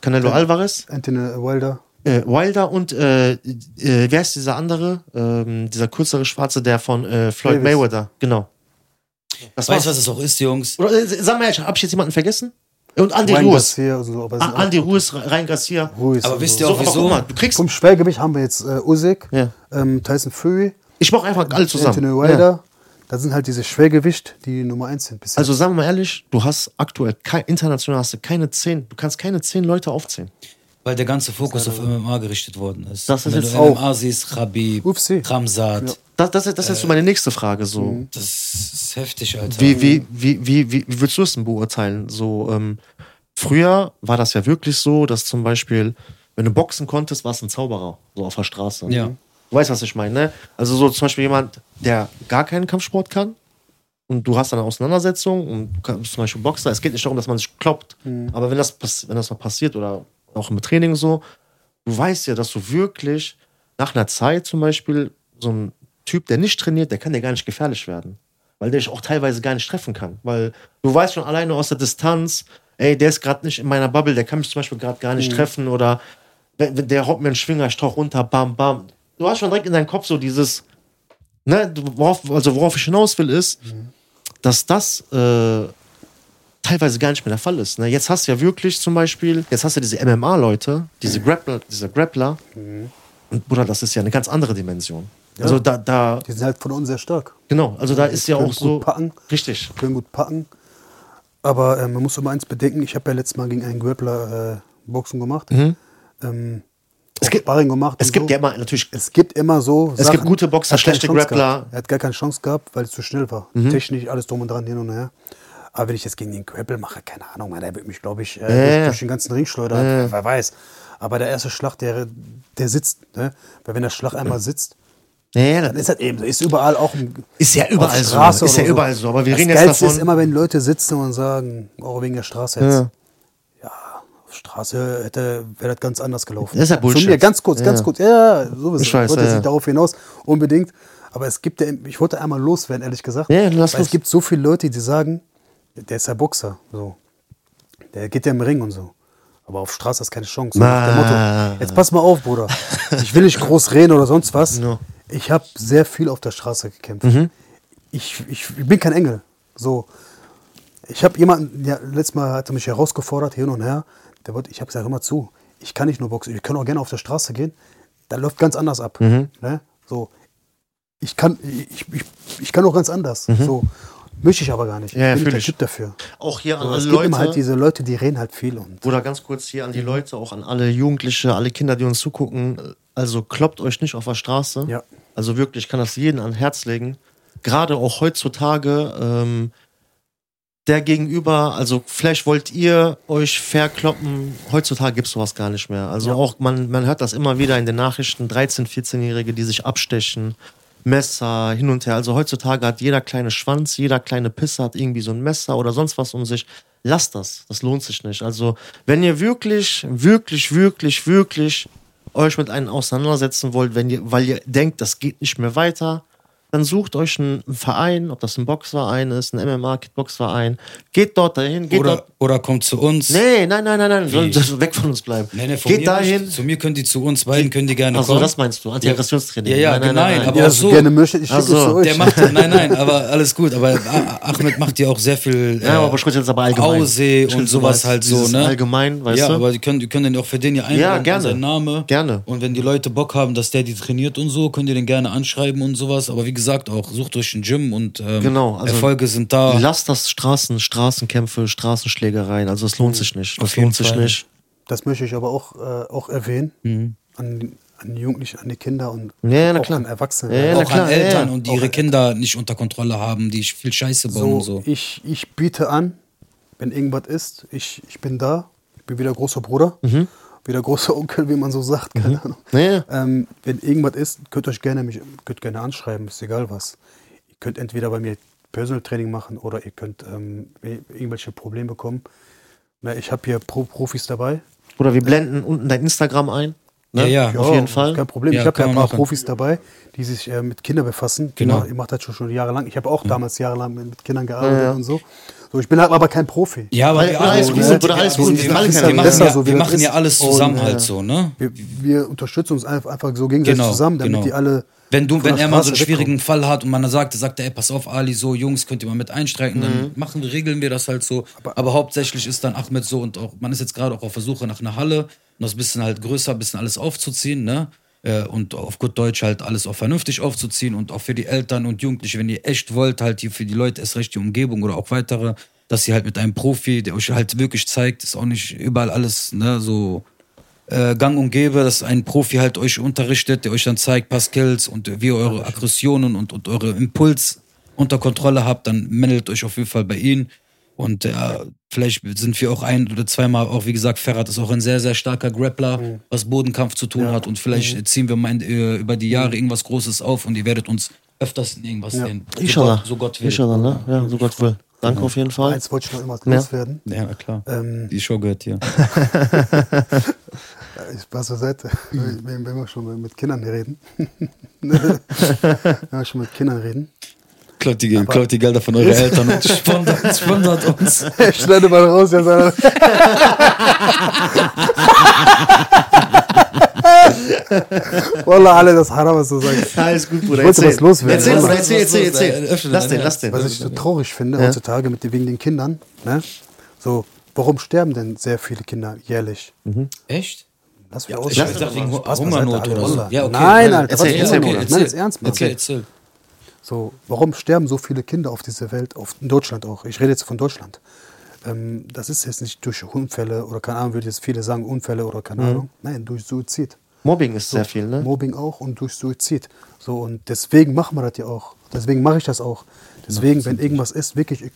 Speaker 2: Canelo Alvarez,
Speaker 3: Anthony Wilder.
Speaker 2: äh, Wilder und äh, äh, wer ist dieser andere? Ähm, dieser kürzere Schwarze, der von äh, Floyd
Speaker 3: Davis.
Speaker 2: Mayweather. Genau.
Speaker 1: Weißt
Speaker 2: Das
Speaker 1: du,
Speaker 2: war's.
Speaker 1: was es auch ist, Jungs?
Speaker 2: Oder äh, sag mal ehrlich, hab ich jetzt jemanden vergessen? Und Andy
Speaker 3: Ryan
Speaker 2: Ruiz.
Speaker 3: Garcia, also, aber
Speaker 2: Ah, Andy Ruiz, Rein Garcia.
Speaker 3: Ruiz
Speaker 1: Aber
Speaker 3: und
Speaker 1: wisst
Speaker 3: so.
Speaker 1: ihr
Speaker 2: So,
Speaker 1: auch
Speaker 2: aber guck
Speaker 1: wieso?
Speaker 2: mal, du kriegst.
Speaker 3: Vom Schwergewicht haben wir jetzt äh, Usyk,
Speaker 2: Ja.
Speaker 3: ähm, Tyson Fury,
Speaker 2: Ich mach einfach alle
Speaker 3: Anthony
Speaker 2: zusammen.
Speaker 3: Wilder.
Speaker 2: Ja.
Speaker 3: Das sind halt diese Schwergewicht, die Nummer 1 sind bisher.
Speaker 2: Also sagen wir mal ehrlich, du hast aktuell kein, international hast du keine zehn, du kannst keine zehn Leute aufzählen.
Speaker 1: Weil der ganze Fokus auf MMA gerichtet worden ist.
Speaker 2: Das ist
Speaker 1: Wenn
Speaker 2: jetzt
Speaker 1: du
Speaker 2: auch-
Speaker 1: MMA siehst, Khabib,
Speaker 3: UFC.
Speaker 1: Ramsat.
Speaker 2: Das, das, das ist
Speaker 3: Äh.
Speaker 2: jetzt so meine nächste Frage. So.
Speaker 3: Mhm.
Speaker 1: Das ist heftig, Alter.
Speaker 2: Wie, wie, wie, wie, wie, wie würdest du es denn beurteilen? So, ähm, früher war das ja wirklich so, dass zum Beispiel, wenn du boxen konntest, warst du ein Zauberer, so auf der Straße.
Speaker 1: Ja.
Speaker 2: Du weißt, was ich meine, ne? Also so zum Beispiel jemand, der gar keinen Kampfsport kann und du hast dann eine Auseinandersetzung und du kannst zum Beispiel Boxer, es geht nicht darum, dass man sich kloppt, aber wenn das, pass- wenn das mal passiert oder auch im Training so, du weißt ja, dass du wirklich nach einer Zeit zum Beispiel so ein Typ, der nicht trainiert, der kann dir gar nicht gefährlich werden. Weil der dich auch teilweise gar nicht treffen kann. Weil du weißt schon alleine aus der Distanz, ey, der ist gerade nicht in meiner Bubble, der kann mich zum Beispiel gerade gar nicht treffen oder wenn, wenn der haut mir einen Schwinger, ich tauch runter, bam, bam. Du hast schon direkt in deinem Kopf so dieses, ne, du- worauf, also worauf ich hinaus will, ist, dass das äh, teilweise gar nicht mehr der Fall ist. Ne? Jetzt hast du ja wirklich zum Beispiel, jetzt hast du diese MMA-Leute, diese Grappler, diese Grappler. Und Bruder, das ist ja eine ganz andere Dimension. Also da, da,
Speaker 3: die sind halt von uns sehr stark.
Speaker 2: genau, also da ist ja
Speaker 3: können
Speaker 2: auch so.
Speaker 3: gut packen.
Speaker 2: Richtig.
Speaker 3: können gut packen. Aber äh, man muss immer eins bedenken, ich habe ja letztes Mal gegen einen Grappler äh, Boxen gemacht. Ähm,
Speaker 2: Mhm. Es
Speaker 3: auch
Speaker 2: gibt-
Speaker 3: Sparring gemacht.
Speaker 2: Es
Speaker 3: und
Speaker 2: gibt
Speaker 3: so.
Speaker 2: ja immer natürlich.
Speaker 3: Es gibt immer so.
Speaker 2: Es gibt gute Boxer,
Speaker 3: Er hat keine
Speaker 2: schlechte
Speaker 3: Chance
Speaker 2: Grappler. Mhm.
Speaker 3: Gehabt. Er hat gar keine Chance gehabt, weil es zu schnell war. Technisch, alles drum und dran, hin und her. Aber wenn ich jetzt gegen den Grappler mache, keine Ahnung, Mann, der wird mich, glaube ich, äh, durch- durch den ganzen Ring schleudern. Wer weiß. Aber der erste Schlag, der, der sitzt. Ne? Weil wenn der Schlag einmal sitzt,
Speaker 2: Nee,
Speaker 3: dann
Speaker 2: das
Speaker 3: ist das eben so. Ist überall auch im,
Speaker 2: Ist ja
Speaker 3: auf
Speaker 2: überall so.
Speaker 3: Straße
Speaker 2: Ist
Speaker 3: oder
Speaker 2: ja überall so. Aber wir
Speaker 3: das
Speaker 2: reden jetzt
Speaker 3: Geilste
Speaker 2: davon-
Speaker 3: ist immer, wenn Leute sitzen und sagen, auch wegen der Straße jetzt. Ja. auf Straße hätte, wäre das ganz anders gelaufen.
Speaker 2: Das ist ja Bullshit.
Speaker 3: Von mir, ganz kurz, ganz
Speaker 2: Ja.
Speaker 3: kurz. Ja, so
Speaker 2: Ich weiß,
Speaker 3: wollte
Speaker 2: ja,
Speaker 3: sie
Speaker 2: ja.
Speaker 3: darauf hinaus, unbedingt. Aber es gibt ja, ich wollte einmal loswerden, ehrlich gesagt.
Speaker 2: Ja, lass
Speaker 3: weil
Speaker 2: los.
Speaker 3: es gibt so viele Leute, die sagen, der ist ja Boxer. So. Der geht ja im Ring und so. Aber auf Straße hast keine Chance. So nach dem
Speaker 2: Ma-
Speaker 3: Motto. Jetzt pass mal auf, Bruder. Ich will nicht groß reden oder sonst was.
Speaker 2: No. Mhm.
Speaker 3: Ich habe sehr viel auf der Straße gekämpft. Ich, ich, ich bin kein Engel. So. Ich habe jemanden, ja, letztes Mal hat er mich herausgefordert, hin und her. Der wollte, ich habe gesagt, hör mal zu, ich kann nicht nur boxen, ich kann auch gerne auf der Straße gehen. Da läuft ganz anders ab.
Speaker 2: Mhm.
Speaker 3: Ne? So. Ich kann, ich, ich, ich kann auch ganz anders. So. Möchte ich aber gar nicht.
Speaker 2: Mhm. Ja,
Speaker 3: ich bin nicht
Speaker 2: fühl
Speaker 3: der
Speaker 2: ich.
Speaker 3: Typ dafür.
Speaker 2: auch hier an
Speaker 3: So,
Speaker 2: alle
Speaker 3: es gibt
Speaker 2: Also Leute.
Speaker 3: immer halt diese Leute, die reden halt viel und
Speaker 2: Bruder, ganz kurz hier an die Leute, auch an alle Jugendliche, alle Kinder, die uns zugucken. Also kloppt euch nicht auf der Straße.
Speaker 3: Ja.
Speaker 2: Also wirklich, ich kann das jedem ans Herz legen. Gerade auch heutzutage, ähm, der Gegenüber, also vielleicht wollt ihr euch verkloppen. Heutzutage gibt es sowas gar nicht mehr. Also auch, man, man hört das immer wieder in den Nachrichten, 13-, 14-Jährige, die sich abstechen, Messer hin und her. Also heutzutage hat jeder kleine Schwanz, jeder kleine Pisser hat irgendwie so ein Messer oder sonst was um sich. Lasst das, das lohnt sich nicht. Also wenn ihr wirklich, wirklich, wirklich, wirklich euch mit einem auseinandersetzen wollt, wenn ihr, weil ihr denkt, das geht nicht mehr weiter, dann sucht euch einen Verein, ob das ein Boxverein ist, ein MMA-Kickboxverein. Geht dort dahin, geht
Speaker 1: Oder,
Speaker 2: dort.
Speaker 1: oder kommt zu uns.
Speaker 2: Nee, nein, nein, nein, nein, sollen das weg von uns bleiben.
Speaker 1: Nee, nee, von
Speaker 2: geht
Speaker 1: mir
Speaker 2: dahin.
Speaker 1: Nicht. Zu mir können die, zu uns beiden können die gerne
Speaker 2: Ach so,
Speaker 1: kommen.
Speaker 2: das meinst du, Antiaggressionstraining.
Speaker 1: Ja, ja,
Speaker 2: Nein,
Speaker 1: nein,
Speaker 2: nein, nein, nein.
Speaker 1: aber
Speaker 3: Ja, also
Speaker 1: auch so.
Speaker 3: gerne möchtet, ich schicke
Speaker 2: Ach so.
Speaker 3: es zu euch.
Speaker 1: Der macht, nein, nein, aber alles gut. Aber A- Ahmed macht ja auch sehr viel äh,
Speaker 2: Ja, aber ich will jetzt aber allgemein.
Speaker 1: Aussee
Speaker 2: Ich will
Speaker 1: und sowas
Speaker 2: sowas,
Speaker 1: halt so,
Speaker 2: dieses
Speaker 1: ne?
Speaker 2: allgemein, weißt
Speaker 1: ja,
Speaker 2: du?
Speaker 1: aber die können, die können den auch für den ja einladen.
Speaker 2: Ja, gerne.
Speaker 1: Sein Name.
Speaker 2: Gerne.
Speaker 1: Und wenn die Leute Bock haben, dass der die trainiert und so, könnt ihr den gerne anschreiben und sowas. Aber wie gesagt, auch sucht euch ein Gym und ähm,
Speaker 2: Genau, also-
Speaker 1: Erfolge sind da.
Speaker 2: Lasst das Straßen, Straßenkämpfe, Straßenschlägereien. Also es lohnt sich nicht. Das
Speaker 1: Hm, jeden
Speaker 2: lohnt sich
Speaker 1: Fall.
Speaker 2: nicht.
Speaker 3: Das möchte ich aber auch, äh, auch erwähnen. An, an die Jugendlichen, an die Kinder und
Speaker 2: Mhm. Ja, na
Speaker 3: auch
Speaker 2: klar.
Speaker 3: an Erwachsene.
Speaker 2: Ja, na
Speaker 1: auch
Speaker 2: klar,
Speaker 1: an
Speaker 2: ja, ja.
Speaker 1: Eltern und die ihre Kinder nicht unter Kontrolle haben, die viel Scheiße bauen
Speaker 3: so,
Speaker 1: und so.
Speaker 3: Ich, ich biete an, wenn irgendwas ist, ich, ich bin da, ich bin wieder großer Bruder,
Speaker 2: Mhm.
Speaker 3: wieder großer Onkel, wie man so sagt, keine Ahnung.
Speaker 2: Naja.
Speaker 3: Ähm, wenn irgendwas ist, könnt euch gerne mich könnt gerne anschreiben, ist egal was. Ihr könnt entweder bei mir Personal Training machen oder ihr könnt ähm, irgendwelche Probleme bekommen. Na, ich habe hier Pro Profis dabei.
Speaker 2: Oder wir blenden unten dein Instagram ein. Ne?
Speaker 1: Ja, ja.
Speaker 2: Auf jeden Fall.
Speaker 3: Oh, Kein Problem.
Speaker 1: Ja,
Speaker 3: ich habe
Speaker 1: kann
Speaker 3: ja ein
Speaker 1: man
Speaker 3: paar
Speaker 1: machen.
Speaker 3: Profis dabei, die sich äh, mit Kindern befassen.
Speaker 1: Genau.
Speaker 3: Genau. Ihr macht das schon, schon jahrelang. Ich habe auch damals jahrelang mit mit Kindern gearbeitet und so. so. Ich bin halt aber kein Profi.
Speaker 1: Ja, aber
Speaker 2: Weil-
Speaker 1: wir
Speaker 2: weil
Speaker 1: alle-
Speaker 2: alles
Speaker 1: wir-
Speaker 2: gut,
Speaker 1: wir-
Speaker 2: Bruder, alles
Speaker 1: wir-
Speaker 2: gut.
Speaker 1: wir-
Speaker 2: Wir
Speaker 1: wir
Speaker 2: alle
Speaker 1: machen
Speaker 2: kennen
Speaker 1: ja-
Speaker 2: das.
Speaker 1: wir
Speaker 3: Besser, so wie
Speaker 1: wir
Speaker 3: das
Speaker 1: machen ja
Speaker 3: ist.
Speaker 1: alles
Speaker 3: Und,
Speaker 1: zusammen
Speaker 3: äh,
Speaker 1: halt so, ne?
Speaker 3: Wir, wir unterstützen uns einfach, einfach so gegenseitig
Speaker 1: Genau,
Speaker 3: zusammen, damit
Speaker 1: genau.
Speaker 3: die alle.
Speaker 1: Wenn, du,
Speaker 3: von
Speaker 1: wenn
Speaker 3: der
Speaker 1: er mal so einen
Speaker 3: Straße
Speaker 1: schwierigen Fall hat und man sagt, sagt er, ey, pass auf, Ali, so, Jungs, könnt ihr mal mit einstreiten,
Speaker 3: Mhm.
Speaker 1: dann machen, regeln wir das halt so. Aber, hauptsächlich ist dann Ahmed so und auch, man ist jetzt gerade auch auf der Suche nach einer Halle, um das bisschen halt größer, ein bisschen alles aufzuziehen, ne? Äh, Und auf gut Deutsch halt alles auch vernünftig aufzuziehen und auch für die Eltern und Jugendliche, wenn ihr echt wollt, halt hier für die Leute erst recht die Umgebung oder auch weitere, dass ihr halt mit einem Profi, der euch halt wirklich zeigt, ist auch nicht überall alles, ne, so äh, gang und gäbe, dass ein Profi halt euch unterrichtet, der euch dann zeigt, paar Skills und äh, wie ihr eure Aggressionen und, und eure Impuls unter Kontrolle habt, dann meldet euch auf jeden Fall bei ihnen. Und äh, vielleicht sind wir auch ein oder zweimal, auch wie gesagt, Ferrat ist auch ein sehr, sehr starker Grappler, was Bodenkampf zu tun hat. Und vielleicht äh, ziehen wir mal in, äh, über die Jahre irgendwas Großes auf und ihr werdet uns öfters in irgendwas sehen. So
Speaker 2: Inshallah.
Speaker 1: Gott- So Gott will.
Speaker 2: Inshallah, ne? Ja, so Gott will. Danke auf jeden Fall.
Speaker 3: Eins wollte ich noch immer
Speaker 2: Ja.
Speaker 3: loswerden.
Speaker 1: Ja, na klar.
Speaker 3: Ähm,
Speaker 1: Die Show gehört hier.
Speaker 3: Ich war zur Seite, wenn, wenn wir schon mit Kindern reden. Ne? wenn wir schon mit Kindern reden.
Speaker 1: Klaut die, klaut die Gelder von euren Eltern und sponsert, sponsert uns.
Speaker 3: Ich schneide mal raus, ja, sondern. Wallah, alle, das Haram, was du sagst.
Speaker 2: Alles gut, Bruder.
Speaker 3: Ich wollte was loswerden. ne?
Speaker 2: Erzähl, Bruder,
Speaker 1: Was-
Speaker 2: erzähl,
Speaker 1: was- was-
Speaker 2: erzähl,
Speaker 1: was-
Speaker 2: erzähl.
Speaker 1: öffne
Speaker 2: Lass
Speaker 1: deine
Speaker 2: den, lass den.
Speaker 3: Was ich so traurig finde heutzutage mit, wegen den Kindern, ne? so, warum sterben denn sehr viele Kinder jährlich?
Speaker 1: Echt?
Speaker 3: Lass mich
Speaker 1: Ja,
Speaker 3: ja,
Speaker 1: ich dachte wegen Hu- Hungernot oder so. Ja, okay.
Speaker 3: Nein, Alter,
Speaker 2: Erzähl,
Speaker 3: was
Speaker 2: erzähl,
Speaker 3: Hungernot?
Speaker 2: Bruder.
Speaker 3: Nein, das ist ernst, Mann.
Speaker 1: Erzähl, erzähl.
Speaker 3: So, warum sterben so viele Kinder auf dieser Welt, auf in Deutschland auch? Ich rede jetzt von Deutschland. ähm, das ist jetzt nicht durch Unfälle oder keine Ahnung, würde jetzt viele sagen, Unfälle oder
Speaker 1: Mhm.
Speaker 3: keine Ahnung. Nein, durch Suizid.
Speaker 2: Mobbing ist sehr viel, ne?
Speaker 3: Mobbing auch und durch Suizid. So, und deswegen machen wir das ja auch. Deswegen mache ich das auch. Deswegen, wenn irgendwas ist, wirklich, ihr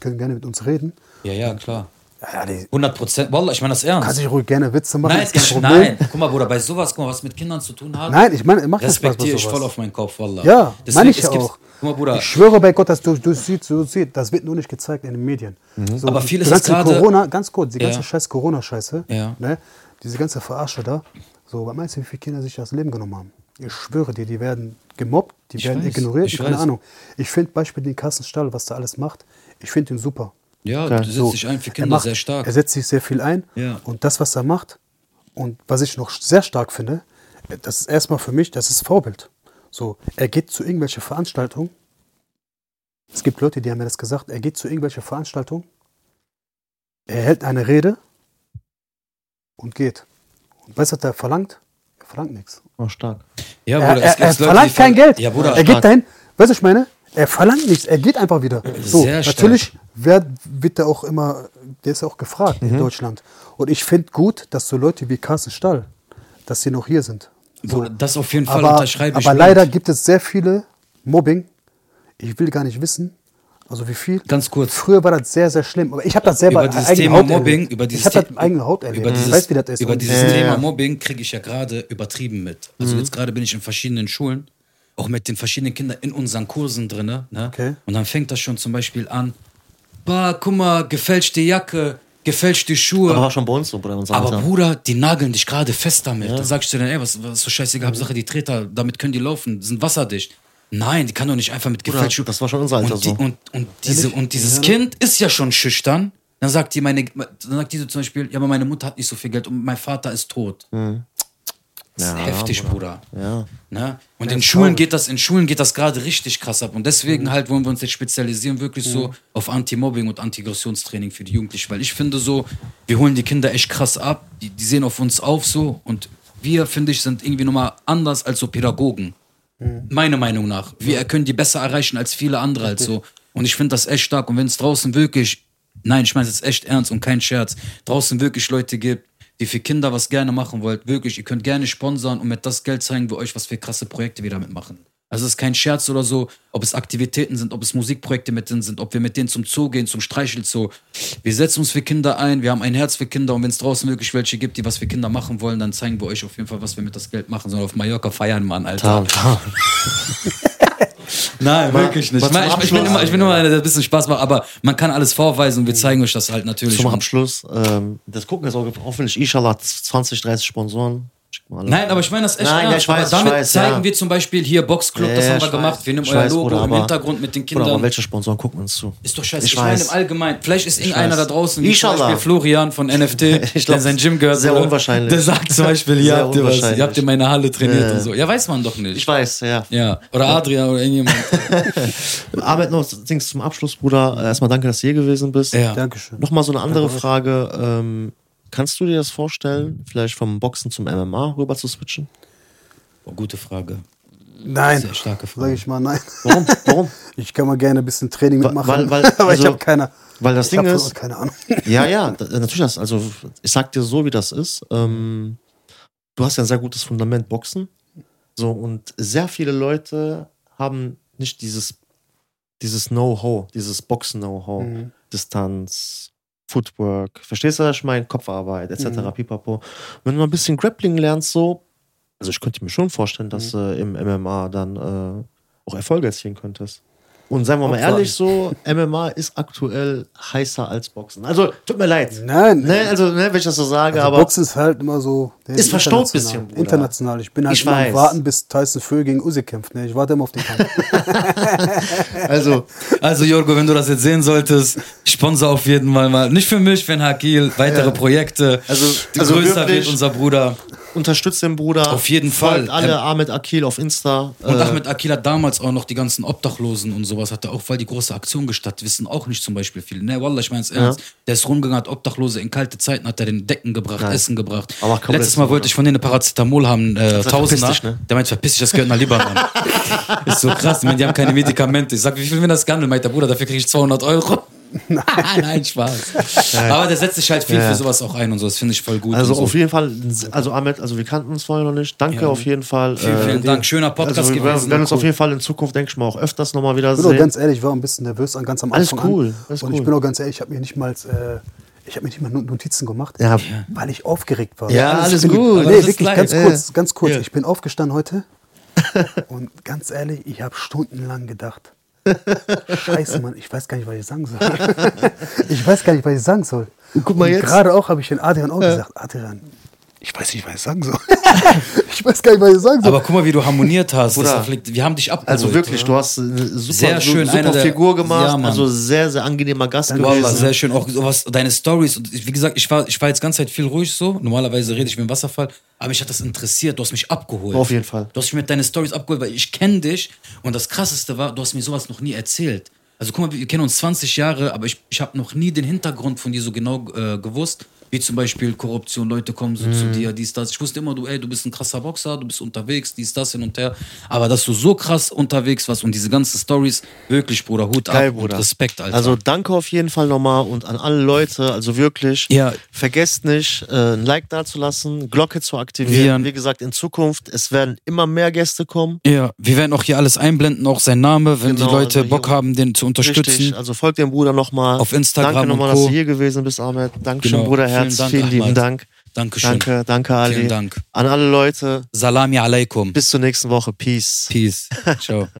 Speaker 3: könnt gerne mit uns reden.
Speaker 1: Ja, ja, klar.
Speaker 3: Ja, ja, die
Speaker 1: 100 Prozent. Wallah, ich meine das ernst.
Speaker 3: kann sich ruhig gerne Witze machen.
Speaker 1: Nein,
Speaker 3: ist kein
Speaker 1: ich,
Speaker 3: Problem.
Speaker 1: nein, guck mal, Bruder, bei sowas, guck mal, was mit Kindern zu tun hat,
Speaker 3: Nein, ich meine, macht das Spaß bei
Speaker 1: respektiere ich
Speaker 3: sowas.
Speaker 1: voll auf meinen Kopf, Wallah.
Speaker 3: Ja, meine ich
Speaker 1: es
Speaker 3: ja
Speaker 1: gibt-
Speaker 3: auch.
Speaker 1: Guck mal, Bruder,
Speaker 3: Ich schwöre bei Gott, dass du Suizid, Suizid, das wird nur nicht gezeigt in den Medien. So,
Speaker 1: Mhm. Aber viel
Speaker 3: die
Speaker 1: ist
Speaker 3: ganze
Speaker 1: gerade-
Speaker 3: Corona, ganz kurz, die ganze
Speaker 1: Ja.
Speaker 3: scheiß Corona-Scheiße,
Speaker 1: Ja.
Speaker 3: ne, diese ganze Verarsche da, so, was meinst du, wie viele Kinder sich das Leben genommen haben? Ich schwöre dir, die werden gemobbt, die
Speaker 1: Ich
Speaker 3: werden
Speaker 1: weiß,
Speaker 3: ignoriert,
Speaker 1: ich
Speaker 3: keine
Speaker 1: weiß.
Speaker 3: Ahnung. Ich finde Beispiel den Kassenstall, was der alles macht, ich finde ihn super.
Speaker 1: ja, du
Speaker 3: So,
Speaker 1: setzt dich ein für
Speaker 3: er
Speaker 1: Kinder
Speaker 3: macht,
Speaker 1: sehr stark.
Speaker 3: Er setzt sich sehr viel ein.
Speaker 1: Ja.
Speaker 3: Und das, was er macht, und was ich noch sehr stark finde, das ist erstmal für mich, das ist Vorbild. So, er geht zu irgendwelche Veranstaltungen. Es gibt Leute, die haben mir das gesagt. Er geht zu irgendwelche Veranstaltungen. Er hält eine Rede und geht. Und weißt du, was er verlangt? Er verlangt nichts.
Speaker 2: Oh, stark.
Speaker 1: ja,
Speaker 3: Er,
Speaker 1: es
Speaker 3: er, er
Speaker 1: gibt Leute, die
Speaker 3: verlangt kein
Speaker 1: ver-
Speaker 3: Geld.
Speaker 1: Ja, Bruder,
Speaker 3: er geht dahin. Weißt du, ich meine? Er verlangt nichts. Er geht einfach wieder. So,
Speaker 1: Sehr stark.
Speaker 3: natürlich wer, wird der auch immer, der ist ja auch gefragt
Speaker 1: Mhm.
Speaker 3: in Deutschland. Und ich finde gut, dass so Leute wie Carsten Stall, dass sie noch hier sind. So.
Speaker 1: Bruder, das auf jeden Fall
Speaker 3: Aber,
Speaker 1: unterschreibe ich.
Speaker 3: aber
Speaker 1: blind.
Speaker 3: leider gibt es sehr viele Mobbing. Ich will gar nicht wissen, also wie viel.
Speaker 1: Ganz kurz.
Speaker 3: Früher war das sehr, sehr schlimm. Aber ich habe das selber
Speaker 1: über dieses
Speaker 3: eigene
Speaker 1: Thema
Speaker 3: Haut
Speaker 1: Mobbing,
Speaker 3: erlebt.
Speaker 1: über dieses
Speaker 3: ich habe das
Speaker 1: The-
Speaker 3: mit eigener Haut erlebt.
Speaker 1: Über dieses,
Speaker 3: ich weiß, wie das ist. Äh,
Speaker 1: Über
Speaker 3: Und-
Speaker 1: dieses
Speaker 2: Ja, ja,
Speaker 1: Thema
Speaker 2: ja.
Speaker 1: Mobbing kriege ich ja gerade übertrieben mit. Also
Speaker 3: Mhm.
Speaker 1: jetzt gerade bin ich in verschiedenen Schulen, auch mit den verschiedenen Kindern in unseren Kursen drin. Ne?
Speaker 3: Okay.
Speaker 1: Und dann fängt das schon zum Beispiel an, bah, guck mal, gefälschte Jacke, gefälschte Schuhe.
Speaker 2: Aber war schon bei uns so, Bruder, in unserem
Speaker 1: Aber
Speaker 2: Alter.
Speaker 1: Bruder, die nageln dich gerade fest damit. Dann sagst du dir, ey, was, was ist so scheißige Hauptsache, die Treter, damit können die laufen, die sind wasserdicht. Nein, die kann doch nicht einfach mit Gefälscht.
Speaker 2: das war schon unser Alter
Speaker 1: und, die,
Speaker 2: so.
Speaker 1: und, und, diese, und dieses Kind ist ja schon schüchtern. Dann sagt die meine, dann sagt diese zum Beispiel, ja, aber meine Mutter hat nicht so viel Geld und mein Vater ist tot. Das ist
Speaker 2: Ja,
Speaker 1: heftig, Bruder.
Speaker 2: Ja. Mhm.
Speaker 1: Ne? Und in Schulen geht das, in Schulen geht das gerade richtig krass ab. Und deswegen halt wollen wir uns jetzt spezialisieren, wirklich so auf Anti-Mobbing und Anti-Aggressionstraining für die Jugendlichen. Weil ich finde so, wir holen die Kinder echt krass ab, die, die sehen auf uns auf so und wir, finde ich, sind irgendwie nochmal anders als so Pädagogen. Meiner Meinung nach. Wir können die besser erreichen als viele andere als so. Und ich finde das echt stark. Und wenn es draußen wirklich, nein, ich meine es jetzt echt ernst und kein Scherz, draußen wirklich Leute gibt, die für Kinder was gerne machen wollt, wirklich, ihr könnt gerne sponsern und mit das Geld zeigen wir euch, was für krasse Projekte wir damit machen. Also es ist kein Scherz oder so, ob es Aktivitäten sind, ob es Musikprojekte mit denen sind, ob wir mit denen zum Zoo gehen, zum Streichelzoo. Wir setzen uns für Kinder ein, wir haben ein Herz für Kinder und wenn es draußen wirklich welche gibt, die was für Kinder machen wollen, dann zeigen wir euch auf jeden Fall, was wir mit das Geld machen sollen. Auf Mallorca feiern, Mann, Alter.
Speaker 2: Tam, tam.
Speaker 1: Nein, wirklich nicht.
Speaker 2: mal
Speaker 1: Ich, mein,
Speaker 2: zum
Speaker 1: ich, ich bin
Speaker 2: Abschluss. Mhm.
Speaker 1: immer, ich bin immer einer, der ein bisschen Spaß macht, aber man kann alles vorweisen und wir zeigen euch das halt natürlich.
Speaker 2: Zum
Speaker 1: Und-
Speaker 2: Abschluss, ähm, das gucken jetzt auch hoffentlich, inshallah, 20, 30 Sponsoren. Schickt mal alle.
Speaker 1: Nein, aber ich meine das echt
Speaker 2: Nein, ja,
Speaker 1: ernst.
Speaker 2: ich weiß,
Speaker 1: aber damit
Speaker 2: ich weiß,
Speaker 1: zeigen
Speaker 2: ja.
Speaker 1: wir zum Beispiel hier Boxclub,
Speaker 2: Ja,
Speaker 1: das haben
Speaker 2: ich
Speaker 1: wir
Speaker 2: weiß,
Speaker 1: gemacht. Wir nehmen
Speaker 2: ich
Speaker 1: euer
Speaker 2: weiß,
Speaker 1: Logo
Speaker 2: Bruder,
Speaker 1: im
Speaker 2: aber-
Speaker 1: Hintergrund mit den
Speaker 2: Bruder, aber
Speaker 1: Kindern.
Speaker 2: welche Sponsoren gucken uns zu?
Speaker 1: Ist doch scheiße.
Speaker 2: Ich
Speaker 1: Ich, meine
Speaker 2: weiß.
Speaker 1: im Allgemeinen. Vielleicht ist irgendeiner
Speaker 2: weiß.
Speaker 1: da draußen, wie zum
Speaker 2: Inshallah.
Speaker 1: Beispiel Florian von NFT, der
Speaker 2: glaub's.
Speaker 1: sein Gym gehört.
Speaker 2: Sehr
Speaker 1: oder?
Speaker 2: unwahrscheinlich.
Speaker 1: Der sagt zum Beispiel, hier
Speaker 2: Sehr
Speaker 1: habt ihr was,
Speaker 2: unwahrscheinlich.
Speaker 1: ihr habt in meiner Halle trainiert
Speaker 2: Ja.
Speaker 1: und so. Ja, weiß man doch nicht.
Speaker 2: Ich weiß, ja.
Speaker 1: ja, oder Adrian oder irgendjemand.
Speaker 2: Ahmed, noch Dings zum Abschluss, Bruder. Äh, Erstmal danke, dass du hier gewesen bist.
Speaker 1: ja.
Speaker 3: Dankeschön.
Speaker 2: Nochmal so eine andere Frage. Ähm, kannst du dir das vorstellen, vielleicht vom Boxen zum MMA rüber zu switchen?
Speaker 1: Boah, Oh, gute Frage.
Speaker 3: Nein,
Speaker 1: Sehr starke Frage.
Speaker 3: sag ich mal, nein.
Speaker 2: Warum? Warum?
Speaker 3: Ich kann mal gerne ein bisschen Training
Speaker 2: Wa-
Speaker 3: mitmachen,
Speaker 2: weil- weil-
Speaker 3: aber
Speaker 2: also-
Speaker 3: ich habe keine.
Speaker 2: weil das
Speaker 3: ich hab
Speaker 2: Ding
Speaker 3: von-
Speaker 2: ist-
Speaker 3: keine Ahnung.
Speaker 2: ja, ja, da- natürlich. Das, also, ich sag dir so, wie das ist. Ähm, du hast ja ein sehr gutes Fundament Boxen. So, und sehr viele Leute haben nicht dieses, dieses Know-how, dieses Boxen-Know-how,
Speaker 3: Mhm.
Speaker 2: Distanz, Footwork. Verstehst du, was ich meine? Kopfarbeit, etc.
Speaker 3: Mhm.
Speaker 2: Pipapo. Wenn du mal ein bisschen Grappling lernst, so, also ich könnte mir schon vorstellen, dass
Speaker 3: Mhm.
Speaker 2: äh, im MMA dann äh, auch Erfolge erzielen könntest. Und seien wir mal
Speaker 3: Abwarten.
Speaker 2: ehrlich, so, MMA ist aktuell heißer als Boxen. Also, tut mir leid.
Speaker 3: Nein,
Speaker 2: Ne, also, ne, wenn ich das so sage,
Speaker 3: Also
Speaker 2: aber.
Speaker 3: Boxen ist halt immer so. der
Speaker 2: Ist verstaubt
Speaker 3: international.
Speaker 2: bisschen, Bruder.
Speaker 3: International. Ich bin halt
Speaker 2: Ich
Speaker 3: immer am
Speaker 2: weiß.
Speaker 3: Warten, bis Tyson Fury gegen Usyk kämpft. Ne? Ich warte immer auf den Kampf.
Speaker 2: also,
Speaker 1: Also Jorgo, wenn du das jetzt sehen solltest, sponsor auf jeden Fall mal. Nicht für mich, wenn Hakil, weitere Projekte.
Speaker 2: Also-
Speaker 1: Die
Speaker 2: also
Speaker 1: größer
Speaker 2: wirklich-
Speaker 1: wird unser Bruder.
Speaker 2: unterstützt den Bruder.
Speaker 1: Auf jeden
Speaker 2: folgt
Speaker 1: Fall.
Speaker 2: alle
Speaker 1: Ähm,
Speaker 2: Ahmed Akil auf Insta.
Speaker 1: Und
Speaker 2: äh,
Speaker 1: Ahmed Akil hat damals auch noch die ganzen Obdachlosen und sowas, hat er auch, weil die große Aktion gestattet, wissen auch nicht zum Beispiel viel. Ne, Wallah, ich mein's ernst. Der ist rumgegangen, hat Obdachlose in kalte Zeiten, hat er den Decken gebracht,
Speaker 2: Nein.
Speaker 1: Essen gebracht.
Speaker 2: Aber komm,
Speaker 1: Letztes
Speaker 2: jetzt
Speaker 1: Mal
Speaker 2: mal,
Speaker 1: wollte ich von denen eine Paracetamol haben, äh,
Speaker 2: gesagt, verpiss
Speaker 1: Tausender.
Speaker 2: dich, ne?
Speaker 1: Der meint, verpiss dich, das gehört nach Libanon. ist so krass, ich meine, die haben keine Medikamente. Ich sag, wie viel will das Gandel? Meint der Bruder, dafür kriege ich 200 Euro. Nein, Spaß. Aber der setzt sich halt viel
Speaker 2: Ja.
Speaker 1: für sowas auch ein und so. Das finde ich voll gut.
Speaker 2: Also
Speaker 1: und so.
Speaker 2: auf jeden Fall, also Ahmed, also wir kannten uns vorher noch nicht. Danke auf jeden Fall. äh,
Speaker 1: Vielen, vielen Dank. Schöner Podcast
Speaker 2: also wir werden-
Speaker 1: gewesen.
Speaker 2: werden uns auf jeden Fall in Zukunft, denke ich mal, auch öfters nochmal wieder
Speaker 3: Ich bin auch
Speaker 2: sehen.
Speaker 3: ganz ehrlich, ich war ein bisschen nervös an ganz am
Speaker 2: Alles
Speaker 3: Anfang.
Speaker 2: cool,
Speaker 3: An.
Speaker 2: alles
Speaker 3: und
Speaker 2: cool.
Speaker 3: ich bin auch ganz ehrlich, ich habe mir nicht mal, äh, ich habe mir nicht mal Not- Notizen gemacht,
Speaker 2: Ja.
Speaker 3: weil ich aufgeregt war. Also
Speaker 2: Ja, alles
Speaker 3: ich bin-
Speaker 2: gut.
Speaker 1: Aber das
Speaker 3: Nee,
Speaker 1: ist
Speaker 3: wirklich
Speaker 1: live.
Speaker 3: ganz
Speaker 1: Ja.
Speaker 3: kurz, ganz kurz.
Speaker 2: Ja.
Speaker 3: Ich bin aufgestanden heute und ganz ehrlich, ich habe stundenlang gedacht. Scheiße, Mann, ich weiß gar nicht, was ich sagen soll. ich weiß gar nicht, was ich sagen soll.
Speaker 2: guck mal
Speaker 3: und
Speaker 2: jetzt.
Speaker 3: Gerade auch habe ich den Adrian auch gesagt, Adrian, ich weiß nicht, was ich sagen soll. ich weiß gar nicht, was ich sagen soll.
Speaker 1: Aber guck mal, wie du harmoniert hast. Das
Speaker 2: Bruder.
Speaker 1: verfliegt- wir haben dich abgeholt.
Speaker 2: Also wirklich, du hast eine super,
Speaker 1: Sehr schön,
Speaker 2: super
Speaker 1: einer der-
Speaker 2: Figur gemacht.
Speaker 1: Ja, Mann.
Speaker 2: also sehr, sehr angenehmer Gast
Speaker 1: Wallah,
Speaker 2: gewesen.
Speaker 1: sehr schön. Auch so was, deine Stories. Und ich- wie gesagt, ich war, ich war jetzt ganz Zeit viel ruhig so. Normalerweise rede ich mit dem Wasserfall. Aber mich hat das interessiert. Du hast mich abgeholt.
Speaker 2: Auf jeden Fall.
Speaker 1: Du hast mich mit deinen Stories abgeholt, weil ich kenne dich. Und das Krasseste war, du hast mir sowas noch nie erzählt. Also guck mal, wir kennen uns 20 Jahre, aber ich, ich habe noch nie den Hintergrund von dir so genau äh, gewusst. Wie zum Beispiel Korruption, Leute kommen so
Speaker 2: Mhm.
Speaker 1: zu dir, dies, das. Ich wusste immer, du, ey, du bist ein krasser Boxer, du bist unterwegs, dies, das, hin und her. Aber dass du so krass unterwegs warst und diese ganzen Stories, wirklich, Bruder, Hut
Speaker 2: Geil,
Speaker 1: ab
Speaker 2: Bruder.
Speaker 1: und Respekt, Alter.
Speaker 2: Also danke auf jeden Fall nochmal und an alle Leute, also wirklich,
Speaker 1: Ja.
Speaker 2: vergesst nicht, äh, ein Like dazulassen, Glocke zu aktivieren.
Speaker 1: Wir-
Speaker 2: Wie gesagt, in Zukunft, es werden immer mehr Gäste kommen.
Speaker 1: Ja, wir werden auch hier alles einblenden, auch sein Name, wenn
Speaker 2: Genau,
Speaker 1: die Leute
Speaker 2: also hier-
Speaker 1: Bock haben, den zu unterstützen.
Speaker 2: Richtig, also folgt dem Bruder nochmal.
Speaker 1: Auf Instagram
Speaker 2: Danke nochmal,
Speaker 1: und
Speaker 2: dass
Speaker 1: Co.
Speaker 2: du hier gewesen bist, Ahmed. Dankeschön,
Speaker 1: Genau.
Speaker 2: Bruder Herz. Vielen,
Speaker 1: Vielen Dank,
Speaker 2: lieben
Speaker 1: Ahmed.
Speaker 2: Dank.
Speaker 1: Dankeschön.
Speaker 2: Danke, danke Ali.
Speaker 1: Vielen Dank.
Speaker 2: An alle Leute,
Speaker 1: Salami alaikum.
Speaker 2: bis zur nächsten Woche. Peace.
Speaker 1: Peace. Ciao.